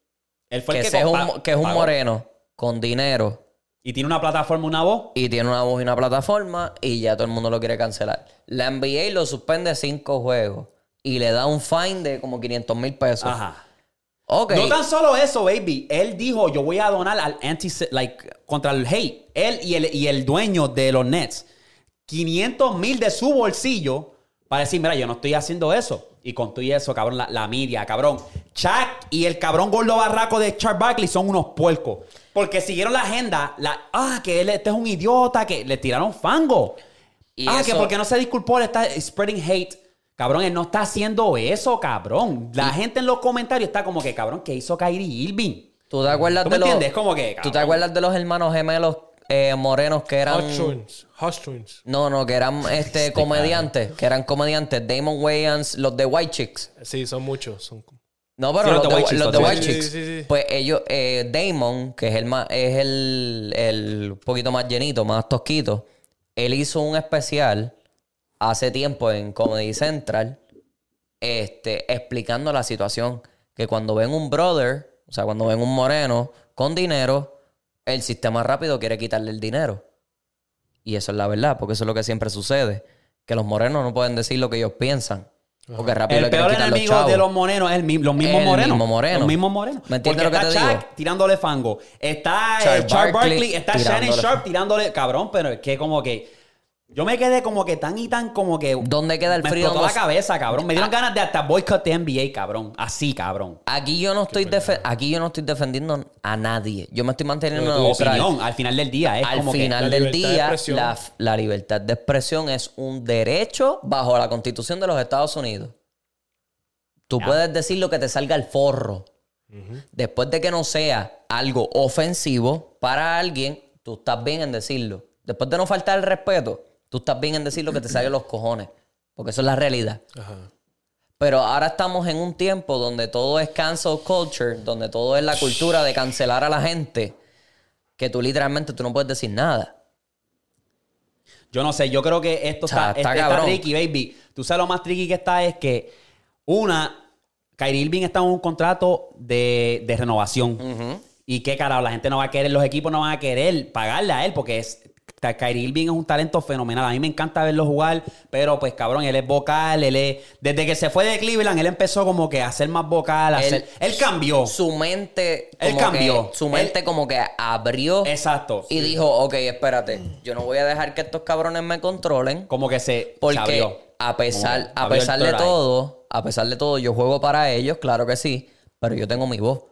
Speaker 1: Él fue
Speaker 3: que,
Speaker 1: el
Speaker 3: ese es un,
Speaker 1: compa-
Speaker 3: que es un
Speaker 1: pagó.
Speaker 3: moreno con dinero
Speaker 1: Y tiene una plataforma, una voz.
Speaker 3: y tiene una voz y una plataforma y ya todo el mundo lo quiere cancelar. La NBA lo suspende cinco juegos y le da un fine de como 500 mil pesos.
Speaker 1: Ajá.
Speaker 3: Ok.
Speaker 1: No tan solo eso, baby. Él dijo, yo voy a donar al anti like, contra el hate. Él y el, y el dueño de los Nets. 500 mil de su bolsillo para decir, mira, yo no estoy haciendo eso. Y con todo y eso, cabrón, la, la media, cabrón. Chuck y el cabrón gordo barraco de Charles Barkley son unos puercos. Porque siguieron la agenda. La, ah, que él este es un idiota, que le tiraron fango.
Speaker 3: Y
Speaker 1: ah, que
Speaker 3: eso-
Speaker 1: porque no se disculpó, él está spreading hate. Cabrón, él no está haciendo eso, cabrón. La gente en los comentarios está como que, cabrón, ¿qué hizo Kyrie Irving?
Speaker 3: ¿Tú te acuerdas
Speaker 1: ¿Tú me
Speaker 3: de los...
Speaker 1: entiendes? Es como que,
Speaker 3: ¿Tú te
Speaker 1: cabrón.
Speaker 3: acuerdas de los hermanos gemelos eh, morenos que eran...
Speaker 2: Hot Twins. Hot Twins.
Speaker 3: No, no, que eran este, comediantes. Que eran comediantes. Damon Wayans, los de White Chicks.
Speaker 2: Sí, son muchos. Son...
Speaker 3: No, pero
Speaker 1: Sí,
Speaker 3: los, de White, Chicks, los de
Speaker 1: sí.
Speaker 3: White
Speaker 2: Sí,
Speaker 3: Chicks.
Speaker 2: sí, sí, sí.
Speaker 3: Pues ellos, eh, Damon, que es el más, es el, el poquito más llenito, más tosquito, él hizo un especial hace tiempo en Comedy Central, este, explicando la situación. Que cuando ven un brother, o sea, cuando ven un moreno con dinero, el sistema rápido quiere quitarle el dinero. Y eso es la verdad, porque eso es lo que siempre sucede. Que los morenos no pueden decir lo que ellos piensan. Porque rápido
Speaker 1: El
Speaker 3: le quieren
Speaker 1: peor
Speaker 3: quitar los
Speaker 1: enemigo de
Speaker 3: chavos.
Speaker 1: los morenos es el, mi- los mismos
Speaker 3: El
Speaker 1: morenos.
Speaker 3: mismo moreno.
Speaker 1: Los mismos morenos.
Speaker 3: ¿Me entiendes
Speaker 1: Porque
Speaker 3: lo que
Speaker 1: está
Speaker 3: te
Speaker 1: Shaq
Speaker 3: digo?
Speaker 1: tirándole fango. Está eh,
Speaker 3: Charles
Speaker 1: Charles
Speaker 3: Barkley
Speaker 1: Barkley. Está Shannon
Speaker 3: tirándole
Speaker 1: Sharp tirándole. Cabrón, pero es que como que. Yo me quedé como que tan y tan como que.
Speaker 3: ¿Dónde queda el
Speaker 1: me
Speaker 3: freedom
Speaker 1: explotó la
Speaker 3: of- Ah.
Speaker 1: cabeza, cabrón. Me dieron ganas de hasta boycott de NBA, cabrón. Así, cabrón.
Speaker 3: Aquí yo no estoy defe- aquí yo no estoy defendiendo a nadie. Yo me estoy manteniendo
Speaker 1: Tu
Speaker 3: neutral.
Speaker 1: opinión al final del día es
Speaker 3: Al
Speaker 1: como que-
Speaker 3: final
Speaker 2: la
Speaker 3: del
Speaker 2: libertad de
Speaker 3: día,
Speaker 2: expresión.
Speaker 3: la, la libertad de expresión es un derecho bajo la Constitución de los Estados Unidos. Tú puedes decir lo que te salga al forro. Después de que no sea algo ofensivo para alguien, tú estás bien en decirlo. Después de no faltar el respeto, tú estás bien en decir lo que te sale los cojones. Porque eso es la realidad.
Speaker 2: Ajá.
Speaker 3: Pero ahora estamos en un tiempo donde todo es cancel culture, donde todo es la cultura de cancelar a la gente, que tú literalmente tú no puedes decir nada.
Speaker 1: Yo no sé, yo creo que esto está,
Speaker 3: Cha, está
Speaker 1: este- está
Speaker 3: cabrón.
Speaker 1: tricky, baby. Tú sabes lo más tricky que está es que, una, Kyrie Irving está en un contrato de, de renovación. Y qué carajo, la gente no va a querer, los equipos no van a querer pagarle a él porque es. Ka- Kyrie Irving es un talento fenomenal. A mí me encanta verlo jugar, pero pues cabrón, él es vocal, él es... Desde que se fue de Cleveland, él empezó como que a ser más vocal, a
Speaker 3: Él-
Speaker 1: ser- Él cambió.
Speaker 3: Su mente.
Speaker 1: Oh. Él
Speaker 3: como
Speaker 1: cambió.
Speaker 3: que- su mente,
Speaker 1: Él-
Speaker 3: como que abrió
Speaker 1: Exacto.
Speaker 3: y dijo: Ok, espérate, yo no voy a dejar que estos cabrones me controlen.
Speaker 1: Como que se... se abrió.
Speaker 3: Porque a pesar,
Speaker 1: Como que
Speaker 3: a
Speaker 1: abrió el
Speaker 3: pesar de
Speaker 1: third eye.
Speaker 3: todo, a pesar de todo, yo juego para ellos, claro que sí, pero yo tengo mi voz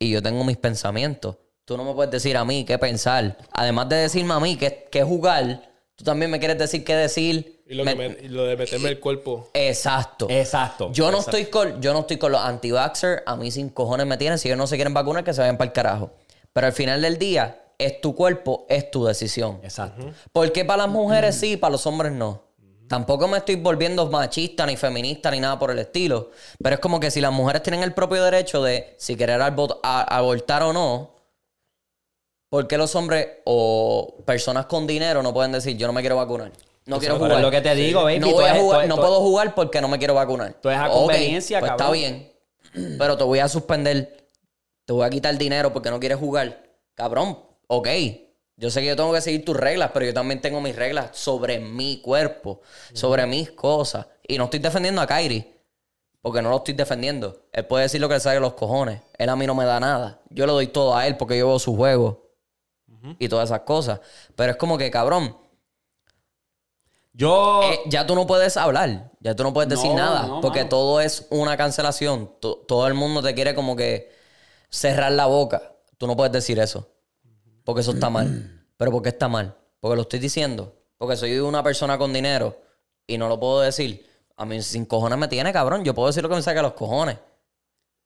Speaker 3: y yo tengo mis pensamientos. Tú no me puedes decir a mí qué pensar. Además de decirme a mí qué, qué jugar, tú también me quieres decir qué decir.
Speaker 2: Y lo,
Speaker 3: Me-
Speaker 2: que me- y lo de meterme el cuerpo.
Speaker 3: Exacto.
Speaker 1: Exacto.
Speaker 3: Yo no,
Speaker 1: Exacto.
Speaker 3: estoy con, yo no estoy con los anti-vaxxers. A mí sin cojones me tienen. Si ellos no se quieren vacunar, que se vayan para el carajo. Pero al final del día, es tu cuerpo, es tu decisión.
Speaker 1: Exacto.
Speaker 3: ¿Por qué para las mujeres sí y para los hombres no? Tampoco me estoy volviendo machista, ni feminista, ni nada por el estilo. Pero es como que si las mujeres tienen el propio derecho de si querer albo- a- abortar o no, ¿por qué los hombres o personas con dinero no pueden decir yo no me quiero vacunar? No
Speaker 1: Pero
Speaker 3: quiero
Speaker 1: es
Speaker 3: jugar.
Speaker 1: lo que te digo, baby.
Speaker 3: No,
Speaker 1: tú
Speaker 3: voy a
Speaker 1: eres- tú
Speaker 3: jugar,
Speaker 1: eres-
Speaker 3: no
Speaker 1: tú-
Speaker 3: puedo jugar porque no me quiero vacunar.
Speaker 1: Tú es a
Speaker 3: Ok,
Speaker 1: conveniencia,
Speaker 3: pues
Speaker 1: cabrón.
Speaker 3: Está bien, pero te voy a suspender. Te voy a quitar dinero porque no quieres jugar. Cabrón, ok. Yo sé que yo tengo que seguir tus reglas, pero yo también tengo mis reglas sobre mi cuerpo, sobre mis cosas. Y no estoy defendiendo a Kairi, porque no lo estoy defendiendo. Él puede decir lo que le sale de los cojones. Él a mí no me da nada. Yo le doy todo a él porque yo veo su juego y todas esas cosas. Pero es como que, cabrón,
Speaker 1: Yo...
Speaker 3: eh, ya tú no puedes hablar, ya tú no puedes decir
Speaker 1: No,
Speaker 3: nada,
Speaker 1: no,
Speaker 3: porque
Speaker 1: mano.
Speaker 3: todo es una cancelación. To- todo el mundo te quiere como que cerrar la boca. Tú no puedes decir eso, porque eso está mal. (clears throat) ¿Pero por qué está mal? Porque lo estoy diciendo, porque soy una persona con dinero y no lo puedo decir. A mí sin cojones me tiene, cabrón. Yo puedo decir lo que me saque los cojones.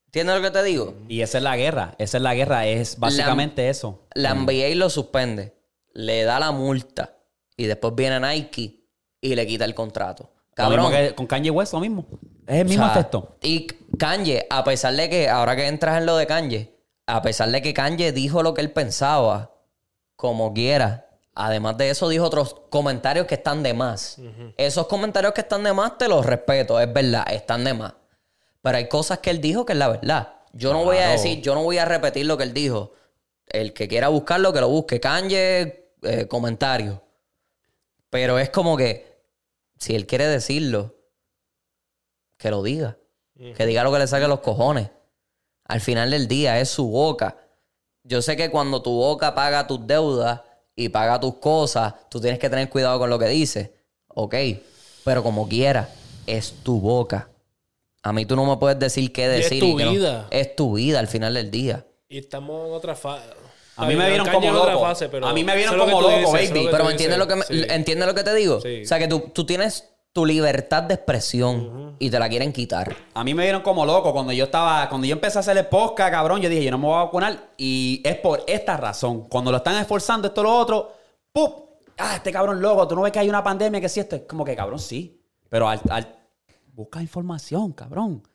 Speaker 3: ¿Entiendes lo que te digo?
Speaker 1: Y esa es la guerra, esa es la guerra, es básicamente eso.
Speaker 3: La NBA lo suspende, le da la multa y después viene Nike y le quita el contrato.
Speaker 1: Lo
Speaker 3: Cabrón,
Speaker 1: mismo que con Kanye West, lo mismo. Es el mismo
Speaker 3: O sea,
Speaker 1: efecto.
Speaker 3: Y Kanye, a pesar de que, ahora que entras en lo de Kanye, a pesar de que Kanye dijo lo que él pensaba, como quiera, además de eso dijo otros comentarios que están de más. Esos comentarios que están de más te los respeto, es verdad, están de más. Pero hay cosas que él dijo que es la verdad. Yo no voy a
Speaker 1: Claro.
Speaker 3: decir, yo no voy a repetir lo que él dijo. El que quiera buscarlo, que lo busque. Kanye, eh, comentario. Pero es como que, si él quiere decirlo, que lo diga. Que diga lo que le saque los cojones. Al final del día es su boca. Yo sé que cuando tu boca paga tus deudas y paga tus cosas, tú tienes que tener cuidado con lo que dices. Ok, pero como quiera, es tu boca. A mí tú no me puedes decir qué
Speaker 2: es
Speaker 3: decir.
Speaker 2: tu
Speaker 3: que no-
Speaker 2: vida.
Speaker 3: es tu vida al final del día.
Speaker 2: Y estamos en otra fase.
Speaker 1: A mí me vieron como loco. A mí me vieron como loco, baby.
Speaker 3: Pero ¿me entiendes lo, que me- entiendes lo que te digo?
Speaker 2: Sí.
Speaker 3: O sea, que tú, tú tienes tu libertad de expresión y te la quieren quitar.
Speaker 1: A mí me vieron como loco cuando yo estaba, cuando yo empecé a hacer el podcast, cabrón, yo dije, yo no me voy a vacunar y es por esta razón. Cuando lo están esforzando, esto, lo otro, ¡pup! Ah, este cabrón loco, tú no ves que hay una pandemia, que si esto es como que, cabrón, sí. Pero al, al- busca información, cabrón.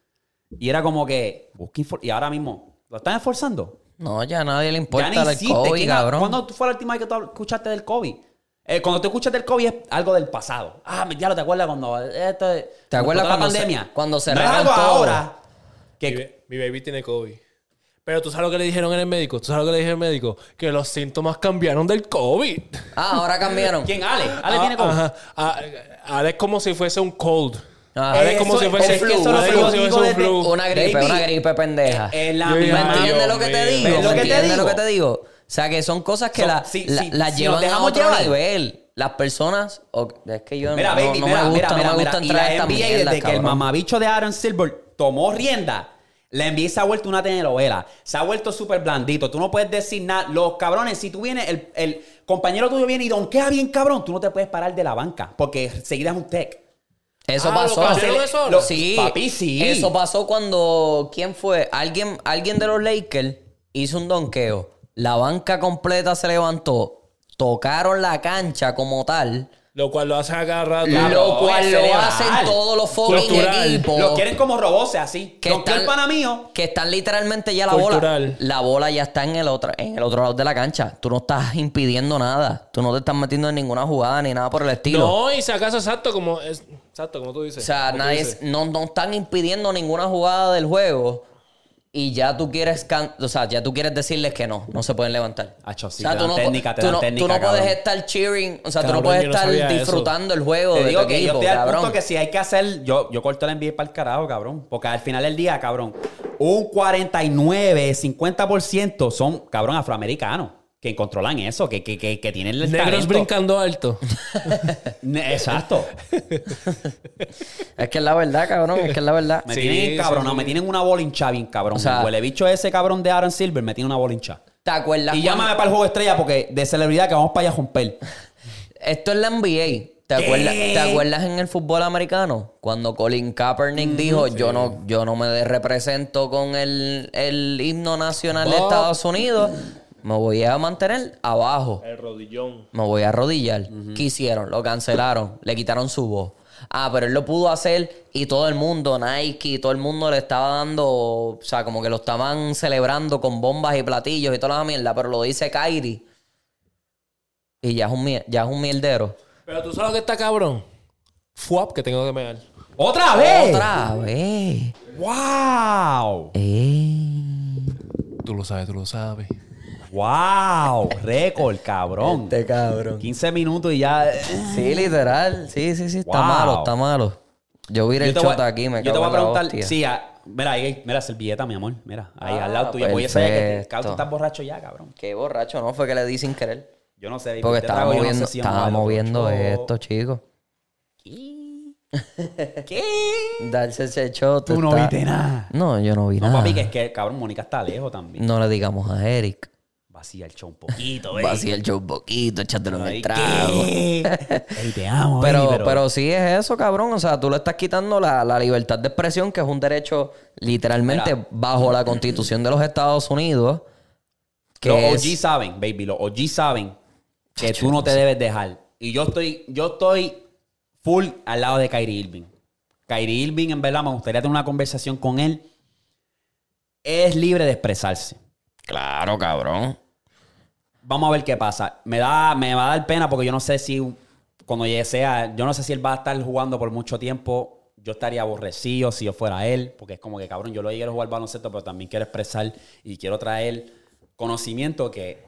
Speaker 1: Y era como que, busca infor- y ahora mismo, ¿lo están esforzando?
Speaker 3: No, ya a nadie le
Speaker 1: Ya
Speaker 3: importa
Speaker 1: ni
Speaker 3: el
Speaker 1: hiciste.
Speaker 3: COVID,
Speaker 1: ¿Quién ha-
Speaker 3: cabrón.
Speaker 1: ¿Cuándo tú fue la última vez que tú escuchaste del COVID? Eh, cuando tú escuchas del COVID es algo del pasado. Ah, ya lo te acuerdas cuando. esto-
Speaker 3: ¿Te acuerdas
Speaker 1: toda
Speaker 3: cuando
Speaker 1: la
Speaker 3: se-
Speaker 1: pandemia?
Speaker 3: cuando
Speaker 1: no
Speaker 3: cerraron
Speaker 1: es algo
Speaker 3: todo?
Speaker 1: ahora.
Speaker 2: Mi,
Speaker 1: Que,
Speaker 2: ba- mi baby tiene COVID. Pero tú sabes lo que le dijeron en el médico. Tú sabes lo que le dijeron el médico. Que los síntomas cambiaron del COVID.
Speaker 3: Ah, ahora cambiaron.
Speaker 1: ¿Quién? Ale. Ale tiene COVID.
Speaker 2: Ajá. Ah, Ahora es como si fuese un cold.
Speaker 3: Ajá.
Speaker 2: Ahora es
Speaker 1: Ah. Eso
Speaker 2: como si
Speaker 1: es-
Speaker 2: fuese
Speaker 1: es que eso
Speaker 2: Ahora
Speaker 1: es
Speaker 2: es
Speaker 1: lo
Speaker 2: como
Speaker 1: que
Speaker 2: si
Speaker 1: yo
Speaker 2: fuese
Speaker 1: digo
Speaker 2: un
Speaker 1: desde-
Speaker 2: flu.
Speaker 3: Una gripe,
Speaker 1: Baby, Eh,
Speaker 3: una gripe pendeja.
Speaker 1: Es la misma.
Speaker 2: Yo digo,
Speaker 3: ¿Me entiendes
Speaker 2: Dios
Speaker 3: lo que te
Speaker 2: mío.
Speaker 3: digo?
Speaker 1: ¿Ves lo
Speaker 3: ¿Me
Speaker 1: que te
Speaker 3: entiendes lo
Speaker 1: digo?
Speaker 3: que te digo? O sea, que son cosas que
Speaker 1: So,
Speaker 3: la,
Speaker 1: si-
Speaker 3: la-
Speaker 1: si-
Speaker 3: las
Speaker 1: si
Speaker 3: llevan
Speaker 1: nos
Speaker 3: a
Speaker 1: dejamos
Speaker 3: otro
Speaker 1: llevar.
Speaker 3: nivel. Las personas... o- es que yo
Speaker 1: Mira,
Speaker 3: no,
Speaker 1: baby,
Speaker 3: no
Speaker 1: mira,
Speaker 3: me gusta,
Speaker 1: mira,
Speaker 3: no
Speaker 1: mira,
Speaker 3: me gusta
Speaker 1: mira.
Speaker 3: entrar
Speaker 1: Y
Speaker 3: en
Speaker 1: la
Speaker 3: esta
Speaker 1: NBA,
Speaker 3: mierda,
Speaker 1: desde que el
Speaker 3: cabrón.
Speaker 1: mamabicho de Aaron Silver tomó rienda, la NBA se ha vuelto una telenovela. Se ha vuelto súper blandito. Tú no puedes decir nada. Los cabrones, si tú vienes, el, el compañero tuyo viene y donquea bien cabrón, tú no te puedes parar de la banca porque seguida es un tech.
Speaker 3: Eso
Speaker 2: Ah, ¿lo
Speaker 3: pasó.
Speaker 2: cancelaron eso? Lo-
Speaker 3: sí.
Speaker 1: Papi, sí.
Speaker 3: Eso pasó cuando. ¿Quién fue? Alguien, alguien de los Lakers hizo un donqueo. La banca completa se levantó. Tocaron la cancha como tal.
Speaker 2: Lo cual lo hacen a cada rato.
Speaker 1: Claro,
Speaker 3: lo cual
Speaker 1: es
Speaker 3: lo
Speaker 1: cerebral.
Speaker 3: hacen todos los fucking
Speaker 2: Cultural.
Speaker 3: equipos.
Speaker 1: Los quieren como robots, así.
Speaker 3: que
Speaker 1: Con
Speaker 3: están-
Speaker 1: el pana mío.
Speaker 3: Que están literalmente ya la
Speaker 2: Cultural.
Speaker 3: bola. La bola ya está en el, otro, en el otro lado de la cancha. Tú no estás impidiendo nada. Tú no te estás metiendo en ninguna jugada ni nada por el estilo.
Speaker 2: No, y si acaso exacto como, es- exacto, como tú dices.
Speaker 3: O sea,
Speaker 2: Como tú
Speaker 3: nadie,
Speaker 2: dices.
Speaker 3: no, no están impidiendo ninguna jugada del juego y ya tú quieres can- o sea, ya tú quieres decirles que no, no se pueden levantar.
Speaker 1: Acho, sí,
Speaker 3: o sea,
Speaker 1: te
Speaker 3: tú
Speaker 1: dan
Speaker 3: no,
Speaker 1: técnica, te
Speaker 3: tú
Speaker 1: dan
Speaker 3: no-
Speaker 1: técnica,
Speaker 3: tú no puedes
Speaker 1: cabrón.
Speaker 3: estar cheering, o sea, tú
Speaker 2: Cabrón,
Speaker 3: no puedes
Speaker 2: yo no
Speaker 3: estar
Speaker 2: sabía eso.
Speaker 3: disfrutando el juego
Speaker 1: Te
Speaker 3: de
Speaker 1: digo
Speaker 3: tu
Speaker 1: que yo
Speaker 3: este equipo,
Speaker 1: estoy al punto
Speaker 3: cabrón.
Speaker 1: que si hay que hacer, yo, yo corto la NBA para el carajo, cabrón. Porque al final del día, cabrón, un 49, 50% son, cabrón, afroamericanos que controlan eso, que, que, que, que tienen el
Speaker 2: Negros
Speaker 1: talento. (laughs)
Speaker 2: brincando alto.
Speaker 1: Ne-
Speaker 2: (laughs)
Speaker 1: Exacto.
Speaker 3: Es que es la verdad, cabrón, es que es
Speaker 1: (laughs)
Speaker 3: la verdad.
Speaker 1: Me
Speaker 2: Sí,
Speaker 1: tienen cabrón,
Speaker 2: sí.
Speaker 1: me tienen una bola hincha bien, cabrón.
Speaker 3: O sea-
Speaker 1: Huele bicho ese cabrón de Aaron Silver, me tiene una bola hincha.
Speaker 3: ¿Te acuerdas?
Speaker 1: Y
Speaker 3: cuando-
Speaker 1: llámame para el juego de estrella porque de celebridad que vamos para allá a
Speaker 3: (laughs)
Speaker 1: romper.
Speaker 3: Esto es la NBA. ¿Te acuerdas, ¿Te acuerdas en el fútbol americano? Cuando Colin Kaepernick dijo, yo no, yo no me represento con el, el himno nacional de
Speaker 2: Bob.
Speaker 3: Estados Unidos, me voy a mantener abajo,
Speaker 2: El rodillón.
Speaker 3: me voy a arrodillar. ¿Qué hicieron? Lo cancelaron, le quitaron su voz. Ah, pero él lo pudo hacer y todo el mundo, Nike, todo el mundo le estaba dando, o sea, como que lo estaban celebrando con bombas y platillos y toda la mierda, pero lo dice Kyrie. Y ya es un, mier- ya es un mierdero.
Speaker 2: Pero tú sabes lo que está cabrón. Fuap que tengo que pegar.
Speaker 1: ¡Otra vez!
Speaker 3: Otra vez.
Speaker 1: ¡Wow!
Speaker 2: Tú lo sabes, tú lo sabes.
Speaker 3: (laughs)
Speaker 1: ¡Wow! Récord, cabrón.
Speaker 3: Este cabrón.
Speaker 1: 15 minutos y ya. eh,
Speaker 3: Sí, literal. Sí, sí, sí. Está
Speaker 1: Wow.
Speaker 3: malo, está malo. Yo vi el
Speaker 1: te voy-
Speaker 3: chota aquí, me
Speaker 1: yo te
Speaker 3: cago
Speaker 1: voy a
Speaker 3: en la
Speaker 1: preguntar.
Speaker 3: hostia.
Speaker 1: Sí, ah, mira, ahí, mira, servilleta, mi amor. Mira, ahí
Speaker 3: Ah,
Speaker 1: al lado tuyo. Voy a saber que
Speaker 3: perfecto.
Speaker 1: cabrón, tú estás borracho ya, cabrón.
Speaker 3: Qué borracho, ¿no? Fue que le di sin querer.
Speaker 1: Yo no sé.
Speaker 3: Porque
Speaker 1: te
Speaker 3: estaba
Speaker 1: trago, yo no sé
Speaker 3: moviendo,
Speaker 1: si
Speaker 3: estaba
Speaker 1: vamos a ver
Speaker 3: moviendo
Speaker 1: otro show.
Speaker 3: esto, chicos. (laughs)
Speaker 1: ¿Qué?
Speaker 3: Darse ese shot.
Speaker 1: Tú no
Speaker 3: está-
Speaker 1: viste nada.
Speaker 3: No, yo no vi
Speaker 1: No,
Speaker 3: nada.
Speaker 1: papi, que es que, cabrón, Mónica está lejos también.
Speaker 3: No le digamos a Eric.
Speaker 1: Vacía el show un poquito, eh.
Speaker 3: Mm. Vacía el show un poquito, échatelo en
Speaker 1: Ay,
Speaker 3: el trago.
Speaker 1: ¿qué?
Speaker 3: (laughs)
Speaker 1: Ey, te amo,
Speaker 3: Pero,
Speaker 1: baby,
Speaker 3: pero... sí es eso, cabrón. O sea, tú le estás quitando la, la libertad de expresión, que es un derecho literalmente
Speaker 1: Mira.
Speaker 3: bajo la constitución de los Estados Unidos. Que
Speaker 1: los
Speaker 3: es-
Speaker 1: OG saben, baby, los OG saben que tú no te debes dejar. Y yo estoy, yo estoy full al lado de Kyrie Irving. Kyrie Irving, en verdad, me gustaría tener una conversación con él. Es libre de expresarse.
Speaker 3: Claro, cabrón.
Speaker 1: Vamos a ver qué pasa. Me da, me va a dar pena porque yo no sé si cuando llegue sea, yo no sé si él va a estar jugando por mucho tiempo. Yo estaría aborrecido si yo fuera él, porque es como que cabrón, yo lo quiero jugar baloncesto, pero también quiero expresar y quiero traer conocimiento que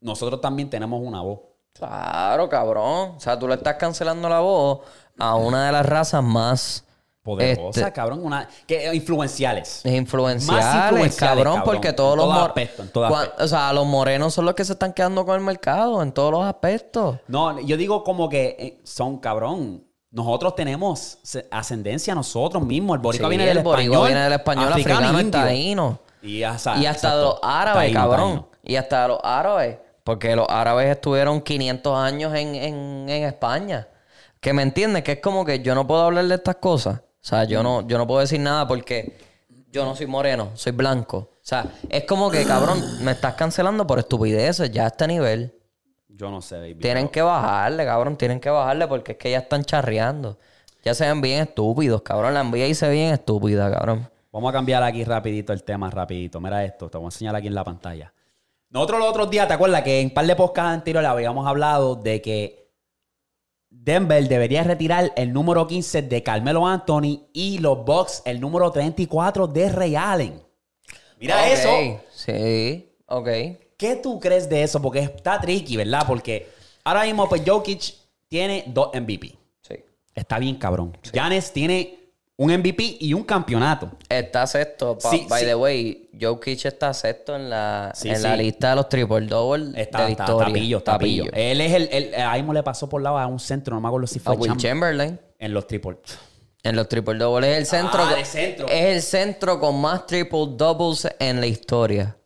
Speaker 1: nosotros también tenemos una voz.
Speaker 3: Claro, cabrón. O sea, tú le estás cancelando la voz a una de las razas más
Speaker 1: Poderosa,
Speaker 3: Este-
Speaker 1: cabrón, una, que eh, influenciales.
Speaker 3: influenciales,
Speaker 1: Más influenciales,
Speaker 3: cabrón,
Speaker 1: cabrón.
Speaker 3: porque todos
Speaker 1: En
Speaker 3: los
Speaker 1: todo
Speaker 3: mor-
Speaker 1: aspecto, en todo
Speaker 3: Cuan-
Speaker 1: aspecto.
Speaker 3: O sea, los morenos son los que se están quedando con el mercado en todos los aspectos.
Speaker 1: No, yo digo como que eh, son cabrón. Nosotros tenemos se- ascendencia nosotros mismos. El boricua
Speaker 3: Sí,
Speaker 1: viene del
Speaker 3: el boricua
Speaker 1: español.
Speaker 3: viene del español,
Speaker 1: africano,
Speaker 3: africano,
Speaker 1: indio.
Speaker 3: taíno.
Speaker 1: Y hasta,
Speaker 3: Y hasta
Speaker 1: exacto,
Speaker 3: los árabes,
Speaker 1: taíno,
Speaker 3: cabrón.
Speaker 1: taíno.
Speaker 3: Y hasta los árabes. Porque los árabes estuvieron 500 años en, en- en España. Que me entiendes, que es como que yo no puedo hablar de estas cosas. O sea, yo no, yo no puedo decir nada porque yo no soy moreno, soy blanco. O sea, es como que, cabrón, me estás cancelando por estupideces ya a este nivel.
Speaker 1: Yo no sé, baby.
Speaker 3: Tienen que bajarle, cabrón, tienen que bajarle porque es que ya están charreando. Ya se ven bien estúpidos, cabrón. La NBA se ve bien estúpida, cabrón.
Speaker 1: Vamos a cambiar aquí rapidito el tema, rapidito. Mira esto, te voy a enseñar aquí en la pantalla. Nosotros los otros días, ¿te acuerdas que en un par de podcasts anteriores habíamos hablado de que Denver debería retirar el número 15 de Carmelo Anthony y los Bucks el número 34 de Ray Allen? Mira
Speaker 3: Ok,
Speaker 1: eso.
Speaker 3: Sí, ok.
Speaker 1: ¿Qué tú crees de eso? Porque está tricky, ¿verdad? Porque ahora mismo pues Jokic tiene dos MVP.
Speaker 3: Sí.
Speaker 1: Está bien, cabrón. Giannis tiene un MVP y un campeonato.
Speaker 3: Está sexto, pa-
Speaker 1: Sí,
Speaker 3: by
Speaker 1: sí.
Speaker 3: the way. Joe Kitch está sexto en la,
Speaker 1: Sí,
Speaker 3: en
Speaker 1: sí.
Speaker 3: la lista de los triple double
Speaker 1: Está,
Speaker 3: de la
Speaker 1: está,
Speaker 3: historia.
Speaker 1: está pillo, está pillo.
Speaker 3: pillo.
Speaker 1: Él es el, el- Ahí mismo le pasó por lado a un centro, no me acuerdo si
Speaker 3: A
Speaker 1: fue
Speaker 3: Will
Speaker 1: Chamber-
Speaker 3: Chamberlain.
Speaker 1: En los triple.
Speaker 3: En los triple doubles. Es el centro.
Speaker 1: Ah,
Speaker 3: con-
Speaker 1: de centro.
Speaker 3: Es el centro con más triple doubles en la historia.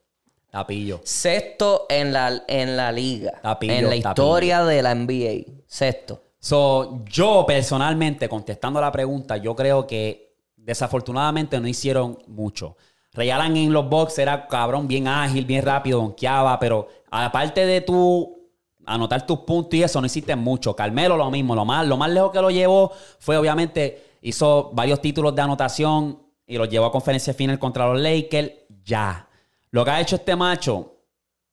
Speaker 1: Está pillo.
Speaker 3: Sexto en la, en la liga.
Speaker 1: Está pillo,
Speaker 3: en la
Speaker 1: está
Speaker 3: historia de la NBA. Sexto.
Speaker 1: So, yo personalmente, contestando la pregunta, yo creo que desafortunadamente no hicieron mucho. Regalan en los box era cabrón, bien ágil, bien rápido, donkeaba, pero aparte de tu anotar tus puntos y eso, no hiciste mucho. Carmelo lo mismo, lo más, lo más lejos que lo llevó fue obviamente hizo varios títulos de anotación y los llevó a conferencia final contra los Lakers, ya. Lo que ha hecho este macho,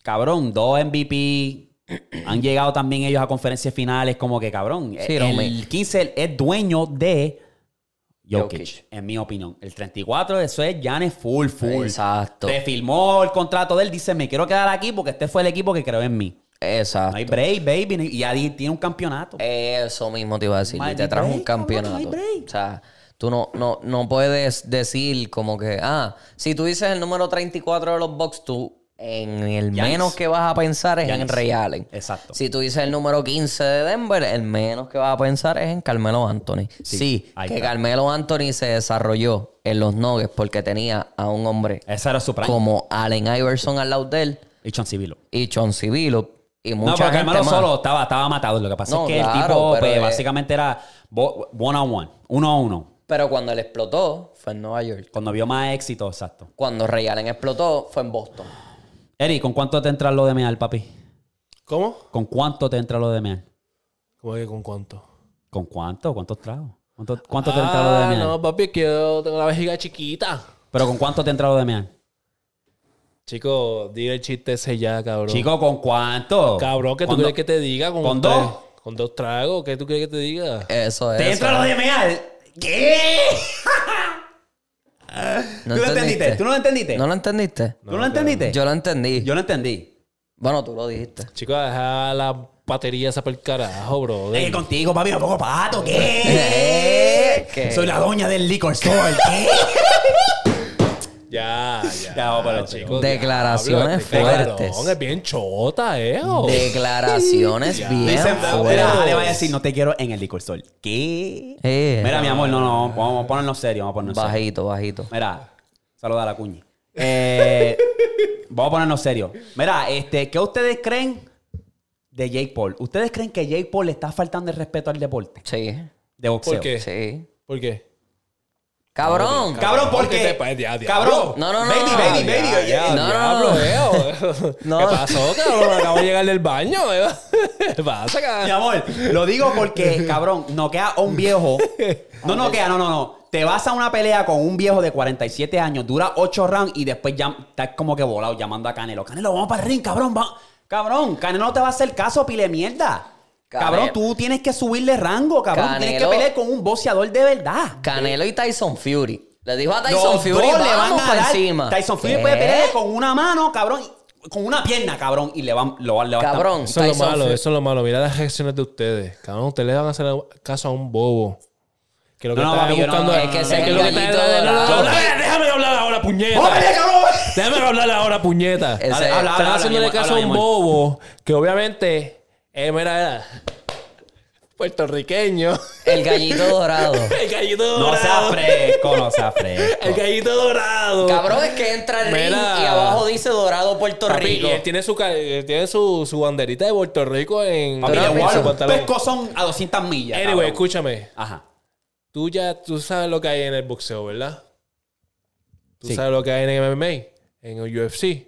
Speaker 1: cabrón, dos
Speaker 3: (clears throat)
Speaker 1: MVP, han llegado también ellos a conferencias finales, como que cabrón,
Speaker 3: Sí,
Speaker 1: el,
Speaker 3: hombre.
Speaker 1: el 15 es dueño de... Jokic,
Speaker 3: Jokic.
Speaker 1: en mi opinión. El 34, eso es Giannis full, full.
Speaker 3: Exacto.
Speaker 1: Te firmó el contrato de él, dice, me quiero quedar aquí porque este fue el equipo que creó en mí. No hay
Speaker 3: Exacto.
Speaker 1: break, baby. no hay- Y ahí tiene un campeonato.
Speaker 3: Eso mismo te iba a decir.
Speaker 1: No hay
Speaker 3: Y te trajo un
Speaker 1: break, cabrón, no hay
Speaker 3: campeonato.
Speaker 1: break.
Speaker 3: O sea, tú no, no, no puedes decir como que, ah, si tú dices el número 34 de los Bucks, tú en el
Speaker 1: Giannis.
Speaker 3: menos que vas a pensar es en
Speaker 1: Giannis.
Speaker 3: Ray Allen.
Speaker 1: Exacto.
Speaker 3: Si tú dices el número 15 de Denver, el menos que vas a pensar es en Carmelo Anthony. Sí,
Speaker 1: ahí
Speaker 3: que
Speaker 1: está.
Speaker 3: Carmelo Anthony se desarrolló en los Nuggets porque tenía a un hombre
Speaker 1: Esa era su prime.
Speaker 3: como Allen Iverson al lado de él
Speaker 1: Y Civilo.
Speaker 3: y John Civilo y mucha
Speaker 1: No, pero
Speaker 3: gente
Speaker 1: Carmelo
Speaker 3: más.
Speaker 1: solo estaba, estaba matado. Lo que pasa
Speaker 3: No,
Speaker 1: es que el
Speaker 3: claro,
Speaker 1: tipo,
Speaker 3: pero
Speaker 1: pues,
Speaker 3: es-
Speaker 1: básicamente era bo- one on one, uno a uno.
Speaker 3: Pero cuando él explotó fue en Nueva York.
Speaker 1: Cuando vio más éxito, exacto.
Speaker 3: Cuando Ray Allen explotó fue en Boston.
Speaker 1: Eri, ¿con cuánto te entra lo de meal, papi?
Speaker 2: ¿Cómo?
Speaker 1: ¿Con cuánto te entra lo de meal?
Speaker 2: ¿Cómo que con cuánto?
Speaker 1: ¿Con cuánto? ¿Cuántos tragos? ¿Cuánto, cuánto te entra lo de
Speaker 2: Ah,
Speaker 1: meal?
Speaker 2: no, papi, que yo tengo la vejiga chiquita.
Speaker 1: Pero ¿con cuánto te entra lo de meal?
Speaker 2: Chico, di el chiste ese ya, cabrón.
Speaker 1: Chico, ¿con cuánto?
Speaker 2: Cabrón, ¿qué tú
Speaker 1: ¿Cuándo
Speaker 2: quieres que te diga? Con,
Speaker 1: Oh. ¿Con
Speaker 2: tres-
Speaker 1: dos?
Speaker 2: Con dos tragos, ¿qué tú quieres que te diga?
Speaker 3: Eso es.
Speaker 1: ¿Te entra lo de meal? ¿Qué?
Speaker 3: No
Speaker 1: ¿Tú lo entendiste? ¿Tú no lo entendiste?
Speaker 3: ¿No lo entendiste?
Speaker 1: ¿Tú no lo entendiste?
Speaker 3: Yo lo entendí.
Speaker 1: Yo no entendí.
Speaker 3: Bueno, tú lo dijiste.
Speaker 2: Chico, deja la batería esa por el carajo, bro.
Speaker 1: Eh, contigo, papi, me pongo pato, ¿qué?
Speaker 3: (laughs) Eh, ¿qué?
Speaker 1: Soy la doña del liquor store, ¿qué?
Speaker 3: (laughs)
Speaker 2: Ya, ya.
Speaker 1: Ya, vamos para el
Speaker 2: chico,
Speaker 3: Declaraciones
Speaker 2: diablo, este
Speaker 3: fuertes.
Speaker 2: cabrón Es bien chota, eh. oh.
Speaker 3: Declaraciones bien
Speaker 1: Dicen,
Speaker 3: fuertes.
Speaker 1: mira, le va a decir, no te quiero en el liquor store, ¿qué?
Speaker 3: Eh,
Speaker 1: Mira, mi amor, no, no, vamos a ponernos serio, vamos a ponernos serio.
Speaker 3: Bajito, bajito.
Speaker 1: Mira, saluda a la cuña. Eh, vamos a ponernos serio. Mira, este, ¿qué ustedes creen de Jake Paul? ¿Ustedes creen que Jake Paul le está faltando el respeto al deporte
Speaker 3: Sí.
Speaker 1: de boxeo?
Speaker 2: ¿Por qué?
Speaker 3: Sí.
Speaker 2: ¿Por qué?
Speaker 3: Cabrón.
Speaker 1: Cabrón, ¿por
Speaker 2: Porque
Speaker 1: qué?
Speaker 2: te pa- ya, diablo.
Speaker 1: Cabrón.
Speaker 3: No, no, no.
Speaker 1: Baby, baby, baby.
Speaker 2: Ya,
Speaker 1: oye.
Speaker 2: ya,
Speaker 3: no,
Speaker 2: diablo,
Speaker 3: no, no.
Speaker 2: eh, oh.
Speaker 3: No.
Speaker 2: ¿Qué pasó, cabrón? Acabo de llegar del baño, eh. (laughs) ¿Qué pasa,
Speaker 1: Mi
Speaker 2: cabrón?
Speaker 1: amor, lo digo porque, cabrón, noquea a un viejo. No noquea, no, no, no. Te vas a una pelea con un viejo de 47 años, dura 8 rounds y después ya estás como que volado llamando a Canelo. Canelo, vamos para el ring, cabrón. va- Cabrón, Canelo no te va a hacer caso, pile mierda. Cabrón,
Speaker 3: Canelo.
Speaker 1: tú tienes que subirle rango, cabrón. Tú Tienes que
Speaker 3: Canelo.
Speaker 1: pelear con un boxeador de verdad.
Speaker 3: Canelo y Tyson Fury. Le dijo a Tyson
Speaker 1: Los
Speaker 3: Fury,
Speaker 1: dos le
Speaker 3: vamos
Speaker 1: van a
Speaker 3: para
Speaker 1: dar-
Speaker 3: encima. ¿Eh?
Speaker 1: Tyson Fury
Speaker 3: ¿Qué?
Speaker 1: puede pelear con una mano, cabrón, y- con una pierna, cabrón, y le van, lo van- le va a estar-
Speaker 3: Cabrón,
Speaker 2: Eso es lo
Speaker 3: Tyson
Speaker 2: malo,
Speaker 3: Fury-
Speaker 2: eso es lo malo. Mira las reacciones de ustedes. Cabrón, ustedes le van a hacer caso a un bobo. Que lo que
Speaker 1: No, no,
Speaker 2: está
Speaker 1: papi, yo no-
Speaker 2: buscando
Speaker 1: es
Speaker 3: que ese es
Speaker 2: que
Speaker 3: el
Speaker 2: lo que está-
Speaker 3: gallito
Speaker 2: no, no, no,
Speaker 3: dorado.
Speaker 2: no, Déjame hablar ahora, puñeta.
Speaker 1: ¡Jóvene, cabrón!
Speaker 2: Déjame hablar ahora, puñeta.
Speaker 3: Ese-
Speaker 1: Habla, habla,
Speaker 2: Están
Speaker 1: habla,
Speaker 2: haciéndole
Speaker 1: mi amor,
Speaker 2: caso
Speaker 1: habla,
Speaker 2: a
Speaker 1: mi
Speaker 2: un
Speaker 1: amor.
Speaker 2: bobo que obviamente, eh, mira, era puertorriqueño. (laughs)
Speaker 3: El gallito dorado.
Speaker 2: El gallito
Speaker 1: No sea
Speaker 2: dorado.
Speaker 1: fresco, no sea fresco.
Speaker 2: (laughs) el gallito dorado.
Speaker 3: Cabrón, es que entra el ring
Speaker 2: Mira.
Speaker 3: y abajo dice Dorado Puerto
Speaker 2: Papi,
Speaker 3: Rico.
Speaker 2: y él tiene su, ca- él tiene su, su banderita de Puerto Rico en,
Speaker 1: Papi,
Speaker 3: Pero
Speaker 1: le
Speaker 2: en
Speaker 1: voy a
Speaker 2: su
Speaker 1: dar un
Speaker 2: pantalón.
Speaker 1: pescozón a 200 millas.
Speaker 2: Anyway,
Speaker 1: cabrón.
Speaker 2: escúchame.
Speaker 1: Ajá.
Speaker 2: Tú ya, tú sabes lo que hay en el boxeo, ¿verdad? Tú
Speaker 1: Sí.
Speaker 2: sabes lo que hay en el MMA, en el UFC.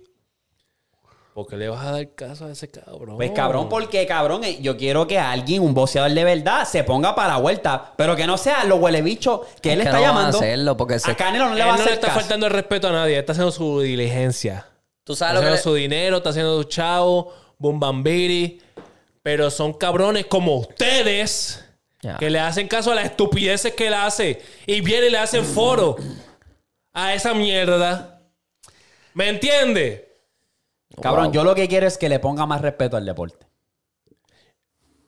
Speaker 2: ¿Por qué le vas a dar caso a ese cabrón?
Speaker 1: Pues cabrón, porque cabrón, Eh, yo quiero que alguien, un boxeador de verdad, se ponga para la vuelta, pero que no sea los huelebichos que él
Speaker 3: Es que
Speaker 1: está
Speaker 3: no van a
Speaker 1: llamando.
Speaker 3: hacerlo, porque se-
Speaker 1: a Canelo no
Speaker 2: Él
Speaker 1: le va a
Speaker 2: no le
Speaker 1: hacer
Speaker 2: está
Speaker 1: caso.
Speaker 2: faltando el respeto a nadie. Está haciendo su diligencia.
Speaker 3: Tú
Speaker 2: Está
Speaker 3: sabes lo que
Speaker 2: haciendo
Speaker 3: le-
Speaker 2: su dinero, está haciendo su chavo, bumbambiri. Pero son cabrones como ustedes
Speaker 3: Ya.
Speaker 2: que le hacen caso a las estupideces que él hace. Y vienen y le hacen foro a esa mierda. ¿Me entiendes?
Speaker 1: Cabrón,
Speaker 3: Wow.
Speaker 1: yo lo que quiero es que le ponga más respeto al deporte.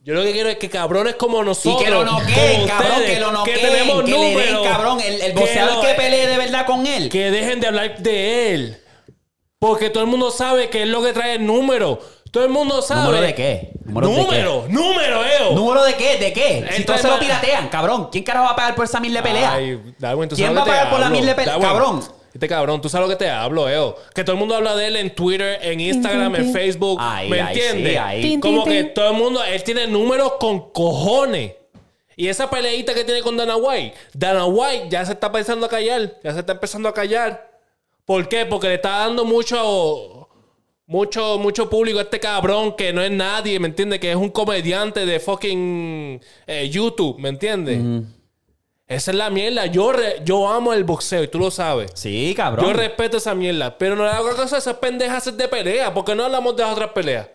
Speaker 2: Yo lo que quiero es que cabrones como
Speaker 1: Y
Speaker 2: nosotros.
Speaker 1: que lo noqueen,
Speaker 2: como
Speaker 1: cabrón,
Speaker 2: ustedes,
Speaker 1: que lo noqueen, que,
Speaker 2: tenemos
Speaker 1: le den,
Speaker 2: números,
Speaker 1: cabrón, el, el
Speaker 2: que
Speaker 1: boxeador
Speaker 2: lo- eh,
Speaker 1: que, pelee de verdad con él.
Speaker 2: que dejen de hablar de él. Porque todo el mundo sabe que es lo que trae el número. Todo el mundo sabe.
Speaker 1: ¿Número de qué? ¿Número de
Speaker 2: número, número, Eo.
Speaker 1: ¿Número de qué? ¿De qué? Si
Speaker 2: Entonces,
Speaker 1: todos se lo
Speaker 2: ma-
Speaker 1: piratean, cabrón. ¿Quién carajo va a pagar por esa mil de pelea?
Speaker 2: Ay, Darwin, tú
Speaker 1: ¿Quién
Speaker 2: sabes
Speaker 1: va a
Speaker 2: lo que te
Speaker 1: pagar por la
Speaker 2: hablo.
Speaker 1: mil de pelea?
Speaker 2: Darwin,
Speaker 1: Cabrón.
Speaker 2: Este cabrón, tú sabes lo que te hablo, Eo. Que todo el mundo habla de él en Twitter, en Instagram,
Speaker 5: tin,
Speaker 2: en
Speaker 5: tin.
Speaker 2: Facebook.
Speaker 1: Ahí,
Speaker 2: ¿Me
Speaker 1: ahí, sí,
Speaker 2: entiendes?
Speaker 1: ahí.
Speaker 5: Tin,
Speaker 2: Como
Speaker 5: tin,
Speaker 2: que
Speaker 5: tin.
Speaker 2: todo el mundo, él tiene números con cojones. Y esa peleita que tiene con Dana White, Dana White ya se está pensando a callar, ya se está empezando a callar. ¿Por qué? Porque le está dando mucho, mucho, mucho público a este cabrón que no es nadie, ¿me entiendes? Que es un comediante de fucking eh, YouTube, ¿me entiendes? Esa es la mierda. Yo, re- yo amo el boxeo y tú lo sabes.
Speaker 1: Sí, cabrón.
Speaker 2: Yo respeto esa mierda, pero no le hago caso a esas pendejas de pelea, porque no hablamos de las otras peleas.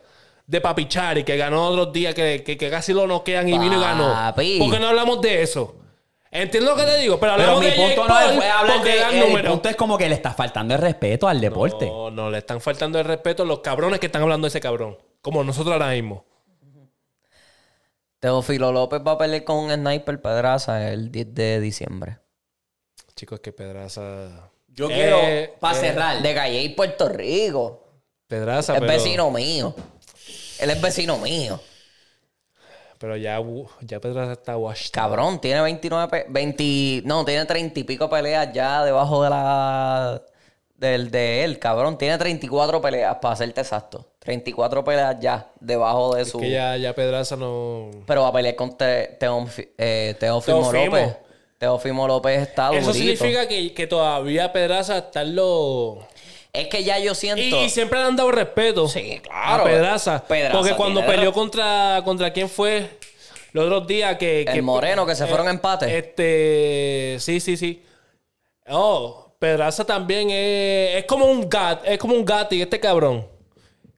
Speaker 2: De Papichari, que ganó otros días, que, que- que casi lo noquean y vino y ganó.
Speaker 3: Papi.
Speaker 2: Porque no hablamos de eso. Entiendo lo que te digo, pero
Speaker 1: pero
Speaker 2: hablamos
Speaker 1: mi
Speaker 2: de Jake
Speaker 1: punto no
Speaker 2: Paul
Speaker 1: es fue hablar
Speaker 2: porque
Speaker 1: de
Speaker 2: dan
Speaker 1: él. El
Speaker 2: números.
Speaker 1: punto es como que le está faltando el respeto al deporte.
Speaker 2: No, no, le están faltando el respeto a los cabrones que están hablando de ese cabrón. Como nosotros ahora mismo.
Speaker 3: Teofilo López va a pelear con un sniper pedraza el 10 de diciembre.
Speaker 2: Chicos, que Pedraza.
Speaker 1: Yo
Speaker 2: Eh,
Speaker 1: quiero, para
Speaker 2: eh,
Speaker 1: cerrar,
Speaker 3: De Calle y Puerto Rico.
Speaker 2: Pedraza,
Speaker 3: Es
Speaker 2: Ah, pero.
Speaker 3: vecino mío. Él es vecino mío.
Speaker 2: Pero ya, uh, ya Pedraza está washed.
Speaker 3: Cabrón, tiene 29 pe- 20, no, tiene 30 y pico peleas ya debajo de la del de él, cabrón, tiene 34 peleas para hacerte exacto. 34 peleas ya debajo de su
Speaker 2: Que ya, ya Pedraza no.
Speaker 3: Pero va a pelear con Te- Teonfi- eh, Teófimo
Speaker 2: Teofimo.
Speaker 3: López. Teófimo López está
Speaker 2: Eso
Speaker 3: durito.
Speaker 2: significa que, que todavía Pedraza está en los.
Speaker 3: Es que ya yo
Speaker 2: Y,
Speaker 3: siento...
Speaker 2: y siempre le han dado respeto.
Speaker 3: Sí, claro.
Speaker 2: A Pedraza.
Speaker 3: Pedraza
Speaker 2: Porque cuando
Speaker 3: tiene
Speaker 2: peleó
Speaker 3: ra-
Speaker 2: contra. ¿Contra quién fue? Los otros días que.
Speaker 3: El
Speaker 2: que- eh,
Speaker 3: moreno, que se fueron a empate.
Speaker 2: Este. Sí, sí, sí. Oh, Pedraza también es. Es como un gat. Es como un gati, este cabrón.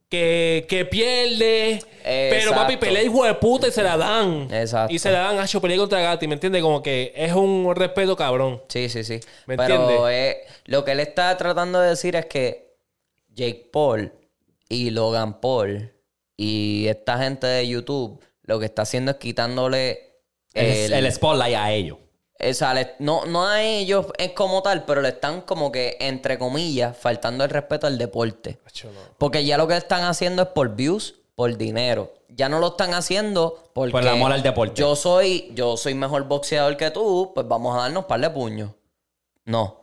Speaker 2: Que, que pierde. Pero
Speaker 3: Exacto.
Speaker 2: papi, pelea hijo de puta y se la dan.
Speaker 3: Exacto.
Speaker 2: Y se la dan a pelea contra Gatti, ¿me entiendes? Como que es un respeto cabrón.
Speaker 3: Sí, sí, sí.
Speaker 2: ¿Me
Speaker 3: Pero
Speaker 2: entiendes?
Speaker 3: eh, lo que él está tratando de decir es que Jake Paul y Logan Paul y esta gente de YouTube lo que está haciendo es quitándole
Speaker 1: el, el spotlight a ellos.
Speaker 3: o sea, le- no, no a ellos es como tal, pero le están como que, entre comillas, faltando el respeto al deporte.
Speaker 2: Acho, no.
Speaker 3: Porque ya lo que están haciendo es por views, por dinero. Ya no lo están haciendo porque...
Speaker 1: Por el amor al deporte.
Speaker 3: Yo soy, yo soy mejor boxeador que tú, pues vamos a darnos par de puños. No.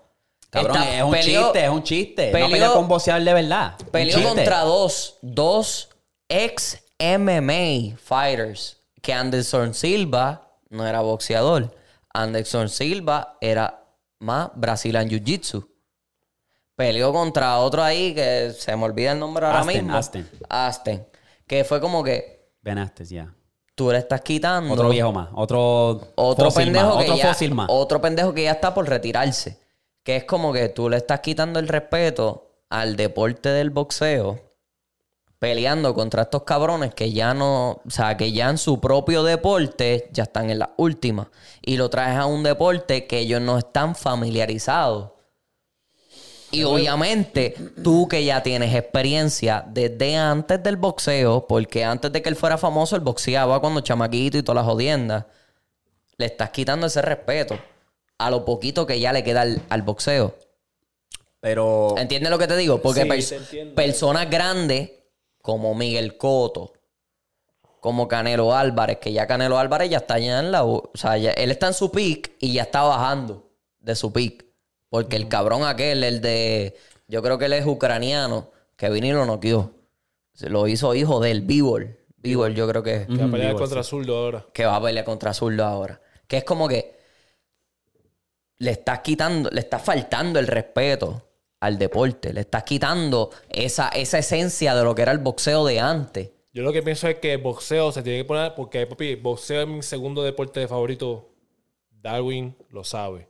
Speaker 1: Cabrón,
Speaker 3: Esta-
Speaker 1: es un
Speaker 3: peleó-
Speaker 1: chiste, es un chiste.
Speaker 3: peleó-
Speaker 1: no pelea con boxeador de verdad. Un
Speaker 3: Peleó
Speaker 1: chiste.
Speaker 3: contra dos, dos ex MMA fighters. Que Anderson Silva no era boxeador. Anderson Silva era más Brazilian Jiu Jitsu. Peleó contra otro ahí que se me olvida el nombre ahora
Speaker 1: Asten,
Speaker 3: mismo.
Speaker 1: Asten.
Speaker 3: Asten. Que fue como que
Speaker 1: Benastes, ya.
Speaker 3: tú le estás quitando.
Speaker 1: Otro viejo más. Otro,
Speaker 3: Mm. Otro
Speaker 1: fósil
Speaker 3: pendejo
Speaker 1: más.
Speaker 3: que
Speaker 1: Otro
Speaker 3: ya,
Speaker 1: fósil más.
Speaker 3: Otro pendejo que ya está por retirarse. Que es como que tú le estás quitando el respeto al deporte del boxeo peleando contra estos cabrones que ya no, o sea, que ya en su propio deporte ya están en las últimas. Y lo traes a un deporte que ellos no están familiarizados. Y obviamente, tú que ya tienes experiencia desde antes del boxeo, porque antes de que él fuera famoso, él boxeaba cuando chamaquito y todas las jodiendas le estás quitando ese respeto a lo poquito que ya le queda al, al boxeo.
Speaker 1: Pero
Speaker 3: ¿Entiendes lo que te digo? Porque
Speaker 2: Sí,
Speaker 3: pers-
Speaker 2: te entiendo.
Speaker 3: personas grandes como Miguel Coto, como Canelo Álvarez, que ya Canelo Álvarez ya está ya en la... O sea, ya- él está en su pick y ya está bajando de su pick. Porque el cabrón aquel, el de... Yo creo que él es ucraniano, que vino y lo noqueó. Se Lo hizo hijo del Bivol. Bivol yo creo que es
Speaker 2: Que va a pelear contra Zurdo ahora.
Speaker 3: que va a pelear contra Zurdo ahora. Que es como que le estás quitando, le estás faltando el respeto al deporte, le estás quitando esa, esa esencia de lo que era el boxeo de antes.
Speaker 2: Yo lo que pienso es que boxeo se tiene que poner, porque papi, boxeo es mi segundo deporte favorito. Darwin lo sabe.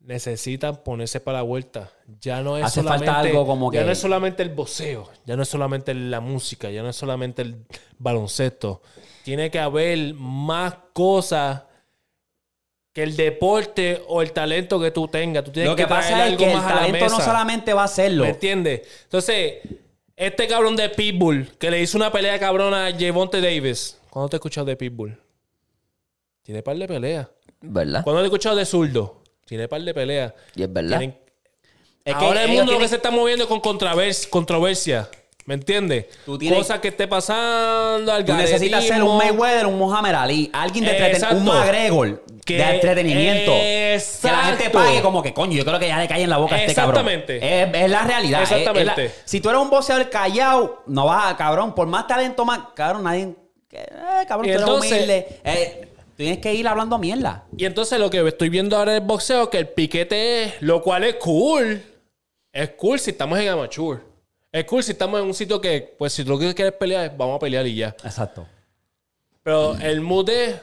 Speaker 2: Necesitan ponerse para la vuelta. Ya no es
Speaker 1: Hace
Speaker 2: solamente.
Speaker 1: falta algo como
Speaker 2: Ya
Speaker 1: que-
Speaker 2: no es solamente el boxeo. Ya no es solamente la música. Ya no es solamente el baloncesto. Tiene que haber más cosas que el deporte o el talento que tú tengas. Tú tienes
Speaker 1: lo que
Speaker 2: traer
Speaker 1: pasa es
Speaker 2: algo
Speaker 1: que el
Speaker 2: más a la
Speaker 1: talento no
Speaker 2: mesa.
Speaker 1: solamente va a hacerlo.
Speaker 2: ¿Me entiendes? Entonces, este cabrón de Pitbull que le hizo una pelea cabrona a Javonte Davis. ¿Cuándo te he escuchado de Pitbull? Tiene par de peleas.
Speaker 3: ¿Verdad?
Speaker 2: ¿Cuándo te he escuchado de Zurdo? Tiene par de peleas.
Speaker 3: Y es verdad.
Speaker 2: Tienen-
Speaker 1: Es que
Speaker 2: Ahora el
Speaker 1: ellos
Speaker 2: mundo lo que
Speaker 1: tienen-
Speaker 2: se está moviendo es con contravers- controversia. ¿Me entiendes?
Speaker 1: Tú tienes-
Speaker 2: Cosas que esté pasando, al
Speaker 1: Tú necesitas ser un Mayweather, un Mohamed Ali, alguien de entretenimiento, un
Speaker 2: Exacto.
Speaker 1: McGregor de
Speaker 2: Que-
Speaker 1: entretenimiento. Que la gente
Speaker 2: Exacto.
Speaker 1: pague como que, coño, yo creo que ya le cae en la boca a este cabrón.
Speaker 2: Exactamente.
Speaker 1: Es, es la realidad. es- es la-
Speaker 2: Exactamente.
Speaker 1: si tú eres un boxeador callado, no vas a, cabrón, por más talento, más, cabrón, nadie, que- eh, cabrón,
Speaker 2: Y
Speaker 1: tú eres
Speaker 2: entonces-
Speaker 1: humilde. Eh, tienes que ir hablando mierda.
Speaker 2: Y entonces lo que estoy viendo ahora en el boxeo es que el piquete es, lo cual es cool. Es cool si estamos en amateur. Es cool si estamos en un sitio que, pues si tú lo que quieres pelear, vamos a pelear y ya.
Speaker 1: Exacto.
Speaker 2: Pero el mood es,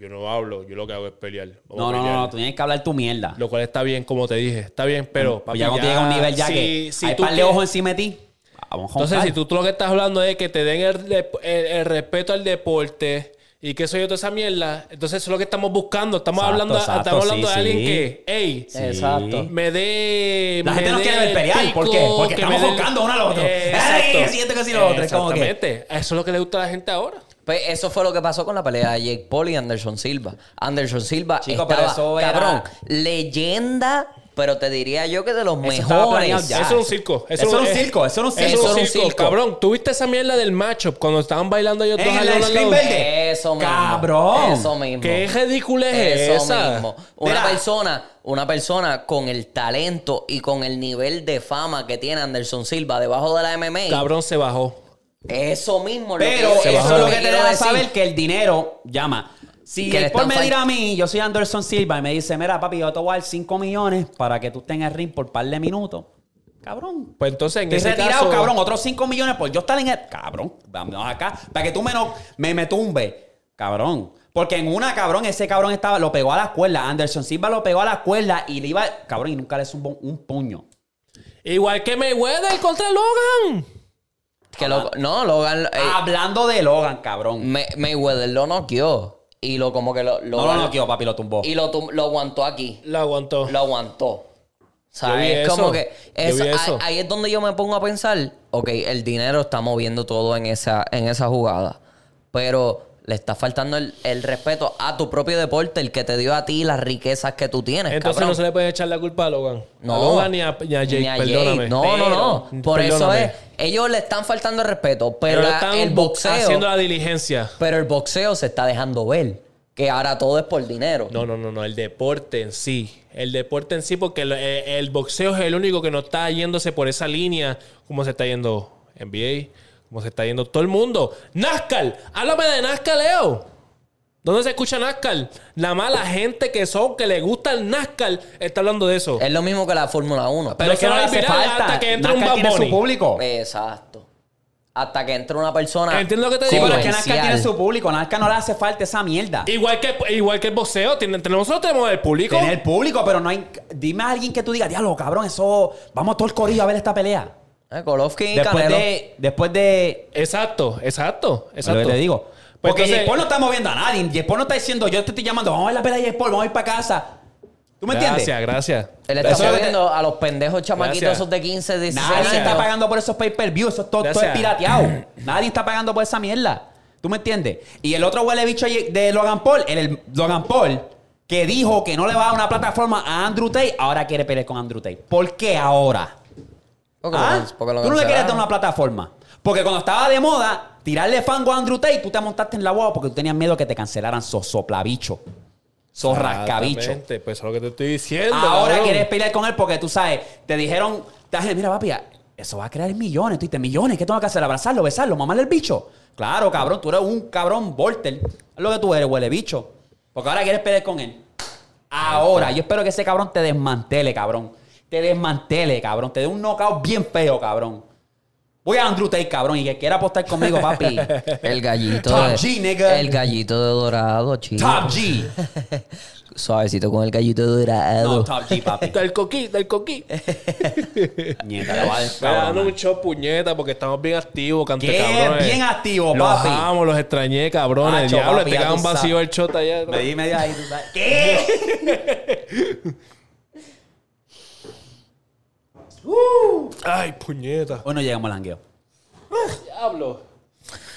Speaker 2: yo no hablo, yo lo que hago es pelear. Vamos
Speaker 1: No,
Speaker 2: a
Speaker 1: no, no,
Speaker 2: pelear.
Speaker 1: no, tú tienes que hablar tu mierda.
Speaker 2: Oh, Lo cual está bien, como te dije. Está bien, pero... papi,
Speaker 1: pues ya cuando llega a un nivel ya
Speaker 2: si-
Speaker 1: que
Speaker 2: si
Speaker 1: hay
Speaker 2: tú
Speaker 1: par de
Speaker 2: quieres-
Speaker 1: ojos encima de ti, vamos a
Speaker 2: Entonces,
Speaker 1: joncar.
Speaker 2: si tú, tú lo que estás hablando es que te den el, dep- el- el respeto al deporte y que soy yo toda esa mierda, entonces eso es lo que estamos buscando. Estamos
Speaker 1: Exacto,
Speaker 2: hablando,
Speaker 1: exacto,
Speaker 2: estamos hablando
Speaker 1: sí,
Speaker 2: de alguien
Speaker 1: sí.
Speaker 2: que, hey,
Speaker 1: Sí.
Speaker 3: Exacto.
Speaker 2: me dé.
Speaker 1: La
Speaker 2: me
Speaker 1: gente no
Speaker 2: dé
Speaker 1: quiere ver
Speaker 2: el
Speaker 1: pelear. ¿Por qué?
Speaker 2: pico,
Speaker 1: Porque
Speaker 2: que
Speaker 1: estamos
Speaker 2: me dé el-
Speaker 1: jocando uno al otro.
Speaker 2: Exacto.
Speaker 1: ¡Ey! Siento que sí, lo otro. Es como que-
Speaker 2: Exactamente. Eso es lo que le gusta a la gente ahora.
Speaker 3: Pues eso fue lo que pasó con la pelea de Jake Paul y Anderson Silva. Anderson Silva
Speaker 1: Chico, pero
Speaker 3: estaba,
Speaker 1: eso era-
Speaker 3: cabrón, leyenda, pero te diría yo que de los
Speaker 1: estaba planeado
Speaker 3: mejores.
Speaker 1: ya.
Speaker 2: Eso era un circo.
Speaker 1: Eso era un circo, eso era un circo.
Speaker 2: Eso era un circo. Cabrón, tuviste esa mierda del matchup cuando estaban bailando ellos dos
Speaker 1: En
Speaker 2: al
Speaker 1: el
Speaker 2: lado al
Speaker 1: screen
Speaker 2: lado?
Speaker 1: verde.
Speaker 3: Eso mismo.
Speaker 1: Cabrón.
Speaker 3: Eso mismo.
Speaker 2: Qué ridícula es
Speaker 3: Eso
Speaker 2: esa.
Speaker 3: mismo. Una
Speaker 1: Mira.
Speaker 3: persona, una persona con el talento y con el nivel de fama que tiene Anderson Silva debajo de la MMA.
Speaker 2: Cabrón se bajó.
Speaker 3: Eso mismo. es lo
Speaker 1: Pero
Speaker 3: que-
Speaker 1: eso es lo que te
Speaker 3: quiero
Speaker 1: da a
Speaker 3: decir.
Speaker 1: saber que el dinero llama. Si
Speaker 3: Que le
Speaker 1: Jake Paul
Speaker 3: están
Speaker 1: me dirá a
Speaker 3: fight-
Speaker 1: mí, yo soy Anderson Silva, y me dice, mira, papi, yo te voy a dar 5 millones para que tú estés en el ring por par de minutos. Cabrón.
Speaker 2: Pues entonces en
Speaker 1: Te he
Speaker 2: ese
Speaker 1: retirado,
Speaker 2: caso,
Speaker 1: cabrón, otros 5 millones por yo estar en el... Cabrón, vamos acá. Para que tú me, no- me, me tumbe. Cabrón. Porque en una, cabrón, ese cabrón estaba, lo pegó a la cuerda. Anderson Silva lo pegó a la cuerda y le iba... Cabrón, y nunca le zumbó un puño.
Speaker 2: Igual que Mayweather contra Logan.
Speaker 3: Que lo- no, Logan. eh,
Speaker 1: Hablando de Logan, cabrón.
Speaker 3: May- Mayweather lo noqueó. Y lo como que lo. lo
Speaker 1: No lo noqueó, papi, lo tumbó.
Speaker 3: Y lo, tum- lo aguantó aquí.
Speaker 2: Lo aguantó.
Speaker 3: Lo aguantó. O sea,
Speaker 2: Yo vi
Speaker 3: es
Speaker 2: eso.
Speaker 3: como que.
Speaker 2: Yo
Speaker 3: eso-
Speaker 2: vi
Speaker 3: ahí-
Speaker 2: eso.
Speaker 3: Ahí, es donde yo me pongo a pensar. Ok, el dinero está moviendo todo en esa, en esa jugada. Pero le está faltando el, el respeto a tu propio deporte, el que te dio a ti las riquezas que tú tienes.
Speaker 2: Entonces
Speaker 3: cabrón.
Speaker 2: no se le puede echar la culpa a Logan.
Speaker 3: No.
Speaker 2: A Logan ni a, ni a Jake,
Speaker 3: Ni a Jake.
Speaker 2: perdóname.
Speaker 3: No, no, no.
Speaker 2: Pero-
Speaker 3: Por eso
Speaker 2: perdóname.
Speaker 3: es. Ellos le están faltando el respeto, pero,
Speaker 2: Pero
Speaker 3: la-
Speaker 2: están
Speaker 3: el boxeo.
Speaker 2: haciendo la diligencia.
Speaker 3: Pero el boxeo se está dejando ver. Que ahora todo es por dinero.
Speaker 2: No, no, no, no. El deporte en sí. El deporte en sí, porque el, el- el boxeo es el único que no está yéndose por esa línea. Como se está yendo NBA, como se está yendo todo el mundo. NASCAR, háblame de NASCAR, Leo. ¿Dónde se escucha NASCAR? Nada más la gente que son, que le gusta el NASCAR, está hablando de eso.
Speaker 1: Eh.
Speaker 3: Es lo mismo que la Fórmula 1.
Speaker 2: Pero es que no
Speaker 1: le
Speaker 2: hay viral hasta que entre un
Speaker 1: NASCAR
Speaker 2: Bad
Speaker 1: tiene su
Speaker 2: Bunny.
Speaker 1: público.
Speaker 3: Exacto. Hasta que entre una persona.
Speaker 2: Entiendo que te
Speaker 1: Sí,
Speaker 2: digo,
Speaker 1: pero es que NASCAR
Speaker 3: comercial.
Speaker 1: tiene su público. NASCAR no le hace falta esa mierda.
Speaker 2: Igual que, igual que el boxeo, tiene- entre nosotros tenemos el público.
Speaker 1: Tiene el público, pero no hay... Dime a alguien que tú digas, diablo, cabrón, eso... Vamos todo el corillo a ver esta pelea.
Speaker 3: Eh, Golovkin y
Speaker 1: Después
Speaker 3: Canelo.
Speaker 1: de... Después de...
Speaker 2: Exacto, exacto,
Speaker 1: Es lo
Speaker 2: exacto.
Speaker 1: que te digo.
Speaker 2: Pues
Speaker 1: Porque
Speaker 2: entonces-
Speaker 1: Jake Paul no está moviendo a nadie. Jake Paul no está diciendo, yo te estoy llamando, vamos a ver la pelea de Jake Paul, vamos a ir para casa. ¿Tú me entiendes?
Speaker 2: Gracias, gracias.
Speaker 3: Él
Speaker 1: Eso es
Speaker 3: está
Speaker 1: lo que
Speaker 3: moviendo a los pendejos chamaquitos
Speaker 2: Gracias.
Speaker 3: esos de 15, 16
Speaker 1: Nadie está
Speaker 3: años.
Speaker 1: pagando por esos pay-per-view, eso es todo, todo es
Speaker 2: Gracias.
Speaker 3: (clears throat)
Speaker 1: pirateado. Nadie está pagando por esa mierda. ¿Tú me entiendes? Y el otro huele bicho de Logan Paul, el, el Logan Paul, que dijo que no le va a dar una plataforma a Andrew Tate, ahora quiere pelear con Andrew Tate. ¿Por qué ahora?
Speaker 3: Porque lo
Speaker 1: ¿Ah?
Speaker 3: can- porque lo
Speaker 1: tú no le querías
Speaker 3: cancelaron.
Speaker 1: dar una plataforma. Porque cuando estaba de moda, tirarle fango a Andrew Tate, tú te montaste en la guagua porque tú tenías miedo que te cancelaran. Sos soplabicho. Sos rascabicho.
Speaker 2: Exactamente, Pues eso es lo que te estoy diciendo.
Speaker 1: Ahora
Speaker 2: cabrón.
Speaker 1: quieres pelear con él porque tú sabes, te dijeron, te dije, mira papi, eso va a crear millones. Tú dices, millones, ¿qué tengo que hacer? ¿Abrazarlo, besarlo, mamarle el bicho? Claro, cabrón, tú eres un cabrón Volter. Es lo que tú eres, huele bicho. Porque ahora quieres pelear con él. Ahora, yo espero que ese cabrón te desmantele, cabrón. Te desmantele, cabrón. Te dé un knockout bien feo, cabrón. Voy a Andrew Tate, cabrón, y que quiera apostar conmigo, papi.
Speaker 3: El gallito.
Speaker 1: Top
Speaker 3: de,
Speaker 1: G, nigga.
Speaker 3: El gallito de dorado, chico.
Speaker 1: Top G.
Speaker 3: Suavecito con el gallito de dorado.
Speaker 1: No, Top G, papi.
Speaker 2: Del coquí,
Speaker 1: (laughs)
Speaker 2: del coquí.
Speaker 1: Nieta, la va a
Speaker 2: Me dan
Speaker 1: cabrón.
Speaker 2: un show puñeta porque estamos bien activos, cante
Speaker 1: Qué
Speaker 2: cabrones.
Speaker 1: bien activo,
Speaker 2: los
Speaker 1: papi.
Speaker 2: amo, los extrañé, cabrones.
Speaker 1: Macho,
Speaker 2: Diablo,
Speaker 1: papi,
Speaker 2: este te
Speaker 1: ya
Speaker 2: quedan
Speaker 1: tú
Speaker 2: vacío el shot allá.
Speaker 1: Me di media ahí, tú sabes. ¿Qué?
Speaker 2: Ay, puñeta.
Speaker 1: (laughs) Hoy no llegamos al jangueo.
Speaker 2: Diablo.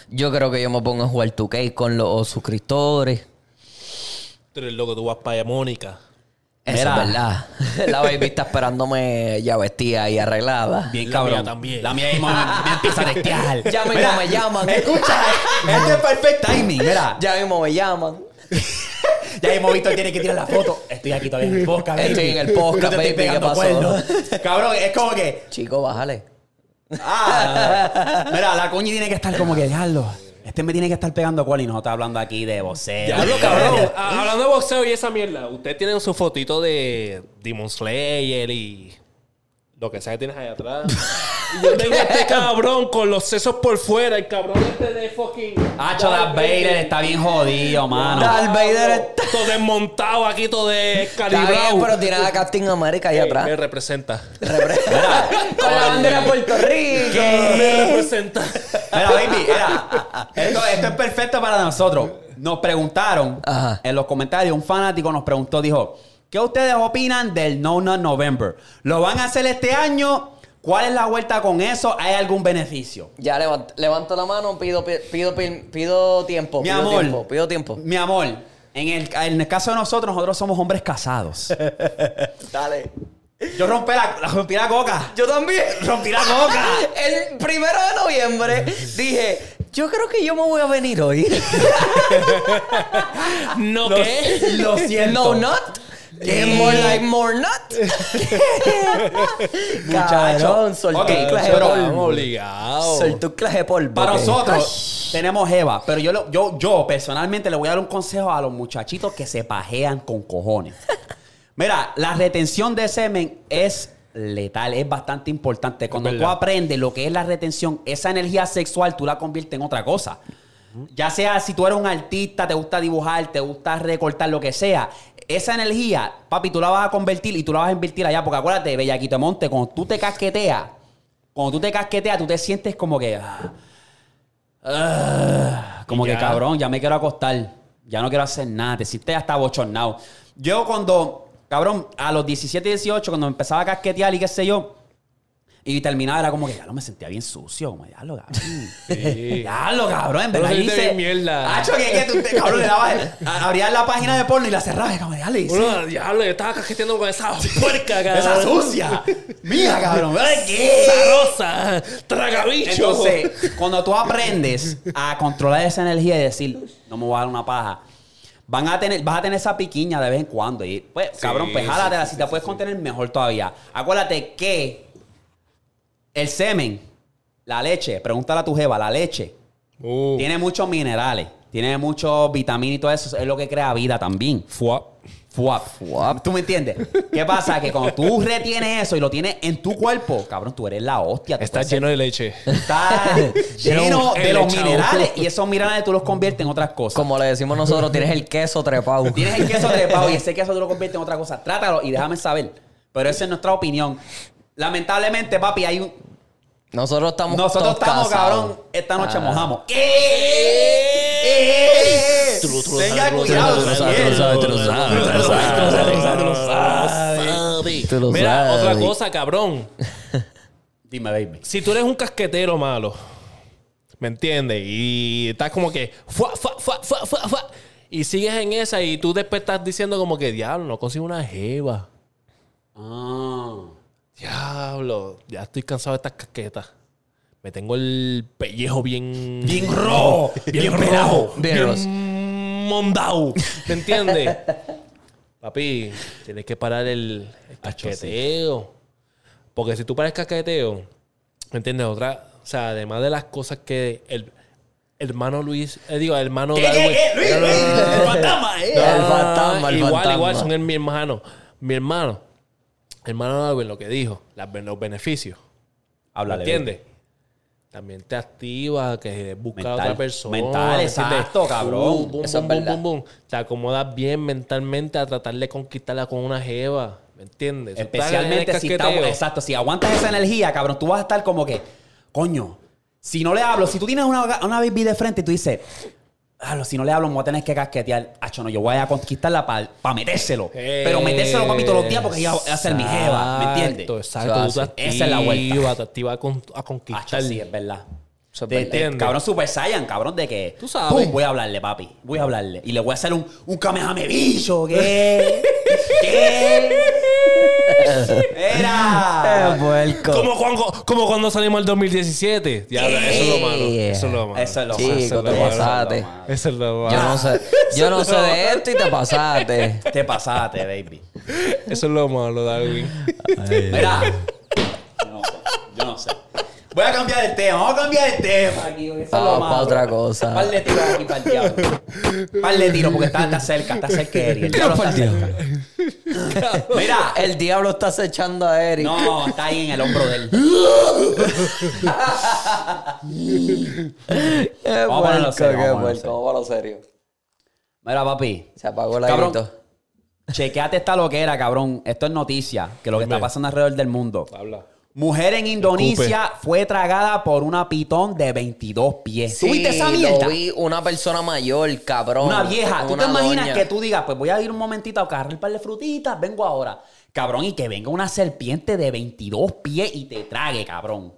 Speaker 3: Yo creo que yo me pongo a jugar 2K con los suscriptores.
Speaker 2: Tú eres loco, tú vas para allá, Mónica.
Speaker 3: Eso
Speaker 1: Mira.
Speaker 3: es verdad. (laughs) La baby está esperándome ya vestida y arreglada.
Speaker 1: Bien
Speaker 2: La
Speaker 1: cabrón.
Speaker 2: mía también.
Speaker 1: La mía ahí, mami, me empieza a testear.
Speaker 3: Ya mismo
Speaker 1: Mira,
Speaker 3: me llaman.
Speaker 1: Escucha, este es perfect timing. Mira,
Speaker 3: Ya mismo me llaman.
Speaker 1: ya mismo Víctor tiene que tirar la foto. Estoy aquí todavía en el podcast, baby.
Speaker 3: Estoy en el podcast,
Speaker 1: Yo te estoy
Speaker 3: baby, ¿qué
Speaker 1: pegando
Speaker 3: pasó?
Speaker 1: cuernos. Cabrón, es como que...
Speaker 3: Chico, bájale.
Speaker 1: Ah, mira, la coña tiene que estar como que, diablo, este me tiene que estar pegando cuál y no está hablando aquí de voceo.
Speaker 2: Diablo, cabrón. Ah, (laughs) Hablando de boxeo y esa mierda, ustedes tienen su fotito de Demon Slayer y lo que sea que tienes ahí
Speaker 1: (laughs)
Speaker 2: atrás. Y yo tengo este cabrón con los sesos por fuera, el cabrón este de fucking.
Speaker 1: Hacho, Darth Vader está bien jodido, mano.
Speaker 3: Darth Vader está-
Speaker 2: Todo desmontado aquí, todo
Speaker 3: Está bien, pero
Speaker 2: descalibrado.
Speaker 3: tiene la Captain America ahí
Speaker 2: Me
Speaker 3: atrás.
Speaker 2: representa.
Speaker 3: (laughs) Repre- (laughs) Con la bandera de Puerto Rico.
Speaker 2: Me representa.
Speaker 1: Mira, baby, mira. Esto, esto es perfecto para nosotros. Nos preguntaron
Speaker 3: Ajá.
Speaker 1: en los comentarios, un fanático nos preguntó, dijo, ¿qué ustedes opinan del No No November? ¿Lo van a hacer este año? ¿Cuál es la vuelta con eso? ¿Hay algún beneficio?
Speaker 3: Ya levanto, levanto la mano, pido, pi- pido, pi- pido tiempo.
Speaker 1: Mi
Speaker 3: pido
Speaker 1: amor.
Speaker 3: tiempo, pido tiempo.
Speaker 1: Mi amor, en el, en el caso de nosotros, nosotros somos hombres casados.
Speaker 3: Dale.
Speaker 1: Yo rompí la, la- rompí la coca.
Speaker 3: Yo también. (laughs)
Speaker 1: Rompí la coca.
Speaker 3: El primero de noviembre dije, yo creo que yo me voy a venir (laughs) hoy.
Speaker 2: No,
Speaker 1: Lo-
Speaker 2: ¿qué?
Speaker 1: Lo siento.
Speaker 3: No, not.
Speaker 1: ¿Qué?
Speaker 3: Eh, More like more (laughs) not. Cabrón, soltó
Speaker 1: Ok,
Speaker 3: un claje de
Speaker 1: pero-
Speaker 3: polvo.
Speaker 2: Obligado.
Speaker 3: Soltó un claje de polvo.
Speaker 1: Para
Speaker 3: Ok.
Speaker 1: nosotros tenemos Eva, pero yo, lo- yo, yo personalmente le voy a dar un consejo a los muchachitos que se pajean con
Speaker 3: (laughs)
Speaker 1: cojones. Mira, la retención de semen es letal, es bastante importante. Cuando tú
Speaker 2: verdad.
Speaker 1: aprendes lo que es la retención, esa energía sexual tú la conviertes en otra cosa. Ya sea si tú eres un artista, te gusta dibujar, te gusta recortar, lo que sea. Esa energía, papi, tú la vas a convertir y tú la vas a invertir allá. Porque acuérdate, Bellaquito de Monte, cuando tú te casqueteas, cuando tú te casqueteas, tú te sientes como que... ah, ah, como
Speaker 2: Y
Speaker 1: que
Speaker 2: ya.
Speaker 1: cabrón, ya me quiero acostar. Ya no quiero hacer nada. Te sientes hasta bochornado. Yo cuando, cabrón, a los 17, 18, cuando me empezaba a casquetear y qué sé yo... Y terminaba, era como que ya lo me sentía bien sucio. Como ya lo cabrón.
Speaker 2: (laughs)
Speaker 1: Ya lo cabrón, en
Speaker 2: Pero
Speaker 1: verdad.
Speaker 2: sí
Speaker 1: ahí
Speaker 2: te vi mierda.
Speaker 1: Hacho, que, que tú te, cabrón, le dabas. a- Abrías la página de porno y la cerrabas. Como ya le hice.
Speaker 2: Uno, diablo, yo estaba cajeteando con esa
Speaker 3: (laughs)
Speaker 2: puerca, cabrón.
Speaker 1: Esa
Speaker 2: (laughs)
Speaker 1: sucia. Mía, cabrón. ¿verdad? ¿Qué?
Speaker 2: Zarosa, tragabicho.
Speaker 1: Entonces, cuando tú aprendes a controlar esa energía y decir, no me voy a dar una paja, van a tener, vas a tener esa piquiña de vez en cuando. Y pues, cabrón, pues
Speaker 2: sí,
Speaker 1: jálatela. si te puedes contener, mejor todavía. Acuérdate que el semen, la leche, pregúntale a tu jeva, la leche.
Speaker 2: Uh.
Speaker 1: Tiene muchos minerales, tiene muchos vitaminas y todo eso. Es lo que crea vida también.
Speaker 2: Fua.
Speaker 1: Fuap. ¿Tú me entiendes? ¿Qué pasa? Que cuando tú retienes eso y lo tienes en tu cuerpo, cabrón, tú eres la hostia. Tú
Speaker 2: Está
Speaker 1: puedes
Speaker 2: lleno de leche.
Speaker 1: ser-
Speaker 2: (laughs)
Speaker 1: Está lleno de
Speaker 2: L,
Speaker 1: los
Speaker 2: chavo.
Speaker 1: minerales y esos minerales tú los conviertes en otras cosas.
Speaker 3: Como le decimos nosotros, tienes el queso trepado.
Speaker 1: Tienes el queso trepado y ese queso tú lo conviertes en otra cosa. Trátalo y déjame saber. Pero esa es nuestra opinión. Lamentablemente, papi, hay un...
Speaker 3: Nosotros estamos
Speaker 1: nosotros
Speaker 3: todos
Speaker 1: estamos,
Speaker 3: casados.
Speaker 1: cabrón, esta noche
Speaker 3: Ah.
Speaker 1: mojamos. ¡Eh! ¡Eh!
Speaker 2: Tú, tú lo
Speaker 1: Tenga
Speaker 2: sabes, tú lo
Speaker 1: cuidado,
Speaker 2: sabes, tú lo
Speaker 1: Daniel.
Speaker 3: sabes, tú lo sabes, tú lo sabes, tú lo sabes, tú lo sabes, tú lo
Speaker 2: sabes.
Speaker 3: Tú lo
Speaker 2: Mira,
Speaker 3: sabes.
Speaker 2: otra cosa, cabrón.
Speaker 1: Dime, baby.
Speaker 2: Si tú eres un casquetero malo, ¿me entiendes? Y estás como que fua, fua, fua, fua, fua, fua, y sigues en esa y tú después estás diciendo como que diablo, no consigo una jeva. Diablo, ya estoy cansado de estas casquetas. Me tengo el pellejo bien
Speaker 1: Bien rojo, bien pelado.
Speaker 3: Bien rosa.
Speaker 2: bien mondao.
Speaker 1: (laughs)
Speaker 2: ¿Me entiendes? Papi, tienes que parar el, el casqueteo. Porque si tú paras el casqueteo, ¿me entiendes? Otra, o sea, además de las cosas que el hermano Luis, eh, digo, hermano
Speaker 1: ¿Qué, qué,
Speaker 2: Darwin-
Speaker 1: qué? Luis,
Speaker 2: No, no,
Speaker 1: Luis,
Speaker 2: no, no, no.
Speaker 1: el fantasma, eh.
Speaker 3: No, El fantasma, el
Speaker 2: igual,
Speaker 3: fantasma.
Speaker 2: igual, son el- mi hermano. Mi hermano, hermano Darwin, lo que dijo, las ben- los beneficios. ¿Me
Speaker 1: Háblale,
Speaker 2: entiendes? También te activa, que busca a
Speaker 1: Mental.
Speaker 2: otra persona.
Speaker 1: Mental,
Speaker 2: ¿me
Speaker 1: exacto,
Speaker 2: entiendes?
Speaker 1: cabrón.
Speaker 2: Bum, bum,
Speaker 3: Eso es
Speaker 2: bum, bum,
Speaker 3: verdad.
Speaker 2: bum, bum. Te acomodas bien mentalmente a tratar de conquistarla con una jeva. ¿Me entiendes? Eso está en
Speaker 1: Especialmente
Speaker 2: el
Speaker 1: si está,
Speaker 2: casqueteo.
Speaker 1: exacto, si aguantas esa energía, cabrón, tú vas a estar como que, coño, si no le hablo, si tú tienes una, una baby de frente y tú dices, "Hablo, si no le hablo, me voy a tener que casquetear, acho, no, yo voy a conquistarla para metérselo.
Speaker 2: Eh,
Speaker 1: Pero metérselo, papi, todos los días porque ella va a ser mi jeva, ¿me
Speaker 2: Exacto,
Speaker 1: entiendes?
Speaker 2: exacto.
Speaker 3: Eso
Speaker 2: Tú te
Speaker 1: hace. Esa es la vuelta.
Speaker 2: activas, Te activa a, con- a
Speaker 1: Acho,
Speaker 2: conquistar.
Speaker 1: sí, es verdad.
Speaker 3: Eso es
Speaker 1: De- de-
Speaker 3: verdad.
Speaker 2: entiendo.
Speaker 1: cabrón Super Saiyan, cabrón, de que.
Speaker 2: Tú sabes.
Speaker 1: Pum, voy a hablarle, papi. Voy a hablarle. Y le voy a hacer un, un Kamehame bicho.
Speaker 2: (laughs)
Speaker 1: ¿Qué? ¿Qué?
Speaker 3: Eh,
Speaker 1: Era.
Speaker 3: puerco.
Speaker 2: Como cuando, como cuando salimos el 2017. Ya, eso es lo malo.
Speaker 3: Yeah.
Speaker 2: Eso es lo malo.
Speaker 1: Eso es lo
Speaker 3: Chico,
Speaker 1: más.
Speaker 3: te pasaste.
Speaker 2: Eso es lo
Speaker 3: Yo
Speaker 2: malo.
Speaker 3: no sé, yo no
Speaker 1: (laughs)
Speaker 3: sé de esto y te pasaste.
Speaker 1: Te pasaste, baby.
Speaker 2: Eso es lo malo, Darwin.
Speaker 1: Mira. Yo no sé. Yo no sé. Voy a cambiar el tema. Vamos a cambiar el tema aquí. porque eso es lo
Speaker 3: Ah, pa'
Speaker 1: malo.
Speaker 3: otra cosa.
Speaker 1: Par de tiros aquí para el diablo. Par de tiros porque está, está cerca. Está cerca de Eric. El diablo está cerca. Mira.
Speaker 3: El diablo está acechando a Eric.
Speaker 1: No, está ahí en el hombro de él.
Speaker 3: Qué
Speaker 1: Vamos a ponerlo
Speaker 3: puerco,
Speaker 1: serio, vamos a ponerlo
Speaker 3: qué puerco.
Speaker 1: serio.
Speaker 3: Vamos a lo serio.
Speaker 1: Mira, papi.
Speaker 3: Se apagó el
Speaker 1: Cabrón.
Speaker 3: aguito.
Speaker 1: Chequeate esta loquera, cabrón. Esto es noticia, que lo que está
Speaker 2: Dime.
Speaker 1: pasando alrededor del mundo.
Speaker 2: Habla.
Speaker 1: Mujer en Indonesia fue tragada por una pitón de 22 pies. ¿Tú viste esa mierda?
Speaker 3: Lo vi una persona mayor, cabrón.
Speaker 1: Una vieja. ¿Tú te
Speaker 3: Una
Speaker 1: imaginas
Speaker 3: doña.
Speaker 1: que tú digas, pues voy a ir un momentito a agarrar un par de frutitas, vengo ahora? Cabrón, y que venga una serpiente de 22 pies y te trague, cabrón.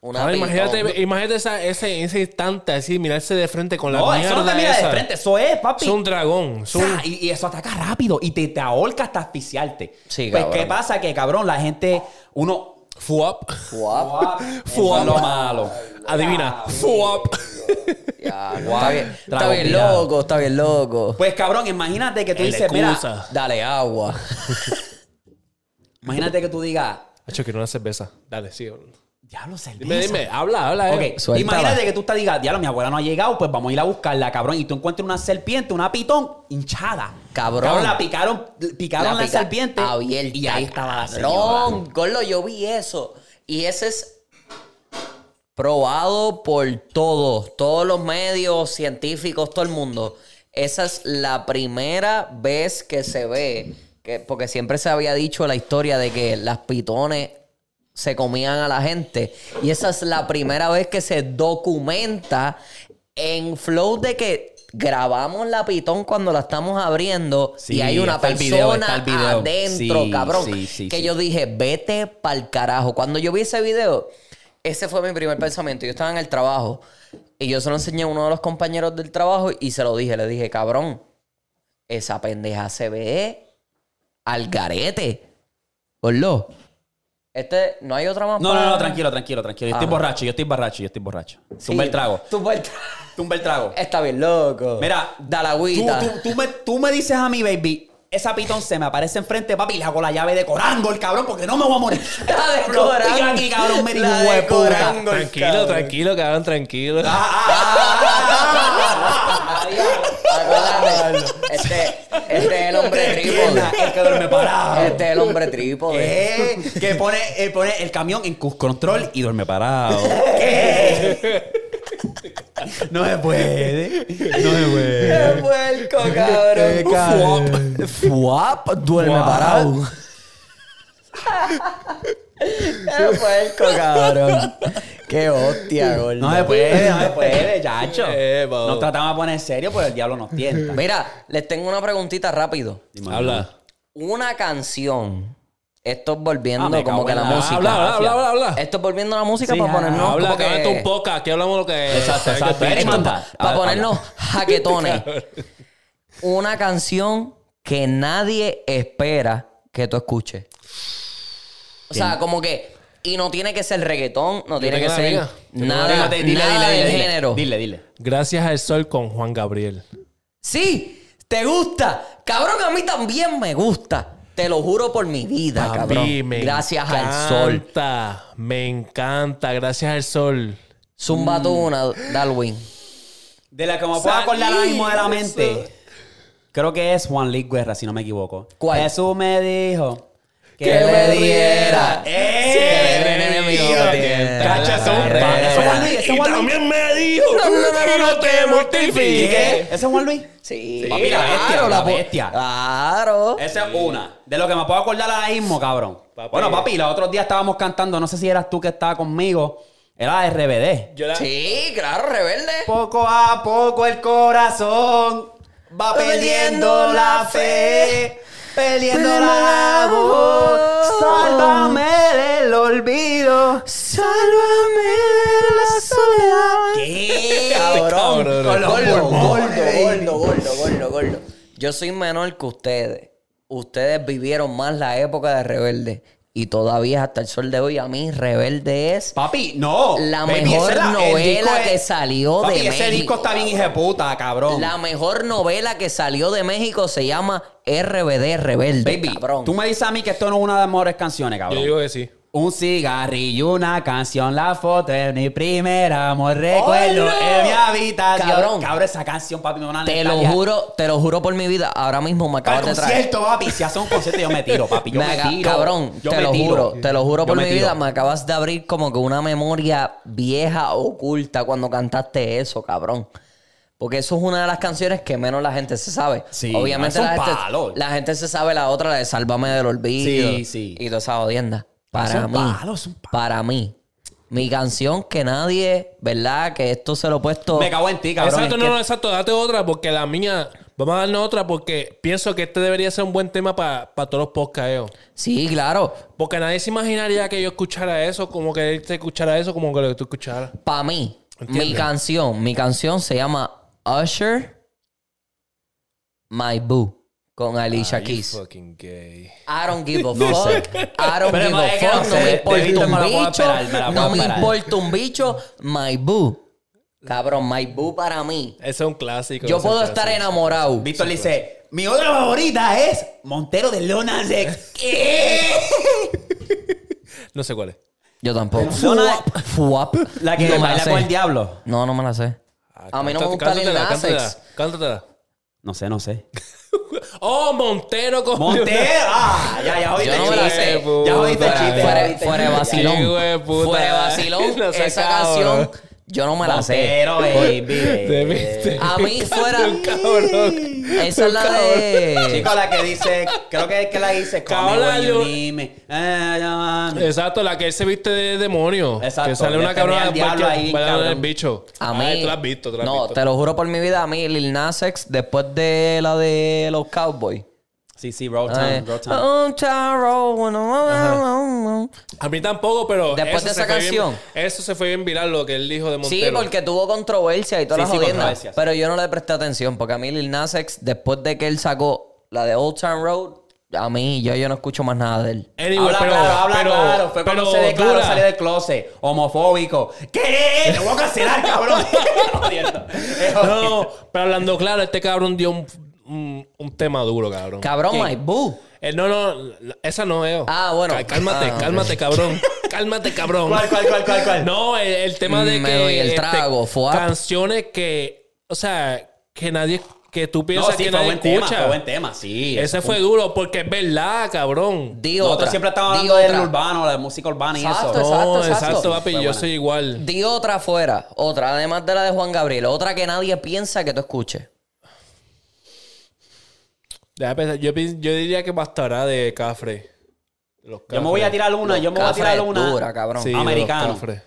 Speaker 3: Una
Speaker 2: Ahora,
Speaker 3: pitón.
Speaker 2: imagínate imagínate esa- ese, ese instante así, mirarse de frente con la
Speaker 1: no,
Speaker 2: mierda
Speaker 1: eso no te mira
Speaker 2: esa.
Speaker 1: de frente, eso es, papi.
Speaker 2: Es un dragón. Es un-
Speaker 1: Sa, Y, y eso ataca rápido y te, te ahorca hasta asfixiarte.
Speaker 3: Sí,
Speaker 1: pues,
Speaker 3: cabrón.
Speaker 1: ¿qué pasa? Que, cabrón, la gente, uno,
Speaker 2: Fuap.
Speaker 3: Guap.
Speaker 1: Eso es lo malo.
Speaker 2: Adivina. Fuap.
Speaker 3: Ya, no, está bien, está
Speaker 1: Trago
Speaker 3: bien
Speaker 1: tirado.
Speaker 3: loco, está bien loco.
Speaker 1: Pues cabrón, imagínate que tú
Speaker 2: El
Speaker 1: dices, mira,
Speaker 2: excusa.
Speaker 3: Dale agua.
Speaker 1: imagínate que tú digas,
Speaker 2: Hacho, quiero una cerveza. Dale, sí.
Speaker 1: diablo, cerveza.
Speaker 2: Dime, dime. Habla, habla. eh.
Speaker 1: Ok,
Speaker 3: Suéltala.
Speaker 1: imagínate que tú te digas, diablo, mi abuela no ha llegado, pues vamos a ir a buscarla, cabrón. Y tú encuentras una serpiente, una pitón hinchada.
Speaker 3: Cabrón.
Speaker 1: la picaron, picaron la,
Speaker 3: pica
Speaker 1: serpiente.
Speaker 3: abierta,
Speaker 1: Y ahí estaba la señora.
Speaker 3: cabrón. Gordo, yo vi eso. Y ese es probado por todos, todos los medios científicos, todo el mundo. Esa es la primera vez que se ve, que, porque siempre se había dicho la historia de que las pitones se comían a la gente. Y esa es la primera vez que se documenta en flow de que grabamos la pitón cuando la estamos abriendo
Speaker 1: Sí,
Speaker 3: y hay una
Speaker 1: está el
Speaker 3: persona
Speaker 1: video, está el video.
Speaker 3: adentro,
Speaker 1: Sí,
Speaker 3: cabrón.
Speaker 1: sí, sí,
Speaker 3: que
Speaker 1: sí.
Speaker 3: yo dije, vete pa'l carajo. Cuando yo vi ese video, ese fue mi primer pensamiento. Yo estaba en el trabajo y yo se lo enseñé a uno de los compañeros del trabajo y se lo dije. Le dije, cabrón, esa pendeja se ve al garete. Gordo. Este, no hay otra más
Speaker 1: No, no,
Speaker 3: para-
Speaker 1: no, tranquilo, tranquilo, tranquilo. Yo estoy
Speaker 3: Ah.
Speaker 1: borracho, yo estoy borracho, yo estoy borracho.
Speaker 3: Sí,
Speaker 1: Tumba el trago.
Speaker 3: Tumba el trago.
Speaker 1: Tumba el trago.
Speaker 3: Está bien loco.
Speaker 1: Mira,
Speaker 3: da la
Speaker 1: Tú,
Speaker 3: agüita.
Speaker 1: tú- tú me, tú me dices a mí, baby, esa pitón se me aparece enfrente, papi, y le hago la llave de corango, el cabrón, porque no me voy a morir.
Speaker 3: (laughs) La
Speaker 1: (laughs)
Speaker 3: de
Speaker 1: Lo estoy
Speaker 3: corango.
Speaker 1: aquí, cabrón, me dijo,
Speaker 3: La de
Speaker 1: "Hue puta".
Speaker 3: corango.
Speaker 2: Tranquilo,
Speaker 3: Cabrón. (laughs)
Speaker 2: tranquilo, cabrón, tranquilo.
Speaker 1: Ah, ah, ah, ah, ah.
Speaker 3: Acuérdate, este, este es el hombre
Speaker 1: Tres piernas,
Speaker 3: trípode.
Speaker 1: el que duerme parado.
Speaker 3: Este es el hombre trípode.
Speaker 1: Eh,
Speaker 3: (laughs)
Speaker 1: Que pone, eh, pone el camión en cruise control y duerme
Speaker 3: (laughs)
Speaker 1: parado. ¿Qué? (laughs) No se puede. No se puede.
Speaker 3: ¡Qué puerco, cabrón!
Speaker 1: cabrón.
Speaker 3: ¡Fuap! Duerme
Speaker 1: Fuap.
Speaker 3: parado. ¡Qué puerco, cabrón! ¡Qué hostia, gordo!
Speaker 1: No se puede, no se puede, chacho.
Speaker 2: Eh, bobo.
Speaker 1: Nos tratamos de poner serio, pero el diablo nos tienta.
Speaker 3: Mira, les tengo una preguntita rápido.
Speaker 2: Habla.
Speaker 3: Una canción. Esto es volviendo
Speaker 1: Ah, me
Speaker 3: como
Speaker 1: cago
Speaker 3: que
Speaker 1: en
Speaker 3: la
Speaker 1: la-
Speaker 3: música.
Speaker 2: Habla, habla, habla, habla, habla.
Speaker 3: Esto es volviendo a la música
Speaker 1: Sí,
Speaker 3: para
Speaker 1: ah,
Speaker 3: ponernos.
Speaker 2: habla,
Speaker 3: como
Speaker 2: que
Speaker 3: que-
Speaker 2: vete un poco. Aquí hablamos lo que.
Speaker 1: Exacto, exacto.
Speaker 2: Ay, qué
Speaker 1: Eric,
Speaker 2: pinche.
Speaker 1: manda.
Speaker 3: Para
Speaker 1: Habla,
Speaker 2: (laughs)
Speaker 3: ponernos jaquetones. Una canción que nadie espera que tú escuches. O sea, como que. Y no tiene que ser reggaetón, no tiene
Speaker 2: tengo
Speaker 3: que
Speaker 2: una
Speaker 3: ser
Speaker 2: amiga. Yo
Speaker 3: nada,
Speaker 1: Fíjate, dile,
Speaker 3: nada
Speaker 1: dile,
Speaker 3: del
Speaker 1: dile,
Speaker 3: género.
Speaker 1: Dile, dile.
Speaker 2: Gracias al sol con Juan Gabriel.
Speaker 3: Sí, te gusta. Cabrón, a mí también me gusta. Te lo juro por mi
Speaker 1: Ah,
Speaker 3: vida,
Speaker 2: A
Speaker 3: cabrón.
Speaker 2: mí me
Speaker 3: Gracias al
Speaker 2: encanta,
Speaker 3: sol.
Speaker 2: Me encanta, gracias al sol.
Speaker 3: Zumba tú una, Darwin.
Speaker 1: De la que me puedo acordar ahora mismo de la
Speaker 2: Salí,
Speaker 1: mente. Creo que es Juan Luis Guerra, si no me equivoco.
Speaker 3: ¿Cuál?
Speaker 1: Jesús me dijo que,
Speaker 3: Que
Speaker 1: le
Speaker 3: me
Speaker 1: diera.
Speaker 3: diera.
Speaker 1: ¡Eh!
Speaker 3: Si el enemigo tiene
Speaker 1: Cacho, eso
Speaker 3: la
Speaker 1: es un
Speaker 3: barrera.
Speaker 1: pana, eso es Juan Luis, ese es
Speaker 2: Y
Speaker 1: Juan Luis.
Speaker 2: también me dijo
Speaker 3: No, no, no,
Speaker 2: que no te
Speaker 1: ¿Qué?
Speaker 2: mortifiques.
Speaker 1: ¿Ese es Juan Luis?
Speaker 3: Sí,
Speaker 1: Papi, la bestia, la
Speaker 3: po-
Speaker 1: bestia.
Speaker 3: Claro.
Speaker 1: Esa es una. De lo que me puedo acordar ahora mismo, cabrón.
Speaker 2: Papi.
Speaker 1: Bueno, papi, los otros días estábamos cantando, no sé si eras tú que estaba conmigo. Era de RBD.
Speaker 2: Yo la-
Speaker 3: Sí, claro, rebelde.
Speaker 1: Poco a poco el corazón va perdiendo la fe, perdiendo la voz. Sálvame del olvido.
Speaker 3: Sálvame de la soledad.
Speaker 1: ¿Qué?
Speaker 3: Cabrón.
Speaker 2: Cabrón.
Speaker 3: Gordo,
Speaker 1: Con los
Speaker 3: gordo,
Speaker 1: pulmones.
Speaker 3: gordo, gordo, gordo, gordo. Yo soy menor que ustedes. Ustedes vivieron más la época de rebelde. Y todavía hasta el sol de hoy, a mí, rebelde es.
Speaker 1: Papi, no.
Speaker 3: La
Speaker 1: Baby,
Speaker 3: mejor
Speaker 1: esa es la- el
Speaker 3: novela
Speaker 1: disco es-
Speaker 3: que salió de
Speaker 1: Papi, ese
Speaker 3: México.
Speaker 1: disco está bien hijeputa, cabrón.
Speaker 3: La mejor novela que salió de México se llama RBD Rebelde.
Speaker 1: Baby,
Speaker 3: cabrón.
Speaker 1: tú me dices a mí que esto no es una de las mejores canciones,
Speaker 2: Yo
Speaker 1: cabrón.
Speaker 2: digo que sí.
Speaker 1: Un cigarrillo, una canción, la foto de mi primer amor, recuerdo
Speaker 3: ¡Oh, no!
Speaker 1: en mi habitación.
Speaker 3: Cabrón.
Speaker 1: esa canción, papi, me da una
Speaker 3: Te lo
Speaker 1: nostalgia.
Speaker 3: juro, te lo juro por mi vida. Ahora mismo me
Speaker 1: Para el
Speaker 3: acabas de traer.
Speaker 1: concierto, papi. Si hace un concierto, yo me tiro, papi. Yo
Speaker 3: Me
Speaker 1: me,
Speaker 3: aga-
Speaker 1: tiro.
Speaker 3: cabrón,
Speaker 1: Yo
Speaker 3: te
Speaker 1: me
Speaker 3: lo
Speaker 1: tiro.
Speaker 3: juro, te lo juro
Speaker 1: Yo
Speaker 3: por
Speaker 1: me
Speaker 3: mi
Speaker 1: tiro.
Speaker 3: vida, me acabas de abrir como que una memoria vieja oculta cuando cantaste eso, cabrón. Porque eso es una de las canciones que menos la gente se sabe.
Speaker 1: Sí,
Speaker 3: Obviamente
Speaker 1: es un
Speaker 3: la
Speaker 1: palo.
Speaker 3: gente, la gente se sabe la otra, la de Sálvame del Olvido
Speaker 1: Sí, sí.
Speaker 3: y toda esa
Speaker 1: Es
Speaker 3: jodienda. Para
Speaker 1: un
Speaker 3: mí,
Speaker 1: palo, es un palo.
Speaker 3: para mí, mi canción que nadie, ¿verdad? Que esto se lo he puesto...
Speaker 1: Me cago en ti, cabrón.
Speaker 2: exacto,
Speaker 1: Es
Speaker 2: no,
Speaker 1: que-
Speaker 2: no, exacto. Date otra porque la mía. Vamos a darnos otra porque pienso que este debería ser un buen tema para todos los podcasteos.
Speaker 3: Sí, claro.
Speaker 2: Porque nadie se imaginaría que yo escuchara eso, como que él te escuchara eso, como que lo que tú escucharas.
Speaker 3: Para mí, mi
Speaker 2: Entiendo.
Speaker 3: canción, mi canción se llama Usher My Boo con Alicia Keys.
Speaker 2: Fucking gay.
Speaker 3: I don't give a fuck. I
Speaker 1: Pero
Speaker 3: don't give
Speaker 1: es
Speaker 3: a
Speaker 1: que no
Speaker 3: fuck. No
Speaker 1: sé,
Speaker 3: me
Speaker 1: de vista
Speaker 3: importa
Speaker 1: me la puedo
Speaker 3: un
Speaker 1: esperar, me la
Speaker 3: bicho.
Speaker 1: puedo
Speaker 3: No me
Speaker 1: esperar.
Speaker 3: importa un bicho. My Boo. Cabrón, My Boo para mí.
Speaker 2: Ese es un clásico.
Speaker 3: Yo
Speaker 2: ese
Speaker 3: puedo
Speaker 2: es un
Speaker 3: estar
Speaker 2: clásico.
Speaker 3: enamorado.
Speaker 1: Víctor le dice, mi otra favorita es Montero de Lona
Speaker 3: (laughs)
Speaker 1: de... ¿Qué?
Speaker 2: No sé cuál es.
Speaker 3: Yo tampoco.
Speaker 1: No, no,
Speaker 3: Fuap, fuap.
Speaker 1: La que
Speaker 3: No me
Speaker 1: baila
Speaker 3: sé.
Speaker 1: con el diablo.
Speaker 3: No, no me la sé. A mí no me gusta el
Speaker 2: Cántatela,
Speaker 3: Nas
Speaker 2: cántatela, cántatela.
Speaker 1: No sé, no sé.
Speaker 2: Oh, Montero con
Speaker 1: Montero. Ah, ya, ya jodiste
Speaker 3: Yo no
Speaker 1: el
Speaker 3: me la
Speaker 1: chiste.
Speaker 3: sé.
Speaker 1: Ya jodiste el
Speaker 3: Fuera-
Speaker 1: chiste.
Speaker 3: Fuera,
Speaker 1: ya jodiste el
Speaker 3: fuera de
Speaker 1: chiste.
Speaker 2: Qué hijo de
Speaker 3: vacilón.
Speaker 2: puta.
Speaker 3: Fuera de (laughs) vacilón.
Speaker 2: No se
Speaker 3: esa
Speaker 2: acaba,
Speaker 3: canción,
Speaker 2: bro.
Speaker 3: yo no me la sé.
Speaker 1: Montero,
Speaker 2: Te
Speaker 1: baby.
Speaker 2: viste.
Speaker 3: A (laughs) mí fuera.
Speaker 2: Cabrón.
Speaker 3: Esa es la de.
Speaker 1: Chico, la que dice, creo que es que la dice,
Speaker 2: Cabrón,
Speaker 1: conmigo
Speaker 2: yo-
Speaker 1: unime. Eh, llámame.
Speaker 2: Exacto, la que él se viste de demonio.
Speaker 1: Exacto,
Speaker 2: Que sale
Speaker 1: le
Speaker 2: una cabrona
Speaker 1: tenía el diablo
Speaker 2: bailando-
Speaker 1: ahí,
Speaker 2: bailando en el
Speaker 1: cabrón.
Speaker 2: bicho.
Speaker 3: A
Speaker 2: Ah,
Speaker 3: mí.
Speaker 2: Tú la has visto, tú la has
Speaker 3: no,
Speaker 2: visto.
Speaker 3: te lo juro por mi vida. A mí, Lil Nas X, después de la de los Cowboys.
Speaker 1: Sí, sí, Road
Speaker 3: eh,
Speaker 1: Town, Road Town.
Speaker 3: Un charro, bueno,
Speaker 2: A mí tampoco, pero.
Speaker 3: Después
Speaker 2: eso
Speaker 3: de
Speaker 2: se
Speaker 3: esa
Speaker 2: fue bien-
Speaker 3: canción.
Speaker 2: eso se fue bien viral lo que él dijo de
Speaker 3: Sí,
Speaker 2: Montero.
Speaker 3: porque tuvo controversia y todas
Speaker 1: Sí,
Speaker 3: las
Speaker 1: sí,
Speaker 3: jodiendas.
Speaker 1: controversias.
Speaker 3: Pero yo no le presté atención porque a mí Lil Nas X, después de que él sacó la de Old Town Road, a mí yo, yo no escucho más nada de él.
Speaker 2: Anyway,
Speaker 1: habla
Speaker 2: pero,
Speaker 1: claro, habla
Speaker 2: pero-
Speaker 1: claro. Fue cuando
Speaker 2: pero
Speaker 1: se declaró,
Speaker 2: dura.
Speaker 1: salió del closet. Homofóbico. ¿Qué? Te voy a cancelar,
Speaker 2: (laughs)
Speaker 1: cabrón. Jodiendo. Es
Speaker 2: (laughs) No,
Speaker 1: jodiendo.
Speaker 2: no, pero hablando claro, este cabrón dio un, un- un tema duro, cabrón.
Speaker 3: Cabrón,
Speaker 2: ¿Quién?
Speaker 3: my boo.
Speaker 2: Eh, no, no, la- esa no es.
Speaker 3: Ah, bueno.
Speaker 2: Cá- Cálmate,
Speaker 3: Ah, ok.
Speaker 2: cálmate, cabrón. cálmate, cabrón.
Speaker 1: ¿Cuál, cuál, cuál, cuál, cuál?
Speaker 2: No, el, el tema de
Speaker 3: Me
Speaker 2: que.
Speaker 3: doy el
Speaker 2: este,
Speaker 3: trago, fuap.
Speaker 2: Canciones que. O sea, que nadie. Que tú piensas
Speaker 1: sí,
Speaker 2: que
Speaker 1: fue
Speaker 2: nadie
Speaker 1: buen tema,
Speaker 2: escucha.
Speaker 1: fue buen tema, sí.
Speaker 2: Ese fue duro, porque es verdad, cabrón.
Speaker 3: Di
Speaker 1: Nosotros
Speaker 3: otra.
Speaker 1: siempre estamos
Speaker 3: Di
Speaker 1: hablando del
Speaker 3: otra.
Speaker 1: urbano, la música urbana y
Speaker 3: Exacto,
Speaker 1: eso.
Speaker 2: No,
Speaker 3: exacto, exacto.
Speaker 2: exacto, papi,
Speaker 1: Fue
Speaker 2: yo
Speaker 1: buena.
Speaker 2: soy igual.
Speaker 3: Di otra afuera, otra, además de la de Juan Gabriel, otra que nadie piensa que tú escuches.
Speaker 2: Deja pensar, Yo, pi- yo diría que bastará de Cafre. Los
Speaker 1: Yo me voy a
Speaker 2: Cafres.
Speaker 1: tirar una, yo me voy a
Speaker 3: Cafre
Speaker 1: tirar
Speaker 3: es
Speaker 1: una.
Speaker 3: dura, cabrón.
Speaker 2: Sí, de los
Speaker 1: Americano.
Speaker 2: Cafres.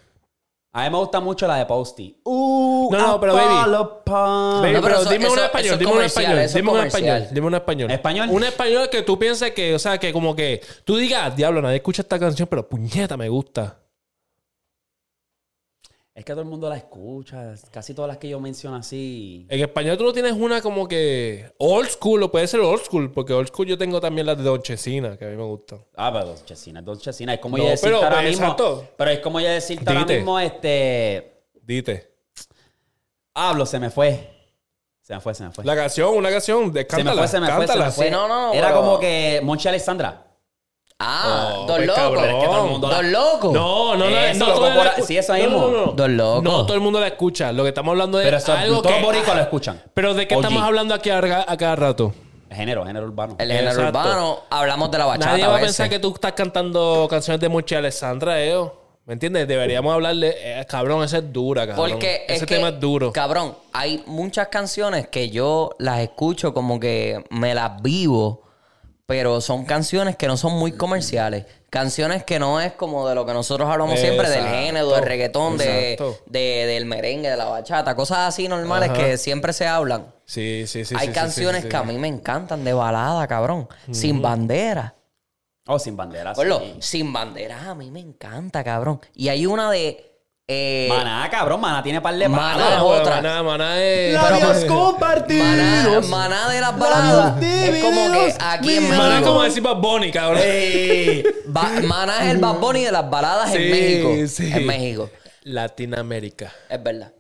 Speaker 1: A mí me gusta mucho la de Posty. Uh,
Speaker 2: No, no, pero, baby.
Speaker 1: Apollo Pie.
Speaker 2: Baby,
Speaker 3: No, pero
Speaker 2: pero
Speaker 3: eso-
Speaker 2: dime
Speaker 3: eso-
Speaker 2: un
Speaker 3: eso
Speaker 2: español,
Speaker 3: es
Speaker 2: dime un
Speaker 3: comercial,
Speaker 2: español,
Speaker 3: eso es
Speaker 2: dime un
Speaker 3: comercial.
Speaker 2: español, dime un español.
Speaker 1: ¿Español?
Speaker 2: Un español que tú pienses que, o sea, que como que tú digas, "Ah, diablo, nadie escucha esta canción, pero puñeta, me gusta.
Speaker 1: Es que todo el mundo la escucha. Casi todas las que yo menciono así.
Speaker 2: En español tú no tienes una como que old school, o puede ser old school, porque old school yo tengo también las de Don Chesina, que a mí me gustan.
Speaker 1: Ah, pero Don Chesina, Don Chesina. Es como
Speaker 2: No,
Speaker 1: yo decirte
Speaker 2: pero,
Speaker 1: ahora
Speaker 2: pues,
Speaker 1: mismo.
Speaker 2: exacto.
Speaker 1: Pero es como yo decirte ahora
Speaker 2: Dite.
Speaker 1: mismo, este.
Speaker 2: Dite.
Speaker 1: Hablo, se me fue. Se me fue, se me fue.
Speaker 2: La canción, una canción,
Speaker 1: se
Speaker 2: de,
Speaker 1: me
Speaker 2: cántala,
Speaker 1: fue, se me fue, se
Speaker 2: cántala.
Speaker 1: me fue.
Speaker 3: Sí, no, no, no,
Speaker 1: Era
Speaker 3: pero-
Speaker 1: como que Monchi Alexandra.
Speaker 2: Eh,
Speaker 3: Ah,
Speaker 2: Oh,
Speaker 3: dos
Speaker 2: pues,
Speaker 3: locos.
Speaker 2: cabrón.
Speaker 1: Pero es que todo el mundo la-
Speaker 3: Dos locos.
Speaker 2: No, no, no, no,
Speaker 1: Eso,
Speaker 2: no,
Speaker 1: loco,
Speaker 2: todo el mundo la
Speaker 1: por-
Speaker 2: escu-
Speaker 1: sí, eso
Speaker 2: no,
Speaker 1: mismo.
Speaker 2: no, no, no.
Speaker 3: Dos locos.
Speaker 2: No, todo el mundo la escucha. Lo que estamos hablando es
Speaker 1: Pero eso,
Speaker 2: algo
Speaker 1: todos
Speaker 2: que-
Speaker 1: los boricuas lo escuchan.
Speaker 2: (laughs) Pero ¿de qué
Speaker 1: OG.
Speaker 2: estamos hablando aquí a, a cada rato?
Speaker 1: Género, género urbano.
Speaker 3: El género
Speaker 2: Exacto.
Speaker 3: urbano, hablamos de la bachata.
Speaker 2: Nadie va a
Speaker 3: veces.
Speaker 2: pensar que tú estás cantando canciones de Mochi Alessandra, eh. ¿Me entiendes? Deberíamos hablarle, eh, cabrón, esa es dura, cabrón.
Speaker 3: Porque
Speaker 2: ese
Speaker 3: es que,
Speaker 2: tema es duro.
Speaker 3: Cabrón, hay muchas canciones que yo las escucho como que me las vivo, pero son canciones que no son muy comerciales. Canciones que no es como de lo que nosotros hablamos siempre, del
Speaker 2: Exacto.
Speaker 3: género, del reggaetón, de,
Speaker 2: Exacto.
Speaker 3: de- del merengue, de la bachata, cosas así normales
Speaker 2: Ajá.
Speaker 3: que siempre se hablan.
Speaker 2: Sí, sí, sí. sí,
Speaker 3: hay
Speaker 2: sí,
Speaker 3: canciones
Speaker 2: sí, sí,
Speaker 3: que a mí me encantan de balada, cabrón. Sin bandera.
Speaker 1: Oh, sin bandera.
Speaker 3: Gordo,
Speaker 1: sí.
Speaker 3: sin bandera a mí me encanta, cabrón. Y hay una de Eh,
Speaker 1: Maná, cabrón, Maná tiene par de
Speaker 3: Maná.
Speaker 1: palos.
Speaker 2: Maná,
Speaker 3: Ah, otra.
Speaker 2: huevón, Maná, Maná es...
Speaker 3: Pero-
Speaker 1: Labios compartidos.
Speaker 3: Maná, maná de las baladas. Es como que
Speaker 2: eh,
Speaker 3: aquí en
Speaker 1: divididos.
Speaker 2: Maná es
Speaker 3: México.
Speaker 2: como decir Bad Bunny, cabrón.
Speaker 1: Ey.
Speaker 3: Ba- maná es el Bad Bunny de las baladas (laughs) en
Speaker 2: Sí,
Speaker 3: México.
Speaker 2: sí.
Speaker 3: En México.
Speaker 2: Latinoamérica.
Speaker 3: Es verdad.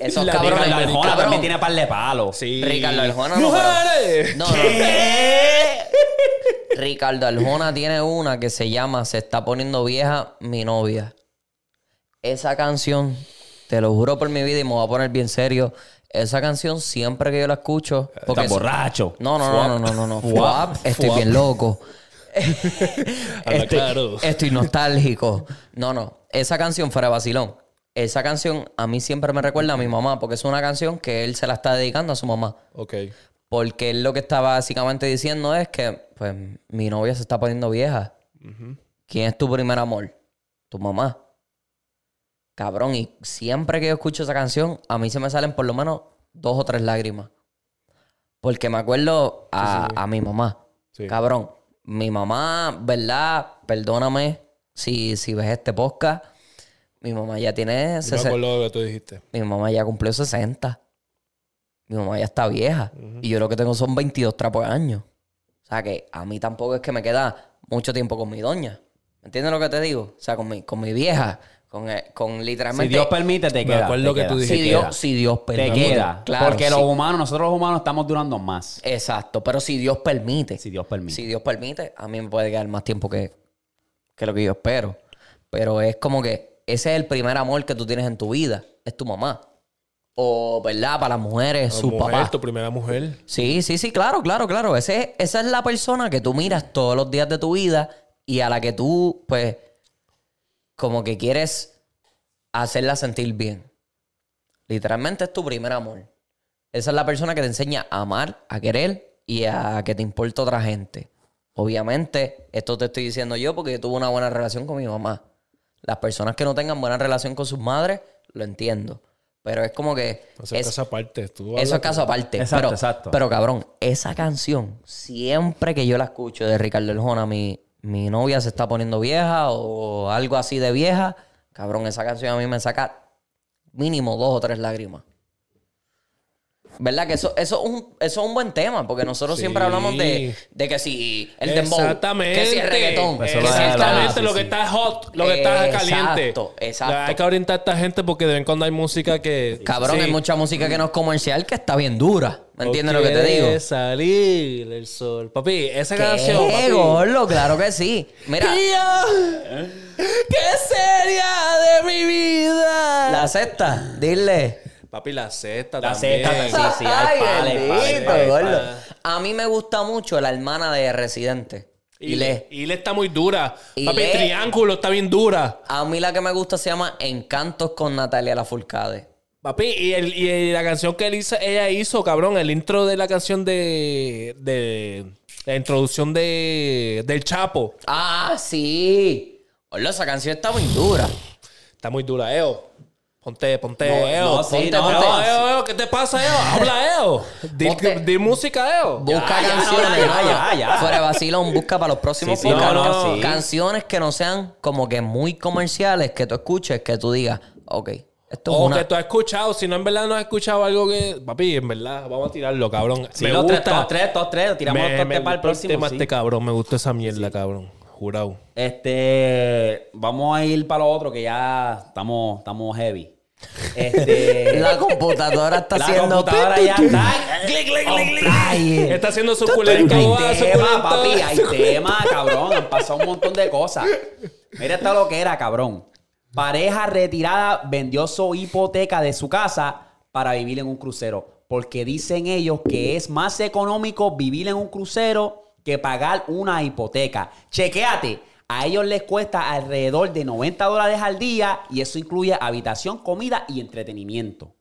Speaker 3: Esos
Speaker 2: La
Speaker 3: cabrones.
Speaker 1: Ricardo Arjona
Speaker 3: cabrón.
Speaker 1: también tiene par de palos.
Speaker 2: Sí.
Speaker 3: Ricardo Arjona no.
Speaker 2: ¡Mujeres!
Speaker 3: pero- No, no.
Speaker 1: ¿Qué?
Speaker 3: Ricardo Arjona tiene una que se llama Se está poniendo vieja mi novia. Esa canción, te lo juro por mi vida y me voy a poner bien serio. Esa canción siempre que yo la escucho.
Speaker 1: Porque
Speaker 3: es-
Speaker 1: borracho.
Speaker 3: No, no, no, no, no, no, no. Fuap, estoy
Speaker 2: Fuap.
Speaker 3: bien loco.
Speaker 2: Habla
Speaker 3: estoy,
Speaker 2: claro.
Speaker 3: estoy nostálgico. No, no. Esa canción fuera de vacilón. Esa canción a mí siempre me recuerda a mi mamá, porque es una canción que él se la está dedicando a su mamá.
Speaker 2: Ok.
Speaker 3: Porque él lo que está básicamente diciendo es que, pues, mi novia se está poniendo vieja. ¿Quién es tu primer amor? Tu mamá. Cabrón, y siempre que yo escucho esa canción, a mí se me salen por lo menos dos o tres lágrimas. Porque me acuerdo a, a mi mamá.
Speaker 2: Sí.
Speaker 3: Cabrón, mi mamá, ¿verdad? Perdóname si, si ves este podcast. Mi mamá ya tiene
Speaker 2: Yo me
Speaker 3: 60
Speaker 2: acuerdo de lo que tú dijiste.
Speaker 3: mi mamá ya cumplió 60. Mi mamá ya está vieja. Y yo lo que tengo son 22 trapos al año. O sea que a mí tampoco es que me queda mucho tiempo con mi doña. ¿Me entiendes lo que te digo? O sea, con mi, con mi vieja. Con, eh, con
Speaker 1: Si
Speaker 3: literalmente.
Speaker 1: Dios permite, te
Speaker 2: Me
Speaker 1: queda.
Speaker 2: acuerdo
Speaker 1: te
Speaker 2: que tú
Speaker 1: queda,
Speaker 2: dijiste.
Speaker 1: te
Speaker 3: si,
Speaker 1: queda.
Speaker 3: Dios, si Dios
Speaker 1: Te
Speaker 3: permite.
Speaker 1: queda.
Speaker 3: Claro,
Speaker 1: porque
Speaker 3: sí.
Speaker 1: los humanos, nosotros los humanos, estamos durando más.
Speaker 3: Exacto. Pero si Dios permite.
Speaker 1: Si Dios permite.
Speaker 3: Si Dios permite, a mí me puede quedar más tiempo que, que lo que yo espero. Pero es como que ese es el primer amor que tú tienes en tu vida. Es tu mamá. O, ¿verdad? Para las mujeres,
Speaker 2: Tu
Speaker 3: su
Speaker 2: Pues, mujer,
Speaker 3: papá.
Speaker 2: Tu primera mujer.
Speaker 3: Sí, sí, sí, claro, claro, claro. Ese, esa es la persona que tú miras todos los días de tu vida y a la que tú, pues, como que quieres hacerla sentir bien. Literalmente es tu primer amor. Esa es la persona que te enseña a amar, a querer y a que te importa otra gente. Obviamente, esto te estoy diciendo yo porque yo tuve una buena relación con mi mamá. Las personas que no tengan buena relación con sus madres, lo entiendo. Pero es como que...
Speaker 2: Eso es
Speaker 3: es-
Speaker 2: caso aparte. Tú
Speaker 3: eso es
Speaker 2: hablas-
Speaker 3: caso aparte.
Speaker 1: Exacto,
Speaker 3: pero,
Speaker 1: exacto.
Speaker 3: Pero cabrón, esa canción, siempre que yo la escucho de Ricardo Arjona, mi, mi novia se está poniendo vieja o algo así de vieja, cabrón, esa canción a mí me saca mínimo dos o tres lágrimas. ¿Verdad? Que eso, eso, es, un, eso es un buen tema, porque nosotros
Speaker 2: Sí.
Speaker 3: siempre hablamos de, de que si el dembow,
Speaker 2: Exactamente.
Speaker 3: que si el reggaetón, que si el
Speaker 2: Exactamente.
Speaker 1: sí,
Speaker 2: lo que
Speaker 1: sí.
Speaker 2: está hot, lo que está
Speaker 3: Exacto,
Speaker 2: caliente.
Speaker 3: exacto.
Speaker 2: Hay que orientar a esta gente porque de vez en cuando hay música que.
Speaker 3: Cabrón,
Speaker 2: Sí.
Speaker 3: hay mucha música que no es comercial que está bien dura. ¿Me entiendes
Speaker 2: No
Speaker 3: lo que te digo?
Speaker 2: quiere salir el sol. Papi, esa canción.
Speaker 3: ¿Qué,
Speaker 2: papi.
Speaker 3: gordo? Claro que sí. Mira. ¿Qué sería de mi vida? La sexta, dile.
Speaker 2: Papi, la sexta
Speaker 1: La
Speaker 2: también.
Speaker 1: sexta, sí, sí, hay pales,
Speaker 3: Ay,
Speaker 1: pales,
Speaker 3: bendito,
Speaker 1: pales,
Speaker 3: gordo.
Speaker 1: pales.
Speaker 3: A mí me gusta mucho la hermana de Residente.
Speaker 2: Y
Speaker 3: Y
Speaker 2: le, y le está muy dura.
Speaker 3: Y
Speaker 2: Papi,
Speaker 3: le-
Speaker 2: Triángulo está bien dura.
Speaker 3: A mí la que me gusta se llama Encantos con Natalia Lafourcade.
Speaker 2: Papi, y, el- y la canción que él hizo- ella hizo, cabrón, el intro de la canción de. de la introducción de. del Chapo.
Speaker 3: Ah, sí. Gordo, esa canción está muy dura.
Speaker 2: Está muy dura, Eo. Ponte, ponte,
Speaker 1: No,
Speaker 2: Eo.
Speaker 1: no, sí,
Speaker 2: ponte,
Speaker 1: no,
Speaker 2: ponte.
Speaker 1: no.
Speaker 2: Eo, Eo, ¿qué te pasa, Eo? Habla, Eo. Di,
Speaker 3: Ponte.
Speaker 2: di música, Eo.
Speaker 1: Ya,
Speaker 3: Busca
Speaker 1: ya,
Speaker 3: canciones.
Speaker 1: no, ya,
Speaker 3: no,
Speaker 1: ya, ya.
Speaker 3: Fuera de vacilón, busca para los próximos
Speaker 1: Sí, sí,
Speaker 3: podcasts,
Speaker 2: no, no,
Speaker 3: can-
Speaker 1: sí.
Speaker 3: Canciones que no sean como que muy comerciales, que tú escuches, que tú digas, ok, esto es
Speaker 2: O
Speaker 3: una.
Speaker 2: que tú has escuchado, si no en verdad no has escuchado algo que. Papi, en verdad, vamos a tirarlo, cabrón.
Speaker 1: Sí, los tres, todos tres, todos tres. Tiramos
Speaker 2: me,
Speaker 1: los
Speaker 2: me
Speaker 1: tres para el
Speaker 2: gustó
Speaker 1: próximo.
Speaker 2: tema
Speaker 1: sí.
Speaker 2: este cabrón, me gustó esa mierda, cabrón. Jurado.
Speaker 1: Este, vamos a ir para lo otro que ya estamos, estamos heavy. Este,
Speaker 3: (laughs) (laughs) La computadora
Speaker 1: (laughs)
Speaker 3: está
Speaker 1: la
Speaker 3: haciendo.
Speaker 1: computadora
Speaker 3: tu, tu,
Speaker 1: ya
Speaker 3: tu.
Speaker 1: está. clic, clic, clic, clic.
Speaker 2: Está haciendo suculento,
Speaker 1: Hay
Speaker 2: va,
Speaker 1: tema,
Speaker 2: suculento.
Speaker 1: papi, hay tema, cabrón. Han pasado un montón de cosas. Mira esta lo que era, cabrón. Pareja retirada vendió su hipoteca de su casa para vivir en un crucero. Porque dicen ellos que es más económico vivir en un crucero que pagar una hipoteca. Chequéate. A ellos les cuesta alrededor de 90 dólares al día y eso incluye habitación, comida y entretenimiento.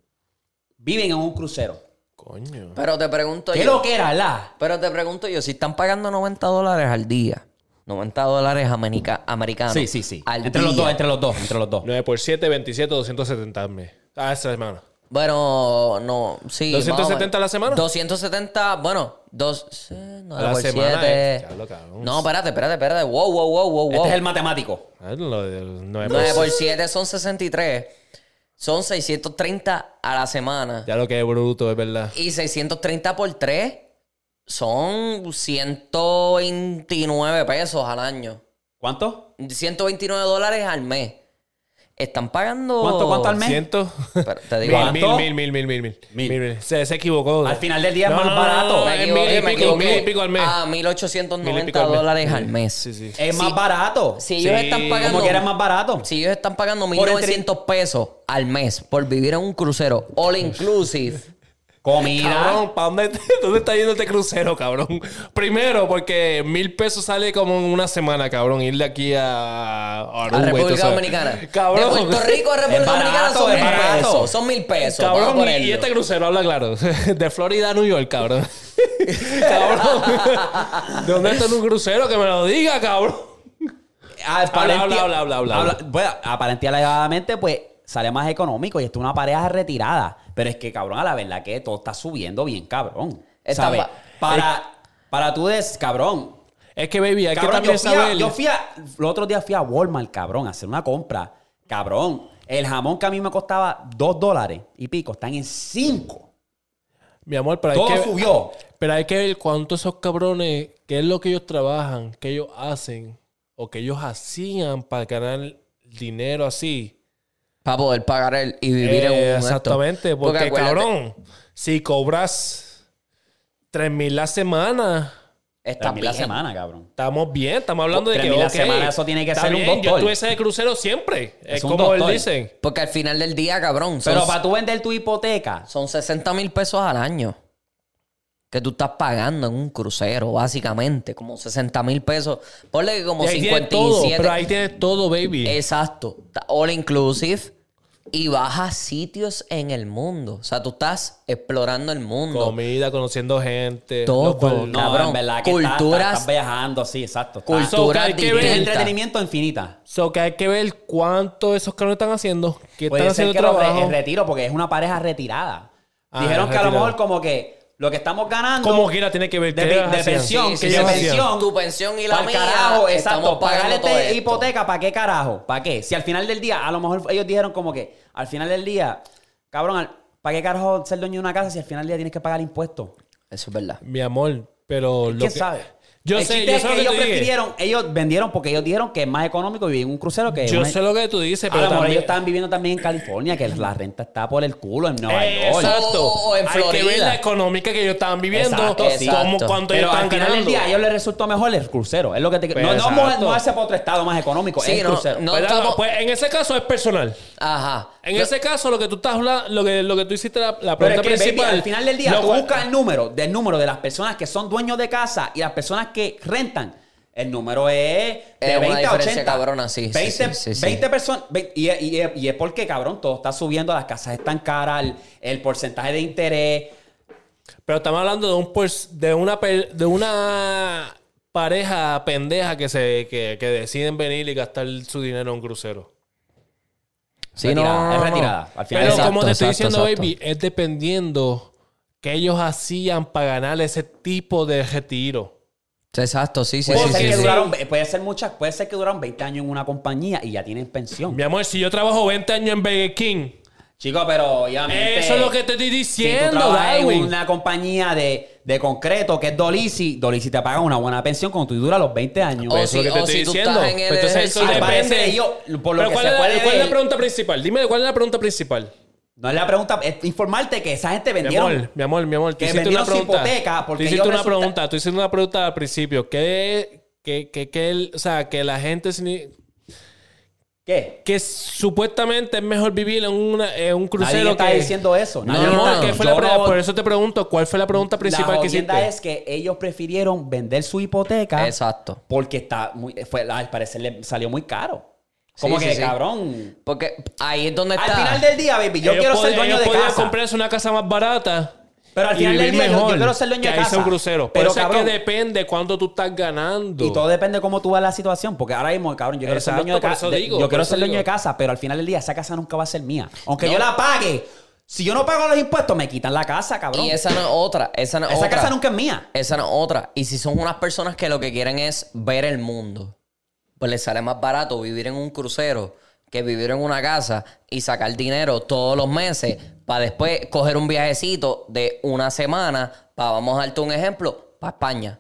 Speaker 1: Viven en un crucero.
Speaker 2: Coño.
Speaker 3: (laughs) Pero te pregunto
Speaker 1: ¿Qué
Speaker 3: yo.
Speaker 1: lo que era, la?
Speaker 3: Pero te pregunto yo, si están pagando 90 dólares al día, 90 dólares america- americanos.
Speaker 1: Sí, sí, sí.
Speaker 3: al
Speaker 1: Entre los
Speaker 3: día,
Speaker 1: dos, entre los dos, entre los dos.
Speaker 2: 9 por 7, 27, 270 al mes. Ah, esta semana.
Speaker 3: Bueno, no, sí. más o menos.
Speaker 2: 270 a la semana.
Speaker 3: 270, bueno, dos, sí, no,
Speaker 2: A la
Speaker 3: por
Speaker 2: semana,
Speaker 3: siete.
Speaker 2: eh. Diablo, cabrón.
Speaker 3: No, espérate, espérate, espérate. Wow, wow, wow, wow, wow.
Speaker 1: Este es el matemático.
Speaker 2: Ah, lo de- no es
Speaker 3: 9
Speaker 2: posible.
Speaker 3: por 7 son 63. Son 630 a la semana.
Speaker 2: Ya lo que es bruto, es verdad.
Speaker 3: Y 630 por 3 son 129 pesos al año.
Speaker 1: ¿Cuánto?
Speaker 3: 129 dólares al mes. Están pagando.
Speaker 1: ¿Cuánto, cuánto al mes?
Speaker 2: Ciento.
Speaker 3: Pero te digo,
Speaker 2: Mil,
Speaker 1: ¿Cuánto?
Speaker 2: mil, mil, mil, mil, mil, mil.
Speaker 1: Mil.
Speaker 2: Mil, mil. Se, se equivocó.
Speaker 1: Al final del día es
Speaker 2: No,
Speaker 1: más
Speaker 2: no, no,
Speaker 1: barato.
Speaker 2: no, no,
Speaker 3: me
Speaker 2: es
Speaker 3: equivoqué,
Speaker 2: mil y
Speaker 3: me
Speaker 2: pico,
Speaker 3: equivoqué.
Speaker 2: mil y pico al mes.
Speaker 3: Ah,
Speaker 2: Mil y
Speaker 3: 1890
Speaker 2: pico al mes.
Speaker 3: dólares al mes.
Speaker 2: Sí, sí.
Speaker 1: Es
Speaker 3: Sí.
Speaker 1: más barato.
Speaker 3: Si ellos
Speaker 2: Sí,
Speaker 3: están
Speaker 1: Como
Speaker 3: pagando.
Speaker 1: que era más barato.
Speaker 3: Si ellos están pagando
Speaker 1: Por el
Speaker 3: 1900 pesos al mes por vivir en un crucero
Speaker 2: (laughs)
Speaker 3: all inclusive.
Speaker 1: Comida.
Speaker 2: Cabrón, ¿para dónde, te- (laughs) dónde está yendo este crucero, cabrón? Primero, porque mil pesos sale como en una semana, cabrón. Ir de aquí a, a Aruba
Speaker 3: A
Speaker 2: y todo
Speaker 3: República
Speaker 2: eso.
Speaker 3: Dominicana.
Speaker 2: Cabrón.
Speaker 3: De Puerto
Speaker 2: (laughs)
Speaker 3: Rico a República
Speaker 1: Es barato,
Speaker 3: Dominicana son
Speaker 1: es
Speaker 3: mil
Speaker 1: barato.
Speaker 3: pesos. Son mil pesos.
Speaker 2: Cabrón,
Speaker 3: vamos a
Speaker 2: y- y
Speaker 3: ponerlo.
Speaker 2: este crucero habla claro. (laughs) De Florida a New York,
Speaker 3: (laughs)
Speaker 2: cabrón. cabrón. ¿De dónde está un crucero? Que me lo diga, cabrón.
Speaker 1: Aparentia-
Speaker 2: habla, habla, habla, habla, habla.
Speaker 1: bueno, pues, aparentemente, pues sale más económico y esto es una pareja retirada. Pero es que, cabrón, a la verdad que todo está subiendo bien, cabrón.
Speaker 3: Está
Speaker 1: ¿Sabes?
Speaker 3: pa-
Speaker 1: Para, para tú des, cabrón.
Speaker 2: Es que, baby, hay que
Speaker 1: Cabrón,
Speaker 2: también
Speaker 1: yo fui, a,
Speaker 2: saber.
Speaker 1: yo fui a- los otros días fui a Walmart, cabrón, a hacer una compra. Cabrón, el jamón que a mí me costaba dos dólares y pico, están en cinco.
Speaker 2: Mi amor, pero hay
Speaker 1: Todo
Speaker 2: que...
Speaker 1: subió.
Speaker 2: Pero hay que ver cuánto esos cabrones, qué es lo que ellos trabajan, qué ellos hacen o que ellos hacían para ganar dinero así.
Speaker 3: Para poder pagar el y vivir en un.
Speaker 2: Eh,
Speaker 3: esto.
Speaker 2: exactamente, porque,
Speaker 3: acuérdate,
Speaker 2: cabrón, si cobras 3 mil la semana,
Speaker 3: Está
Speaker 1: Tres mil la
Speaker 3: bien.
Speaker 1: semana, cabrón.
Speaker 2: estamos bien, estamos hablando de
Speaker 1: Tres
Speaker 2: que
Speaker 1: mil la
Speaker 2: ok,
Speaker 1: semana, eso tiene que
Speaker 2: está
Speaker 1: ser un
Speaker 2: bien, Yo
Speaker 1: doctor.
Speaker 2: estuve de crucero siempre, es,
Speaker 1: Es un
Speaker 2: como él
Speaker 1: doctor.
Speaker 2: dice.
Speaker 3: Porque al final del día, cabrón, son,
Speaker 1: Pero para tú vender tu hipoteca,
Speaker 3: son 60 mil pesos al año. Que tú estás pagando en un crucero, básicamente. Como 60 mil pesos. Ponle que como
Speaker 2: Y ahí tienes todo,
Speaker 3: 57.
Speaker 2: pero ahí tienes todo, baby.
Speaker 3: Exacto. Está All inclusive. Y vas a sitios en el mundo. O sea, tú estás explorando el mundo.
Speaker 2: Comida, conociendo gente.
Speaker 3: Todo.
Speaker 2: lo cual-
Speaker 1: no,
Speaker 3: Cabrón,
Speaker 1: en verdad que estás-
Speaker 3: culturas-
Speaker 1: estás, estás viajando, sí, exacto. estás-
Speaker 2: Cultu-
Speaker 3: Cultura
Speaker 2: hay que ver
Speaker 1: Tienes
Speaker 3: distinta.
Speaker 1: entretenimiento infinita.
Speaker 2: So que hay que ver cuánto esos cabrones están haciendo, qué están
Speaker 1: Puede ser
Speaker 2: haciendo
Speaker 1: que lo re-
Speaker 2: trabajo.
Speaker 1: el retiro, porque es una pareja retirada.
Speaker 2: Ah,
Speaker 1: Dijeron que a
Speaker 2: retirada.
Speaker 1: lo mejor como que lo que estamos ganando...
Speaker 2: Como quiera tiene que ver
Speaker 1: De,
Speaker 2: qué
Speaker 1: pe-
Speaker 2: ellas
Speaker 1: de
Speaker 2: hacían.
Speaker 1: pensión,
Speaker 3: Sí, sí,
Speaker 1: que
Speaker 3: sí,
Speaker 1: yo
Speaker 2: sí.
Speaker 1: pensión.
Speaker 3: Tu pensión y la
Speaker 1: Pa'l
Speaker 3: mía,
Speaker 1: carajo,
Speaker 3: estamos
Speaker 1: exacto.
Speaker 3: pagando
Speaker 1: Pagarle
Speaker 3: todo esto.
Speaker 1: hipoteca, ¿para qué carajo? ¿Para qué? Si al final del día, a lo mejor ellos dijeron como que al final del día, cabrón, ¿para qué carajo ser dueño de una casa si al final del día tienes que pagar impuestos?
Speaker 3: Eso es verdad.
Speaker 2: Mi amor, pero lo
Speaker 1: ¿Quién
Speaker 2: que...
Speaker 1: sabe?
Speaker 2: Yo
Speaker 1: El
Speaker 2: sé,
Speaker 1: chiste
Speaker 2: yo
Speaker 1: es
Speaker 2: sé
Speaker 1: que
Speaker 2: lo que
Speaker 1: ellos
Speaker 2: tú dices.
Speaker 1: prefirieron, ellos vendieron porque ellos dijeron que es más económico vivir en un crucero que
Speaker 2: Yo
Speaker 1: una-
Speaker 2: sé lo que tú dices,
Speaker 1: A lo
Speaker 2: pero
Speaker 1: mejor ellos
Speaker 2: también...
Speaker 1: estaban viviendo también en California, que la renta está por el culo en Nueva
Speaker 2: Eh,
Speaker 1: York.
Speaker 2: Exacto.
Speaker 3: O- o en
Speaker 2: Hay que ver
Speaker 3: Florida.
Speaker 2: la económica que ellos estaban viviendo,
Speaker 1: Exacto,
Speaker 2: como
Speaker 3: exacto.
Speaker 2: cuánto
Speaker 1: Pero
Speaker 2: ellos
Speaker 1: al final
Speaker 2: estaban
Speaker 1: del
Speaker 2: ganando.
Speaker 1: día a ellos les resultó mejor el crucero. Es lo que te...
Speaker 2: Pues
Speaker 1: no, no,
Speaker 2: exacto.
Speaker 1: no hace para otro estado más económico.
Speaker 3: Sí,
Speaker 1: es el
Speaker 3: no,
Speaker 1: crucero.
Speaker 3: no
Speaker 2: Pues,
Speaker 3: estamos-
Speaker 2: pues, en ese caso es personal.
Speaker 3: Ajá.
Speaker 2: En ese caso, lo que tú estás hablando, lo que, lo que tú hiciste la,
Speaker 1: Pero
Speaker 2: la pregunta
Speaker 1: es que, baby,
Speaker 2: principal.
Speaker 1: al final del día,
Speaker 2: lo
Speaker 1: tú
Speaker 2: cual-
Speaker 1: buscas el número, del número de las personas que son dueños de casa y las personas que rentan. El número es de
Speaker 3: Es una
Speaker 1: 20 a
Speaker 3: diferencia
Speaker 1: 80.
Speaker 3: cabrona, sí, sí,
Speaker 1: 20,
Speaker 3: sí, sí, sí.
Speaker 1: 20 personas. ve- Y, y- y- y es porque, cabrón, todo está subiendo, las casas están caras, el, el porcentaje de interés.
Speaker 2: Pero estamos hablando de un por- de una per- de una pareja pendeja que se que, que deciden venir y gastar su dinero en un crucero.
Speaker 3: Sí,
Speaker 1: retirada, es
Speaker 3: no, no, no.
Speaker 1: retirada. Al final
Speaker 2: Pero
Speaker 1: del día.
Speaker 2: como te estoy
Speaker 3: exacto,
Speaker 2: diciendo,
Speaker 3: exacto.
Speaker 2: baby, es dependiendo que ellos hacían para ganar ese tipo de retiro.
Speaker 3: Exacto, sí, sí,
Speaker 1: Puede,
Speaker 3: sí.
Speaker 1: ser
Speaker 2: sí,
Speaker 1: que
Speaker 2: sí.
Speaker 1: duraron, puede ser muchas, puede ser que duraron 20 años en una compañía y ya tienen pensión.
Speaker 2: Mi amor, si yo trabajo 20 años en Burger King,
Speaker 1: Chicos, pero obviamente.
Speaker 2: eso es lo que te estoy
Speaker 1: Si tú
Speaker 2: diciendo,
Speaker 1: trabajas en
Speaker 2: Darwin.
Speaker 1: una compañía de, de concreto que es Dolisi, Dolisi te paga una buena pensión cuando tú duras los 20 años.
Speaker 3: O
Speaker 2: Pues Eso es lo que
Speaker 3: si-
Speaker 2: te estoy
Speaker 3: si tú
Speaker 2: diciendo.
Speaker 3: estás en el
Speaker 2: Pues Entonces eso
Speaker 3: ejercicio.
Speaker 1: Al parecer
Speaker 2: depende.
Speaker 1: ellos, por lo
Speaker 2: Pero
Speaker 1: que
Speaker 2: ¿cuál
Speaker 1: se
Speaker 2: es
Speaker 1: puede
Speaker 2: la- ¿Cuál es la
Speaker 1: ver-
Speaker 2: pregunta principal? Dime cuál es la pregunta principal.
Speaker 1: No es la pregunta, es informarte que esa gente
Speaker 2: Mi
Speaker 1: vendieron.
Speaker 2: amor, mi amor, mi amor, tú
Speaker 1: que
Speaker 2: hiciste una
Speaker 1: vendieron su
Speaker 2: pregunta.
Speaker 1: hipoteca
Speaker 2: Tú
Speaker 1: porque
Speaker 2: hiciste
Speaker 1: ellos
Speaker 2: una
Speaker 1: resulta-
Speaker 2: pregunta, tú hiciste una pregunta al principio. ¿Qué, qué, qué, qué el- o sea, que la gente signi-
Speaker 1: ¿Qué?
Speaker 2: que supuestamente es mejor vivir en, una, en un crucero
Speaker 1: Nadie está
Speaker 2: que
Speaker 1: diciendo eso.
Speaker 2: No,
Speaker 1: Nadie-
Speaker 2: mi amor,
Speaker 3: no,
Speaker 2: ¿qué
Speaker 3: no,
Speaker 2: fue
Speaker 1: yo
Speaker 2: la pre-
Speaker 1: no-
Speaker 2: por eso te pregunto, ¿cuál fue la pregunta principal
Speaker 1: la
Speaker 2: que
Speaker 1: jodienda
Speaker 2: hiciste?
Speaker 1: es que ellos prefirieron vender su hipoteca
Speaker 3: Exacto.
Speaker 1: porque está muy, fue, al parecer le salió muy caro. Como
Speaker 3: Sí,
Speaker 1: que,
Speaker 3: sí, sí.
Speaker 1: cabrón.
Speaker 3: Porque ahí es donde
Speaker 1: Al
Speaker 3: está.
Speaker 1: final del día, baby, yo
Speaker 2: Ellos
Speaker 1: quiero
Speaker 2: pod-
Speaker 1: ser dueño
Speaker 2: ellos
Speaker 1: de
Speaker 2: podían
Speaker 1: casa.
Speaker 2: comprarse una casa más barata.
Speaker 1: Pero al
Speaker 2: y
Speaker 1: final del
Speaker 2: vivir
Speaker 1: día, yo- yo
Speaker 2: mejor
Speaker 1: quiero ser dueño de
Speaker 2: que ahí sea un
Speaker 1: casa.
Speaker 2: crucero. Pero
Speaker 1: Pero,
Speaker 2: es
Speaker 1: cabrón-
Speaker 2: que depende cuánto tú estás ganando.
Speaker 1: Y todo depende de cómo tú veas la situación. Porque ahora mismo, cabrón, yo quiero
Speaker 2: Exacto,
Speaker 1: ser dueño de
Speaker 2: por eso
Speaker 1: casa. de-
Speaker 2: digo,
Speaker 1: yo
Speaker 2: por
Speaker 1: quiero
Speaker 2: eso
Speaker 1: ser dueño
Speaker 2: digo.
Speaker 1: de casa, pero al final del día esa casa nunca va a ser mía. Aunque yo la pague, Si yo no pago los impuestos, me quitan la casa, cabrón.
Speaker 3: Y esa no es otra. Esa no es
Speaker 1: Esa
Speaker 3: otra.
Speaker 1: casa nunca es mía.
Speaker 3: Esa no es otra. Y si son unas personas que lo que quieren es ver el mundo, pues les sale más barato vivir en un crucero que vivir en una casa y sacar dinero todos los meses para después coger un viajecito de una semana para, vamos a darte un ejemplo, para España.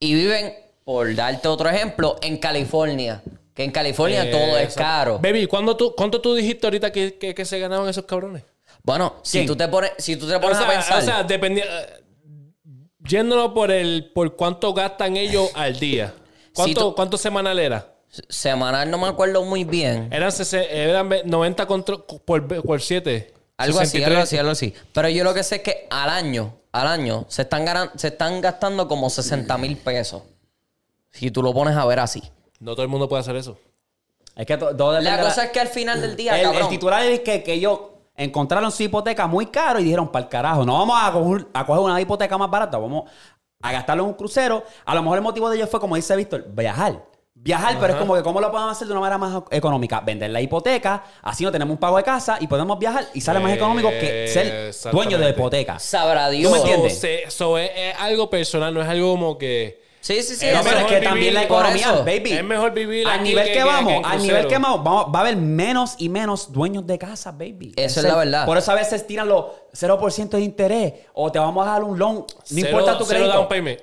Speaker 3: Y viven, por darte otro ejemplo, en California. Que en California todo es
Speaker 2: Eh, Exacto.
Speaker 3: caro.
Speaker 2: Baby, ¿cuándo tú, ¿cuánto tú dijiste ahorita que, que- que se ganaban esos cabrones?
Speaker 3: Bueno, si
Speaker 1: ¿Quién?
Speaker 3: tú te pones, si tú te
Speaker 2: O
Speaker 3: pones a
Speaker 2: sea,
Speaker 3: pensar...
Speaker 2: Ah, o sea, dependi- eh, Yéndonos por el por cuánto gastan ellos al día. ¿Cuánto,
Speaker 3: tú-
Speaker 2: cuánto semanal era?
Speaker 3: Semanal no me acuerdo muy bien.
Speaker 2: Eran, sese- eran ve- 90 contro- por, por 7.
Speaker 3: Algo así, algo así, algo así. Pero yo lo que sé es que al año, al año, se están, ganan- se están gastando como 60 mil pesos. Si tú lo pones a ver así.
Speaker 2: No todo el mundo puede hacer eso.
Speaker 1: Es que to- todo depende
Speaker 3: La
Speaker 1: de la-
Speaker 3: cosa es que al final del día,
Speaker 1: el, el
Speaker 3: cabrón,
Speaker 1: titular es que, que ellos encontraron su hipoteca muy caro y dijeron, para el carajo, no vamos a coger, a coger una hipoteca más barata, vamos a gastarlo en un crucero. A lo mejor el motivo de ellos fue, como dice Víctor, viajar. Viajar, pero es como que cómo lo podemos hacer de una manera más económica. Vender la hipoteca, así no tenemos un pago de casa y podemos viajar y sale más económico que ser dueño de la
Speaker 2: Exactamente.
Speaker 1: hipoteca.
Speaker 3: sabrá
Speaker 1: ¿Tú
Speaker 3: Dios.
Speaker 1: me entiendes?
Speaker 2: Se- so, es, es algo personal, no es algo como que.
Speaker 3: Sí, sí, sí.
Speaker 2: Eh,
Speaker 1: No,
Speaker 3: eso
Speaker 1: pero
Speaker 2: mejor
Speaker 1: es que también
Speaker 2: vivir
Speaker 1: la
Speaker 3: por
Speaker 1: economía,
Speaker 3: eso.
Speaker 1: baby.
Speaker 2: Es mejor vivir
Speaker 1: Al
Speaker 2: aquí
Speaker 1: nivel
Speaker 2: que-
Speaker 1: que,
Speaker 2: que-
Speaker 1: vamos,
Speaker 2: que en
Speaker 1: al nivel
Speaker 2: crucero.
Speaker 1: que vamos, vamos- va a haber menos y menos dueños de casa, baby.
Speaker 3: Esa es
Speaker 1: Ese-
Speaker 3: la verdad.
Speaker 1: Por eso a veces tiran los 0% de interés o te vamos a dar un loan, no
Speaker 2: Cero-
Speaker 1: importa tu
Speaker 2: cero
Speaker 1: crédito.
Speaker 2: down payment.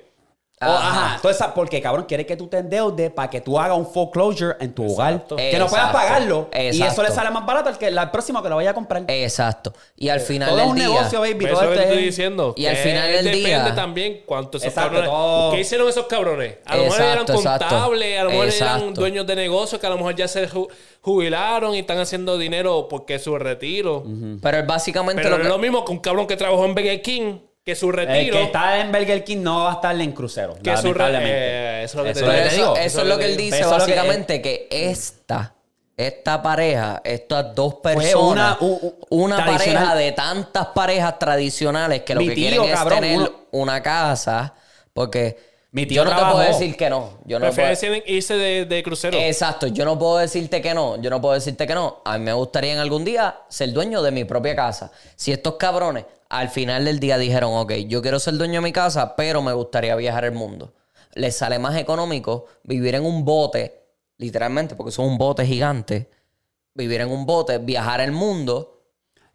Speaker 1: O, ajá.
Speaker 3: Ajá.
Speaker 1: Entonces, porque cabrón, quiere que tú te endeudes para que tú hagas un foreclosure en tu hogar. Que no puedas
Speaker 3: Exacto.
Speaker 1: pagarlo. Y
Speaker 3: Exacto.
Speaker 1: eso le sale más barato al que la próxima que lo vaya a comprar.
Speaker 2: Eh,
Speaker 3: Exacto. Y al final
Speaker 1: todo es
Speaker 3: del
Speaker 1: un
Speaker 3: día.
Speaker 1: negocio, baby.
Speaker 2: Pues Eso
Speaker 1: Todo
Speaker 2: es lo que
Speaker 1: esto
Speaker 2: te estoy
Speaker 1: es-
Speaker 2: diciendo.
Speaker 3: Y al
Speaker 2: que
Speaker 3: final del
Speaker 2: depende
Speaker 3: día-
Speaker 2: también cuánto esos
Speaker 1: Exacto,
Speaker 2: cabrones.
Speaker 1: todo.
Speaker 2: ¿Qué hicieron esos cabrones? A lo mejor eran
Speaker 3: Exacto, exacto.
Speaker 2: contables, a lo mejor eran
Speaker 3: Exacto.
Speaker 2: dueños de negocios que a lo mejor ya se ju- jubilaron y están haciendo dinero porque es su retiro.
Speaker 3: Pero es básicamente
Speaker 2: Pero
Speaker 3: lo
Speaker 2: no
Speaker 3: que.
Speaker 2: es lo mismo que un cabrón que trabajó en Burger King, que su
Speaker 1: El
Speaker 2: retiro.
Speaker 1: que está en Burger King no va a estar en crucero.
Speaker 2: que su re-
Speaker 1: lamentablemente.
Speaker 2: eh, eso es lo que te
Speaker 1: Eso
Speaker 2: digo.
Speaker 3: Pero
Speaker 1: te digo,
Speaker 3: eso, eso es lo que él
Speaker 2: te digo.
Speaker 3: dice,
Speaker 1: Eso es lo que-
Speaker 3: básicamente, que, esta, esta pareja, estas dos
Speaker 1: una-
Speaker 3: personas,
Speaker 1: u-
Speaker 3: una,
Speaker 1: u- tradicional.
Speaker 3: pareja de tantas parejas tradicionales que lo
Speaker 1: Mi
Speaker 3: que
Speaker 1: tío,
Speaker 3: quieren es
Speaker 1: cabrón,
Speaker 3: tener
Speaker 1: uno-
Speaker 3: una casa, porque
Speaker 1: Mi tío
Speaker 3: yo no te
Speaker 1: trabajó.
Speaker 3: puedo decir que no. Yo no puedo-
Speaker 2: Prefieren irse de, de crucero.
Speaker 3: Exacto, yo no puedo decirte que no, yo no puedo decirte que no. A mí me gustaría en algún día ser dueño de mi propia casa. Si estos cabrones al final del día dijeron, ok, yo quiero ser dueño de mi casa, pero me gustaría viajar el mundo. Les sale más económico vivir en un bote, literalmente, porque son un bote gigante. Vivir en un bote, viajar el mundo,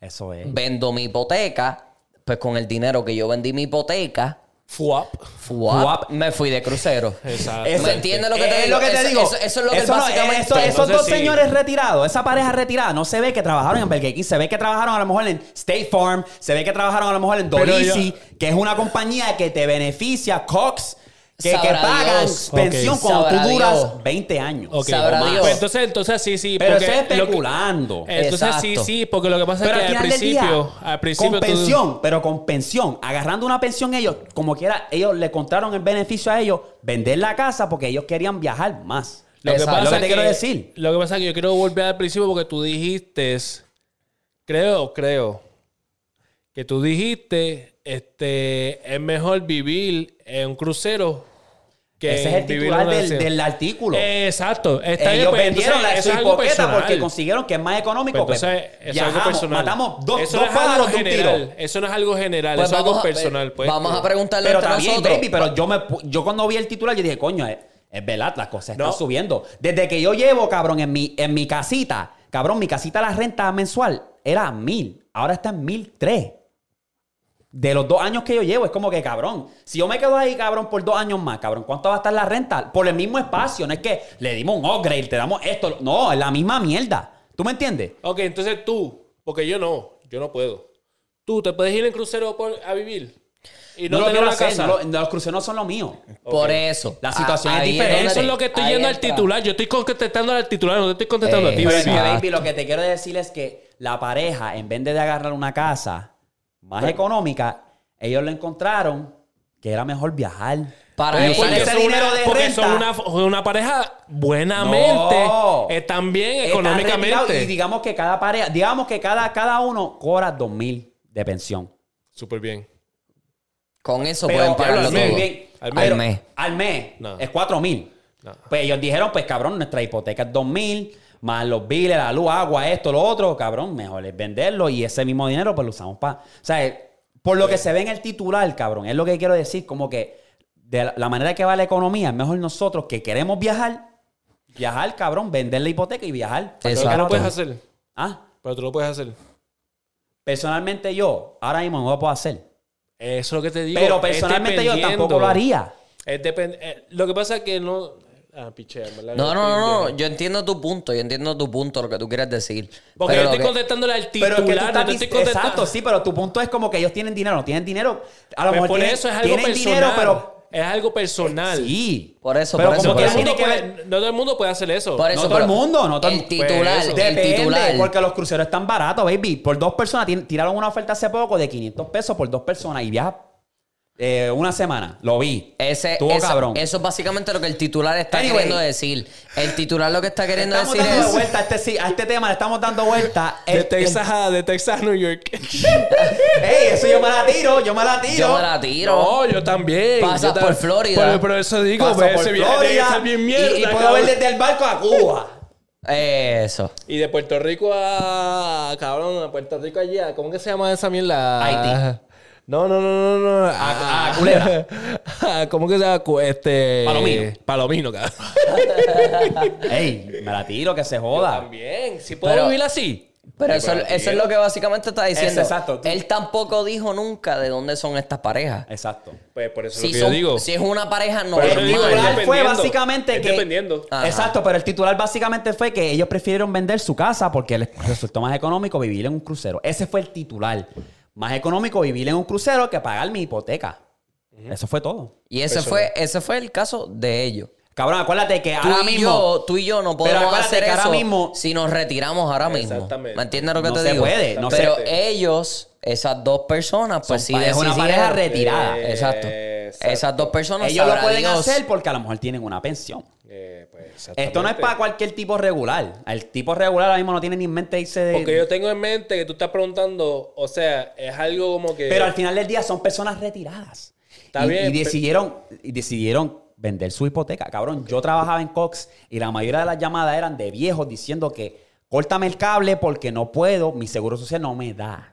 Speaker 1: Eso es.
Speaker 3: vendo mi hipoteca, pues con el dinero que yo vendí mi hipoteca,
Speaker 2: Fuap.
Speaker 3: fuap,
Speaker 1: Fuap.
Speaker 3: me fui de crucero.
Speaker 2: Exacto.
Speaker 1: Eso-
Speaker 3: ¿Me entiendes lo que te
Speaker 1: es
Speaker 3: digo?
Speaker 1: Lo que te
Speaker 3: Eso-
Speaker 1: digo.
Speaker 3: eso- eso es lo que él
Speaker 1: no,
Speaker 3: básicamente-
Speaker 1: eso- esos
Speaker 2: Entonces,
Speaker 1: dos
Speaker 2: sí.
Speaker 1: señores retirados, esa pareja retirada, no se ve que trabajaron en Burger King, se ve que trabajaron a lo mejor en State Farm, se ve que trabajaron a lo mejor en
Speaker 2: Pero
Speaker 1: Dorisi, que es una compañía que te beneficia, Cox, que, que
Speaker 3: Sabrá
Speaker 1: pagan
Speaker 3: Dios.
Speaker 1: pensión
Speaker 2: Ok.
Speaker 1: cuando
Speaker 3: Sabrá
Speaker 1: tú duras
Speaker 3: Dios.
Speaker 1: 20 años.
Speaker 2: Ok,
Speaker 3: Sabrá
Speaker 2: mamá.
Speaker 3: Dios.
Speaker 2: Pues entonces, entonces sí, sí.
Speaker 1: Pero
Speaker 2: porque
Speaker 1: eso es
Speaker 2: lo que-
Speaker 1: especulando.
Speaker 2: Entonces sí,
Speaker 3: Exacto.
Speaker 2: sí, porque lo que pasa
Speaker 1: Pero
Speaker 2: es que al
Speaker 1: final del
Speaker 2: principio,
Speaker 1: día,
Speaker 2: al principio
Speaker 1: con
Speaker 2: tú-
Speaker 1: pensión, pero con pensión, agarrando una pensión ellos, como quiera, ellos le contaron el beneficio a ellos vender la casa porque ellos querían viajar más.
Speaker 2: Lo que,
Speaker 3: Exacto.
Speaker 1: Lo
Speaker 2: pasa
Speaker 1: que te
Speaker 2: que-
Speaker 1: quiero decir.
Speaker 2: Lo que pasa es que yo quiero volver al principio porque tú dijiste, creo, creo, que tú dijiste, este, es mejor vivir en un crucero que
Speaker 1: Ese es el
Speaker 2: vivir
Speaker 1: titular
Speaker 2: en una
Speaker 1: del,
Speaker 2: nación.
Speaker 1: del artículo.
Speaker 2: Eh, Exacto. Está bien,
Speaker 1: Ellos
Speaker 2: pues,
Speaker 1: vendieron
Speaker 2: entonces,
Speaker 1: la,
Speaker 2: eso
Speaker 1: su
Speaker 2: es algo
Speaker 1: hipoteca
Speaker 2: personal.
Speaker 1: porque consiguieron que es más
Speaker 2: Pues,
Speaker 1: económico.
Speaker 2: entonces,
Speaker 1: pues,
Speaker 2: eso es algo
Speaker 1: viajamos,
Speaker 2: personal.
Speaker 1: matamos dos, dos
Speaker 2: eso no es algo
Speaker 1: pájaros de un
Speaker 2: general.
Speaker 1: tiro.
Speaker 2: Eso no es algo general.
Speaker 3: Pues
Speaker 2: eso es algo
Speaker 3: a-
Speaker 2: personal. pues.
Speaker 3: vamos a preguntarle
Speaker 1: Pero
Speaker 3: entre
Speaker 1: también,
Speaker 3: nosotros.
Speaker 1: baby, pero yo, me, pu- yo cuando vi el titular, yo dije, coño, es, es verdad, las cosas están
Speaker 2: No.
Speaker 1: subiendo. Desde que yo llevo, cabrón, en mi, en mi casita, cabrón, mi casita, la renta mensual era mil. Ahora está en mil tres. De los dos años que yo llevo, es como que, cabrón, si yo me quedo ahí, cabrón, por dos años más, cabrón, ¿cuánto va a estar la renta? Por el mismo espacio, no es que le dimos un upgrade, te damos esto, lo- no, es la misma mierda. ¿Tú me entiendes?
Speaker 2: Ok, entonces tú, porque yo no, yo no puedo. Tú te puedes ir en crucero por- a vivir y no,
Speaker 1: No, lo
Speaker 2: tener
Speaker 1: quiero
Speaker 2: una
Speaker 1: hacer,
Speaker 2: casa.
Speaker 1: no lo- no, los cruceros no son lo mío.
Speaker 3: Por eso.
Speaker 1: La situación es
Speaker 3: ahí
Speaker 1: diferente.
Speaker 3: donde-
Speaker 2: Eso es lo que estoy
Speaker 3: ahí
Speaker 2: yendo al
Speaker 3: entra.
Speaker 2: titular. Yo estoy contestando al titular, no te estoy contestando a ti,
Speaker 1: Pero es
Speaker 2: baby.
Speaker 1: que,
Speaker 3: Exacto.
Speaker 1: baby, lo que te quiero decir es que la pareja, en vez de agarrar una casa más económica, ellos lo encontraron que era mejor viajar.
Speaker 3: Para
Speaker 1: Oye,
Speaker 3: mí-
Speaker 1: ¿cuál
Speaker 2: Porque
Speaker 1: ese
Speaker 2: son
Speaker 1: dinero
Speaker 2: una-
Speaker 1: de
Speaker 2: porque
Speaker 1: renta.
Speaker 2: son una, una pareja buenamente,
Speaker 1: No.
Speaker 2: están bien
Speaker 1: Están retirados Y
Speaker 2: económicamente.
Speaker 1: digamos que cada pareja, digamos que cada, cada uno cobra dos mil de pensión.
Speaker 2: Súper bien.
Speaker 3: Con eso
Speaker 1: Pero-
Speaker 3: pueden pagarlo
Speaker 1: pero al mes,
Speaker 3: todo.
Speaker 1: bien,
Speaker 3: al,
Speaker 1: pero-
Speaker 3: mes.
Speaker 1: Al mes
Speaker 2: No.
Speaker 1: es cuatro mil.
Speaker 2: No.
Speaker 1: Pues ellos dijeron, pues cabrón, nuestra hipoteca es dos mil. más los biles, la luz, agua, esto, lo otro, cabrón, mejor es venderlo y ese mismo dinero pues lo usamos para... O sea, eh, por lo que se ve en el titular, cabrón, es lo que quiero decir, como que de la- la manera que va la economía, es mejor nosotros que queremos viajar, viajar, cabrón, vender la hipoteca y viajar.
Speaker 2: Pero tú
Speaker 3: Exacto.
Speaker 2: lo puedes hacer.
Speaker 1: Ah,
Speaker 2: Pero tú lo puedes hacer.
Speaker 1: personalmente yo, ahora mismo no lo puedo hacer.
Speaker 2: Eso es lo que te digo.
Speaker 1: Pero
Speaker 2: es
Speaker 1: personalmente yo
Speaker 2: dependiendo.
Speaker 1: tampoco lo haría.
Speaker 2: Es depend- eh, Lo que pasa es que no. Ah, pichea, en ¿verdad?
Speaker 3: No,
Speaker 2: Yo
Speaker 3: no,
Speaker 2: estoy
Speaker 3: no,
Speaker 2: bien.
Speaker 3: yo entiendo tu punto, yo entiendo tu punto, lo que tú quieres decir.
Speaker 2: Porque yo
Speaker 3: Pero lo
Speaker 2: estoy
Speaker 3: que-
Speaker 2: contestándole al
Speaker 1: Pero
Speaker 2: titular.
Speaker 1: es que tú
Speaker 2: no
Speaker 1: estás
Speaker 2: te estoy
Speaker 1: dic-
Speaker 2: contestando.
Speaker 1: Exacto, sí, pero tu punto es como que ellos tienen dinero, no tienen dinero. A lo
Speaker 2: Pues
Speaker 1: mejor
Speaker 2: por
Speaker 1: tienen-
Speaker 2: eso es algo
Speaker 1: tienen
Speaker 2: personal.
Speaker 1: dinero, pero
Speaker 2: Es algo personal.
Speaker 1: sí.
Speaker 3: Por eso,
Speaker 1: pero
Speaker 3: por eso,
Speaker 1: como
Speaker 2: No
Speaker 3: por
Speaker 1: que el
Speaker 2: todo, el
Speaker 3: eso.
Speaker 1: mundo
Speaker 2: mundo
Speaker 1: puede-
Speaker 2: puede, no todo el mundo puede hacer eso.
Speaker 3: Por eso,
Speaker 1: todo el
Speaker 3: pero
Speaker 1: mundo, no todo el-
Speaker 3: El titular,
Speaker 2: Pues eso.
Speaker 3: el
Speaker 1: Depende,
Speaker 3: titular.
Speaker 1: porque los cruceros están baratos, baby. Por dos personas, ti- tiraron una oferta hace poco de 500 pesos por dos personas y viaja eh, una semana. Lo vi. Eh,
Speaker 3: Ese,
Speaker 1: Estuvo
Speaker 3: esa-
Speaker 1: cabrón.
Speaker 3: Eso es básicamente lo que el titular está
Speaker 1: Anyway.
Speaker 3: queriendo decir. El titular lo que está queriendo
Speaker 1: Estamos
Speaker 3: decir
Speaker 1: dando
Speaker 3: es.
Speaker 1: vuelta a este, sí- a este tema, le estamos dando vuelta.
Speaker 2: (laughs) De
Speaker 1: El-
Speaker 2: Texas a, de Texas a New York.
Speaker 1: el- Ey, eso yo me la tiro, yo me la tiro.
Speaker 3: Yo me la tiro.
Speaker 2: No, yo también.
Speaker 3: Pasas
Speaker 2: Yo tam-
Speaker 3: por Florida.
Speaker 2: Pero, pero eso digo,
Speaker 1: Paso
Speaker 2: pues,
Speaker 1: por
Speaker 2: ese viaje tiene que
Speaker 1: Florida
Speaker 2: estar bien
Speaker 1: y-
Speaker 2: mierda.
Speaker 1: y, puedo
Speaker 2: cabrón.
Speaker 1: ver desde el barco a Cuba.
Speaker 3: Eso.
Speaker 2: Y de Puerto Rico a. Cabrón, a Puerto Rico allá. ¿Cómo que se llama esa mierda?
Speaker 1: Haití.
Speaker 2: No, no, no, no, no.
Speaker 1: A- a
Speaker 2: (laughs)
Speaker 1: Culebra.
Speaker 2: Ah, ¿Cómo que se llama? Cu- Este.
Speaker 1: Palomino.
Speaker 2: Palomino, cabrón.
Speaker 1: Ey, me la tiro, que se joda.
Speaker 2: También. Si
Speaker 3: puedo vivir
Speaker 2: así.
Speaker 1: Eh,
Speaker 3: Pero eso, eso es lo que básicamente está diciendo.
Speaker 1: exacto.
Speaker 3: Él tampoco dijo nunca de dónde son estas parejas.
Speaker 1: Exacto.
Speaker 2: Pues por eso es
Speaker 3: Si,
Speaker 2: lo que
Speaker 3: son-
Speaker 2: yo digo.
Speaker 3: si es una pareja
Speaker 2: Por eso
Speaker 1: el
Speaker 2: digo, es
Speaker 3: normal.
Speaker 1: titular fue
Speaker 2: dependiendo.
Speaker 1: básicamente
Speaker 2: Es
Speaker 1: que.
Speaker 2: dependiendo.
Speaker 3: Ajá.
Speaker 1: Exacto, pero el titular básicamente fue que ellos prefirieron vender su casa porque les resultó más económico vivir en un crucero. Ese fue el titular. Más económico vivir en un crucero que pagar mi hipoteca. Eso fue todo.
Speaker 3: Y ese fue, ese fue el caso de ellos.
Speaker 1: Cabrón, acuérdate que
Speaker 3: Tú
Speaker 1: ahora
Speaker 3: y,
Speaker 1: mismo.
Speaker 3: yo, tú y yo no podemos
Speaker 1: acuérdate
Speaker 3: hacer
Speaker 1: que
Speaker 3: eso
Speaker 1: ahora mismo-
Speaker 3: si nos retiramos ahora mismo.
Speaker 2: Exactamente.
Speaker 3: ¿Me entiendes lo que
Speaker 1: No
Speaker 3: te
Speaker 1: se
Speaker 3: digo?
Speaker 1: puede, no se
Speaker 3: Pero
Speaker 2: puede.
Speaker 3: ellos, esas dos personas, pues
Speaker 1: Son
Speaker 3: sí
Speaker 1: pa- es una
Speaker 3: decidieron.
Speaker 1: pareja retirada.
Speaker 3: Exacto.
Speaker 2: Exacto.
Speaker 3: Esas dos personas
Speaker 1: ellos lo
Speaker 3: sabrá
Speaker 1: pueden
Speaker 3: Dios.
Speaker 1: hacer porque a lo mejor tienen una pensión.
Speaker 2: Eh, pues,
Speaker 1: Esto no es
Speaker 2: exactamente.
Speaker 1: para cualquier tipo regular. El tipo regular ahora mismo no tiene ni en mente irse de.
Speaker 2: Porque yo tengo en mente que tú estás preguntando, o sea, es algo como que.
Speaker 1: Pero al final del día son personas retiradas.
Speaker 2: Eh, Está
Speaker 1: y,
Speaker 2: bien,
Speaker 1: y
Speaker 2: pe-
Speaker 1: decidieron, y decidieron vender su hipoteca. Cabrón, yo trabajaba en Cox y la mayoría de las llamadas eran de viejos diciendo que córtame el cable porque no puedo, mi seguro social no me da.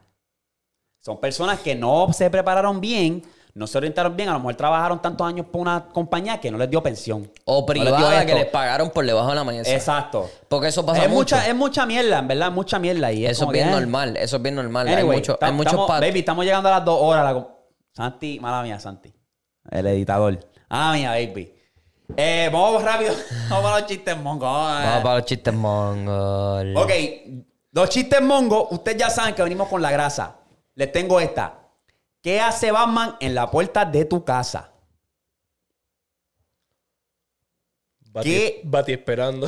Speaker 1: Son personas que no se prepararon bien, no se orientaron bien, a lo mejor trabajaron tantos años por una compañía que no les dio pensión.
Speaker 3: O
Speaker 1: No les dio
Speaker 3: privada que
Speaker 1: esto.
Speaker 3: les pagaron por debajo de la mesa.
Speaker 1: Exacto.
Speaker 3: Porque eso pasa
Speaker 1: Es
Speaker 3: mucho.
Speaker 1: mucha, es mucha mierda, en verdad, mucha mierda. Y es
Speaker 3: eso es
Speaker 1: como que,
Speaker 3: bien
Speaker 1: eh.
Speaker 3: normal. Eso es bien normal.
Speaker 1: Anyway,
Speaker 3: hay mucho,
Speaker 1: ta-
Speaker 3: hay muchos
Speaker 1: estamos-
Speaker 3: pat-
Speaker 1: Baby, estamos llegando a las dos horas. la com- Santi, mala mía, Santi. El editador. Ah, mía, baby. Eh, vamos rápido. (laughs) vamos para los chistes mongos.
Speaker 3: Vamos para los chistes mongol.
Speaker 1: Ok, los chistes mongos, ustedes ya saben que venimos con la grasa. Les tengo esta. ¿Qué hace Batman en la puerta de tu casa?
Speaker 2: Bati,
Speaker 1: ¿Qué? Eh,
Speaker 2: Bati
Speaker 1: (laughs)
Speaker 2: esperando.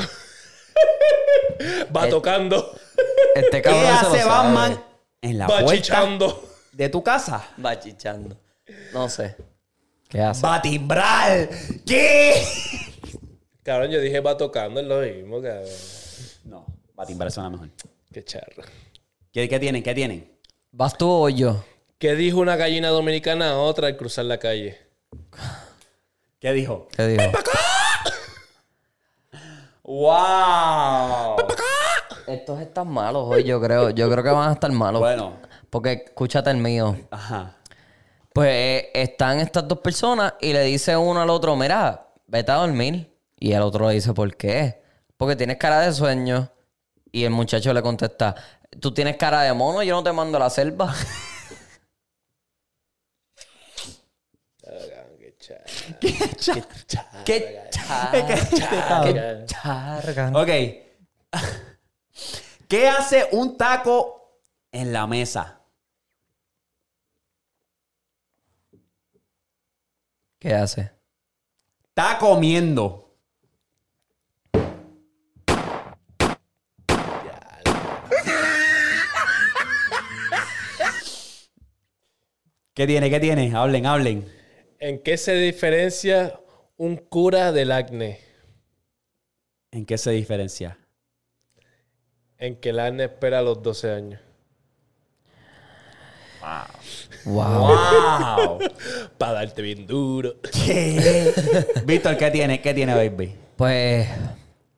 Speaker 2: Va tocando.
Speaker 1: ¿Qué
Speaker 3: Este cabrón se lo
Speaker 1: hace
Speaker 3: sabe.
Speaker 1: Batman en la
Speaker 2: Va
Speaker 1: puerta
Speaker 2: chichando.
Speaker 1: de tu casa?
Speaker 3: Va chichando. No sé. ¿Qué hace?
Speaker 1: Batimbral. ¿Qué? (laughs)
Speaker 2: Cabrón, yo dije va tocando, es lo mismo, cabrón.
Speaker 1: No, Batimbral suena mejor.
Speaker 2: Qué charra.
Speaker 1: ¿Qué, qué tienen? ¿Qué tienen?
Speaker 3: ¿Vas tú o yo?
Speaker 2: ¿Qué dijo una gallina dominicana a otra al cruzar la calle?
Speaker 1: ¿Qué dijo?
Speaker 3: Te digo.
Speaker 1: ¡Wow!
Speaker 3: Estos están malos hoy, yo creo. Yo creo que van a estar malos.
Speaker 1: Bueno.
Speaker 3: Porque escúchate el mío.
Speaker 1: Ajá.
Speaker 3: Pues eh, están estas dos personas y le dice uno al otro, mira, vete a dormir. Y el otro le dice, ¿por qué? Porque tienes cara de sueño. Y el muchacho le contesta, tú tienes cara de mono, yo no te mando a la selva.
Speaker 2: Cabrón, qué charra.
Speaker 1: Ah,
Speaker 3: ¿Qué charga? charga?
Speaker 1: Ok. (laughs) ¿Qué hace un taco en la mesa?
Speaker 3: ¿Qué hace?
Speaker 1: Está comiendo. ¿Qué tiene? ¿Qué tiene? Hablen, hablen.
Speaker 2: ¿En qué se diferencia un cura del acné?
Speaker 1: ¿En qué se diferencia?
Speaker 2: En que el acné espera a los 12 años.
Speaker 3: Wow.
Speaker 1: (laughs) ¡Wow!
Speaker 2: Para darte bien duro.
Speaker 1: ¿Qué? Víctor, ¿qué tiene? ¿Qué tiene, baby?
Speaker 3: Pues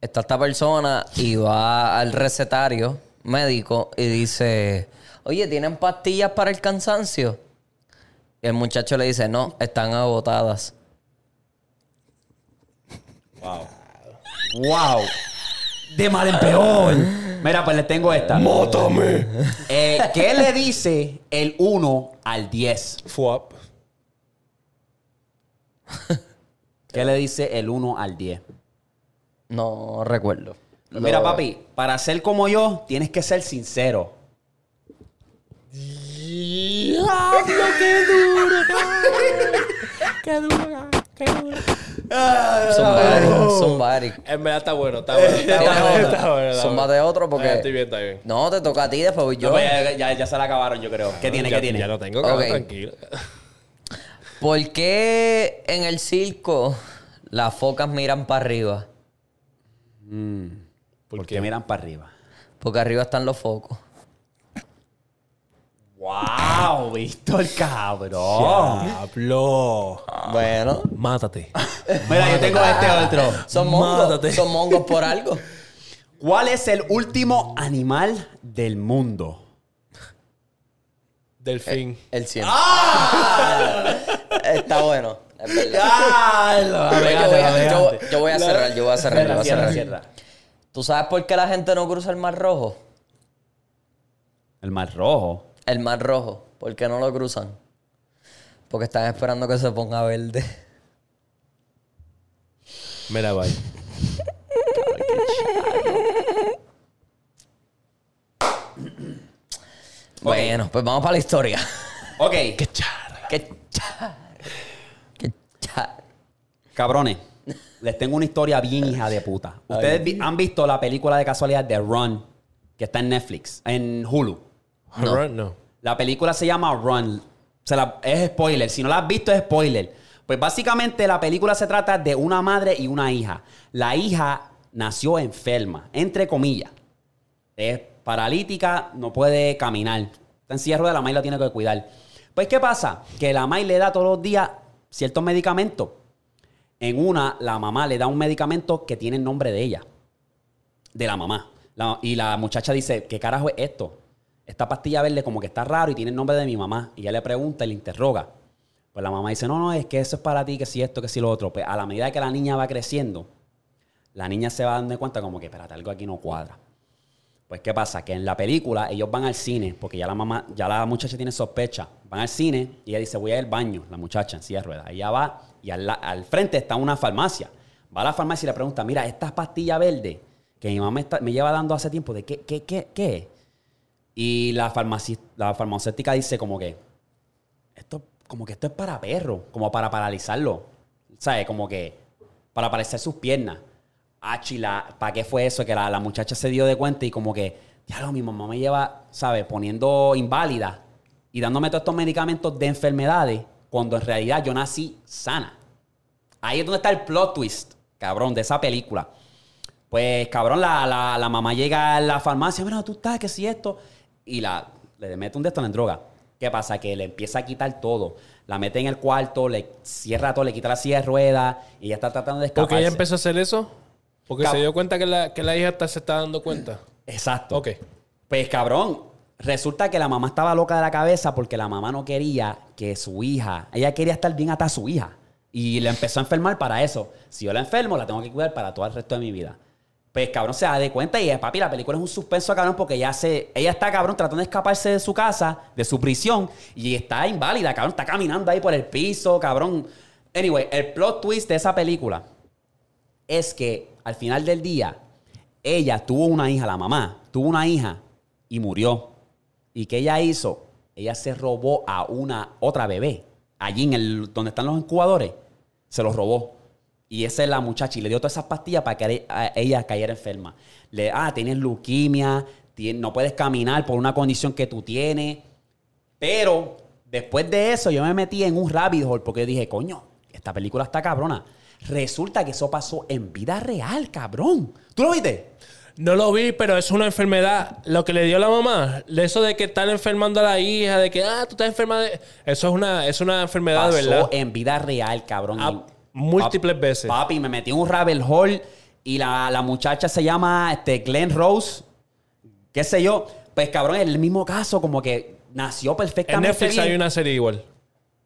Speaker 3: está esta persona y va al recetario médico y dice, oye, ¿tienen pastillas para el cansancio? Y el muchacho le dice, no, están agotadas.
Speaker 1: ¡Wow! De mal en peor. Mira, pues les tengo esta.
Speaker 2: ¡Mátame!
Speaker 1: Eh, ¿Qué le dice el 1 al 10?
Speaker 2: Fuap.
Speaker 1: ¿Qué le dice el 1 al 10?
Speaker 3: No recuerdo.
Speaker 1: Mira,
Speaker 3: Lo-
Speaker 1: papi, para ser como yo, tienes que ser sincero.
Speaker 2: ¡Diablo, qué duro! ¡Qué duro, qué duro!
Speaker 3: Somebody, somebody.
Speaker 2: En verdad está bueno, está bueno. (laughs) Está
Speaker 3: Tienes
Speaker 2: bueno,
Speaker 3: otro.
Speaker 2: está bueno. está
Speaker 3: Zumba
Speaker 2: bueno.
Speaker 3: de otro porque-
Speaker 2: Ah, Estoy bien, está bien.
Speaker 3: No, te toca a ti, después voy yo.
Speaker 1: No, pues ya, ya- ya se la acabaron, yo creo. ¿Qué tiene?
Speaker 2: Ya-
Speaker 1: ¿Qué tiene?
Speaker 2: Ya lo tengo, cabrón,
Speaker 3: Ok.
Speaker 2: tranquilo.
Speaker 3: ¿Por qué en el circo las focas miran para arriba?
Speaker 1: Porque miran para arriba.
Speaker 3: Porque arriba están los focos.
Speaker 1: ¡Wow! Víctor, cabrón.
Speaker 2: ¡Diablo!
Speaker 3: Bueno,
Speaker 2: Mátate.
Speaker 1: Mira, yo tengo este otro.
Speaker 3: son mongos.
Speaker 2: Mátate.
Speaker 3: Son mongos por algo.
Speaker 1: ¿Cuál es el último animal del mundo?
Speaker 2: Delfín.
Speaker 3: (laughs) El cielo.
Speaker 1: ¡Ah!
Speaker 3: Está bueno. es verdad. Yo voy a- Yo voy- yo voy a cerrar, yo voy a cerrar, yo voy a
Speaker 1: Cierra,
Speaker 3: cerrar.
Speaker 1: cierra.
Speaker 3: ¿Tú sabes por qué la gente no cruza el mar rojo?
Speaker 1: El mar rojo.
Speaker 3: El mar rojo. ¿Por qué no lo cruzan? Porque están esperando que se ponga verde.
Speaker 2: Mira, bye.
Speaker 3: Bueno, pues vamos para la historia.
Speaker 1: Ok,
Speaker 3: (laughs) Qué char. Qué char.
Speaker 1: cabrones. Les tengo una historia bien hija de puta. Ustedes vi- han visto la película de casualidad de Run, que está en Netflix, en Hulu.
Speaker 2: No. no.
Speaker 1: La película se llama Run. Se la- es spoiler. Si no la has visto, es spoiler. Pues básicamente la película se trata de una madre y una hija. La hija nació enferma, entre comillas. Es paralítica, no puede caminar. Está en silla de ruedas, la May la tiene que cuidar. Pues, ¿qué pasa? Que la May le da todos los días ciertos medicamentos. En una, la mamá le da un medicamento que tiene el nombre de ella de la mamá. La- y la muchacha dice, ¿qué carajo es esto? Esta pastilla verde como que está raro y tiene el nombre de mi mamá. Y ella le pregunta y le interroga. Pues la mamá dice, no, no, es que eso es para ti, que si esto, que si lo otro. Pues a la medida que la niña va creciendo, la niña se va dando cuenta como que, espérate, algo aquí no cuadra. Pues, ¿qué pasa? Que en la película ellos van al cine, porque ya la mamá, ya la muchacha tiene sospecha. Van al cine y ella dice, voy a ir al baño, la muchacha en silla de ruedas. Ella va y al, la- al frente está una farmacia. Va a la farmacia y le pregunta, mira, estas pastillas verdes que mi mamá me, está- me lleva dando hace tiempo, ¿de qué, qué, qué, qué? es?". Y la, farmaci- la farmacéutica dice como que, esto, como que esto es para perro, como para paralizarlo. ¿Sabes? Como que para paralizar sus piernas. Ah, chila, ¿para qué fue eso? Que la, la muchacha se dio de cuenta y como que, diablo, mi mamá me lleva, ¿sabes? Poniendo inválida y dándome todos estos medicamentos de enfermedades cuando en realidad yo nací sana. Ahí es donde está el plot twist, cabrón, de esa película. Pues, cabrón, la, la- la mamá llega a la farmacia, mira, tú estás, que si esto. Y la, le mete un de esto en droga. ¿Qué pasa? Que le empieza a quitar todo. La mete en el cuarto, le cierra todo, le quita la silla de ruedas y ella está tratando de escaparse.
Speaker 2: ¿Por qué ella empezó a hacer eso? Porque
Speaker 1: Cap-
Speaker 2: se dio cuenta que la, que la hija está- se está dando cuenta.
Speaker 1: Exacto.
Speaker 2: Ok.
Speaker 1: Pues cabrón, resulta que la mamá estaba loca de la cabeza porque la mamá no quería que su hija, ella quería estar bien hasta su hija. Y la empezó a enfermar para eso. Si yo la enfermo, la tengo que cuidar para todo el resto de mi vida. Pues cabrón se da de cuenta y eh, papi, la película es un suspenso cabrón porque ella, se, ella está cabrón tratando de escaparse de su casa, de su prisión, y está inválida, cabrón, está caminando ahí por el piso, cabrón. Anyway, el plot twist de esa película es que al final del día, ella tuvo una hija, la mamá, tuvo una hija y murió. ¿Y qué ella hizo? Ella se robó a una otra bebé. Allí en el donde están los incubadores, se los robó. Y esa es la muchacha y le dio todas esas pastillas para que a- ella cayera enferma. Le, ah, tienes leucemia, tien- no puedes caminar por una condición que tú tienes. Pero después de eso, yo me metí en un rabbit hole porque dije, coño, esta película está cabrona. Resulta que eso pasó en vida real, cabrón. ¿Tú lo viste?
Speaker 2: No lo vi, pero es una enfermedad. Lo que le dio la mamá, eso de que están enfermando a la hija, de que, ah, tú estás enferma de... Eso es una, es una enfermedad,
Speaker 1: pasó
Speaker 2: de ¿verdad?
Speaker 1: en vida real, cabrón.
Speaker 2: Ah,
Speaker 1: Y-
Speaker 2: múltiples veces.
Speaker 1: Papi, me metí en un rabbit hole Y la, la muchacha se llama este, Glenn Rose, qué sé yo. Pues cabrón, es el mismo caso, como que nació
Speaker 2: En
Speaker 1: perfectamente
Speaker 2: Netflix
Speaker 1: bien.
Speaker 2: hay una serie igual.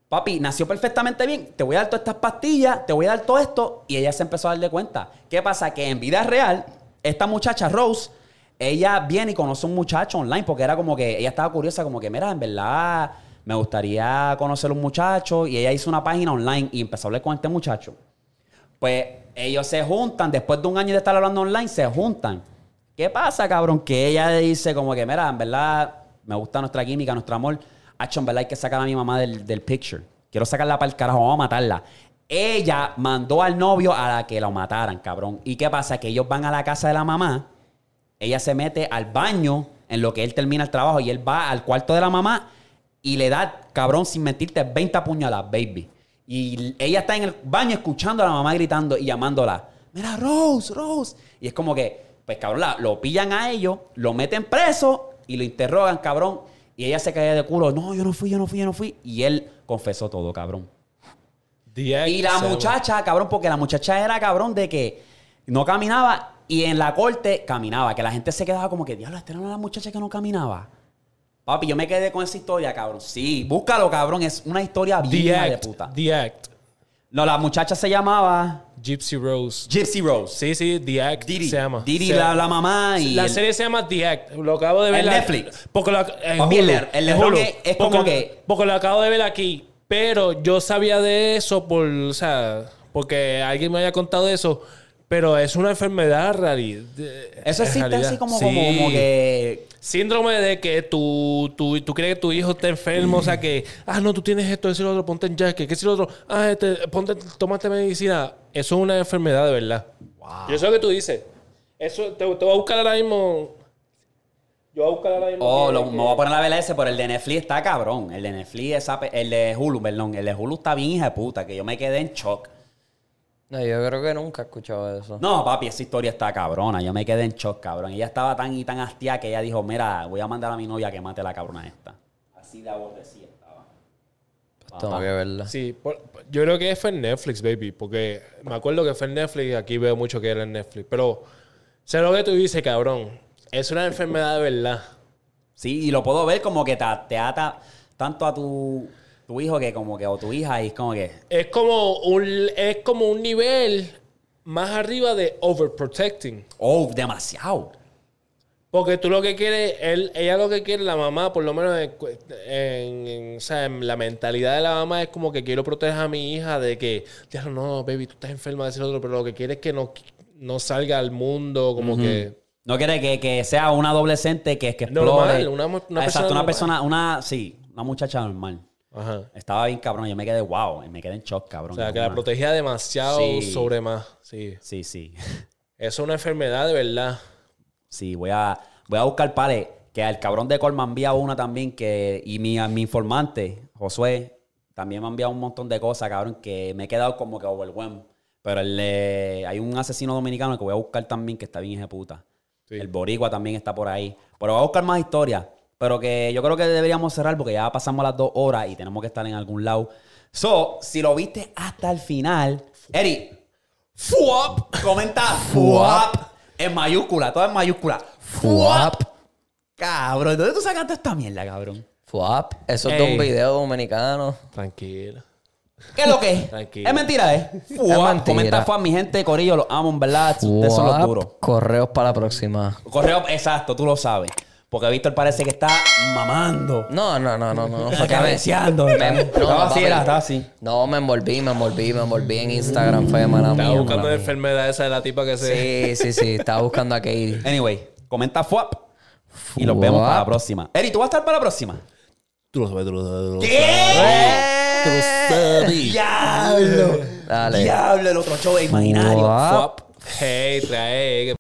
Speaker 1: Papi, nació perfectamente bien. Te voy a dar todas estas pastillas, te voy a dar todo esto. Y ella se empezó a dar de cuenta. ¿Qué pasa? Que en vida real, esta muchacha, Rose, ella viene y conoce a un muchacho online porque era como que ella estaba curiosa, como que, mira, en verdad me gustaría conocer a un muchacho. Y ella hizo una página online y empezó a hablar con este muchacho. Pues ellos se juntan, después de un año de estar hablando online, se juntan. ¿Qué pasa, cabrón? Que ella dice como que, mira, en verdad, me gusta nuestra química, nuestro amor. Hacho, en verdad hay que sacar a mi mamá del, del picture. Quiero sacarla para el carajo, vamos a matarla. Ella mandó al novio a la que lo mataran, cabrón. ¿Y qué pasa? Que ellos van a la casa de la mamá, ella se mete al baño en lo que él termina el trabajo y él va al cuarto de la mamá y le da, cabrón, sin mentirte, 20 puñaladas, baby. Y ella está en el baño escuchando a la mamá gritando y llamándola. Mira, Rose, Rose. Y es como que, pues cabrón, la- lo pillan a ellos, lo meten preso y lo interrogan, cabrón. Y ella se cae de culo. No, yo no fui, yo no fui, yo no fui. Y él confesó todo, cabrón.
Speaker 2: The
Speaker 1: Y la
Speaker 2: Exo.
Speaker 1: muchacha, cabrón, porque la muchacha era cabrón de que no caminaba y en la corte caminaba, que la gente se quedaba como que, diablo, esta era la muchacha que no caminaba. Papi, yo me quedé con esa historia, cabrón. Sí, búscalo, cabrón. Es una historia bien
Speaker 2: The
Speaker 1: hija de
Speaker 2: Act.
Speaker 1: puta.
Speaker 2: The Act.
Speaker 1: No, la muchacha se llamaba
Speaker 2: Gypsy Rose.
Speaker 1: Gypsy Rose.
Speaker 2: Sí, sí, The Act
Speaker 1: Didi.
Speaker 2: se llama.
Speaker 1: Didi,
Speaker 2: Se-
Speaker 1: la, la mamá. Y
Speaker 2: La
Speaker 1: el-
Speaker 2: serie se llama The Act. Lo acabo de ver.
Speaker 1: En
Speaker 2: la-
Speaker 1: Netflix.
Speaker 2: Porque lo, en
Speaker 1: Papi, el
Speaker 2: Hulu.
Speaker 1: de- el de
Speaker 2: En
Speaker 1: Hulu
Speaker 2: Hulu.
Speaker 1: es como
Speaker 2: Porque-
Speaker 1: que-
Speaker 2: Porque lo acabo de ver aquí. Pero yo sabía de eso por... O sea, porque alguien me había contado de eso. Pero es una enfermedad real.
Speaker 1: Eso existe así como,
Speaker 2: Sí.
Speaker 1: como, como que.
Speaker 2: Síndrome de que tú, tú, tú crees que tu hijo está enfermo, o sea que, ah, no, tú tienes esto, es el otro, ponte en jaque, que es el otro, ah, este, ponte, tómate medicina. Eso es una enfermedad de verdad. Yo sé lo que tú dices. Eso, te, te voy a buscar ahora mismo. Yo voy a buscar ahora mismo.
Speaker 1: Oh,
Speaker 2: que-
Speaker 1: lo-
Speaker 2: que-
Speaker 1: me voy a poner la vela ese, pero el de Netflix está cabrón. El de Netflix, esa pe- el de Hulu, perdón. El de Hulu está bien hija de puta, que yo me quedé en shock.
Speaker 3: No, yo creo que nunca he escuchado eso.
Speaker 1: No, papi, esa historia está cabrona. Yo me quedé en shock, cabrón. Ella estaba tan y tan hastiada que ella dijo, mira, voy a mandar a mi novia que mate a la cabrona esta. Así de aborrecida estaba.
Speaker 3: Pues tengo que verla.
Speaker 2: Sí, por- por- yo creo que fue en Netflix, baby, porque me acuerdo que fue en Netflix, aquí veo mucho que era en Netflix, pero sé lo que tú dices, cabrón. Es una enfermedad de verdad.
Speaker 1: Sí, y lo puedo ver como que te, te ata tanto a tu, tu hijo que como que, o tu hija, y es como que...
Speaker 2: Es como un, es como un nivel más arriba de overprotecting.
Speaker 1: Oh, demasiado.
Speaker 2: Porque tú lo que quieres, él, ella lo que quiere, la mamá, por lo menos en, cu- en- en- o sea, en la mentalidad de la mamá es como que quiero proteger a mi hija de que, ya no, baby, tú estás enferma de ese otro, pero lo que quiere es que no, no salga al mundo, como que...
Speaker 1: No quiere que, que sea una adolescente que, que explode.
Speaker 2: Normal, una mu- una
Speaker 1: Ah, Exacto,
Speaker 2: persona
Speaker 1: una persona, una, sí, una muchacha normal.
Speaker 2: Ajá.
Speaker 1: Estaba bien cabrón, yo me quedé wow, y me quedé en shock, cabrón.
Speaker 2: O sea, que la
Speaker 1: Una-
Speaker 2: protegía demasiado
Speaker 1: Sí.
Speaker 2: sobre más. Sí.
Speaker 1: Sí, sí.
Speaker 2: Es una enfermedad de verdad.
Speaker 1: Sí, voy a, voy a buscar pales. Que al cabrón de Col me ha enviado una también. Que, y mi, a mi informante, Josué, también me ha enviado un montón de cosas, cabrón, que me he quedado como que overwhelmed. Pero el, eh, hay un asesino dominicano que voy a buscar también que está bien ejecuta.
Speaker 2: Sí.
Speaker 1: El boricua también está por ahí. Pero voy a buscar más historias. Pero que yo creo que deberíamos cerrar porque ya pasamos las dos horas y tenemos que estar en algún lado. So, si lo viste hasta el final, Eri, FUAP, comenta FUAP en mayúscula, todo en mayúscula.
Speaker 3: Fuap.
Speaker 1: Cabrón, ¿dónde tú sacaste esta mierda, cabrón?
Speaker 3: Fuap. Eso es de
Speaker 2: Ey.
Speaker 3: un video dominicano.
Speaker 2: Tranquila.
Speaker 1: ¿Qué es lo que es?
Speaker 2: Tranquilo.
Speaker 1: Es mentira, ¿eh?
Speaker 3: mentira.
Speaker 1: Comenta FUAP, mi gente, Corillo, los amo, en verdad. Ustedes son los
Speaker 3: Fuap.
Speaker 1: duros.
Speaker 3: Correos para la próxima.
Speaker 1: Correo, exacto, tú lo sabes. Porque Víctor parece que está mamando.
Speaker 3: No, no, no, no, no. fue que me-
Speaker 1: Cabeceando.
Speaker 3: me- no,
Speaker 1: Estaba así,
Speaker 3: papi.
Speaker 1: era, estaba así.
Speaker 3: No, me envolví, me envolví, me envolví en Instagram. Fue mala
Speaker 2: Estaba
Speaker 3: mía,
Speaker 2: buscando la
Speaker 3: mala mía.
Speaker 2: enfermedad esa de la tipa que se... (laughs)
Speaker 3: Sí, sí, sí. Estaba buscando a Katie.
Speaker 1: Anyway, comenta FUAP. Y los vemos para la próxima. Eri, ¿tú vas a estar para la próxima?
Speaker 2: Tú lo sabes, tú lo sabes, tú lo
Speaker 1: ¿Qué? ¡Diablo!
Speaker 3: Dale.
Speaker 1: ¡Diablo! El otro show es imaginario. FUAP.
Speaker 3: Fuap.
Speaker 2: sabes. Hey, trae.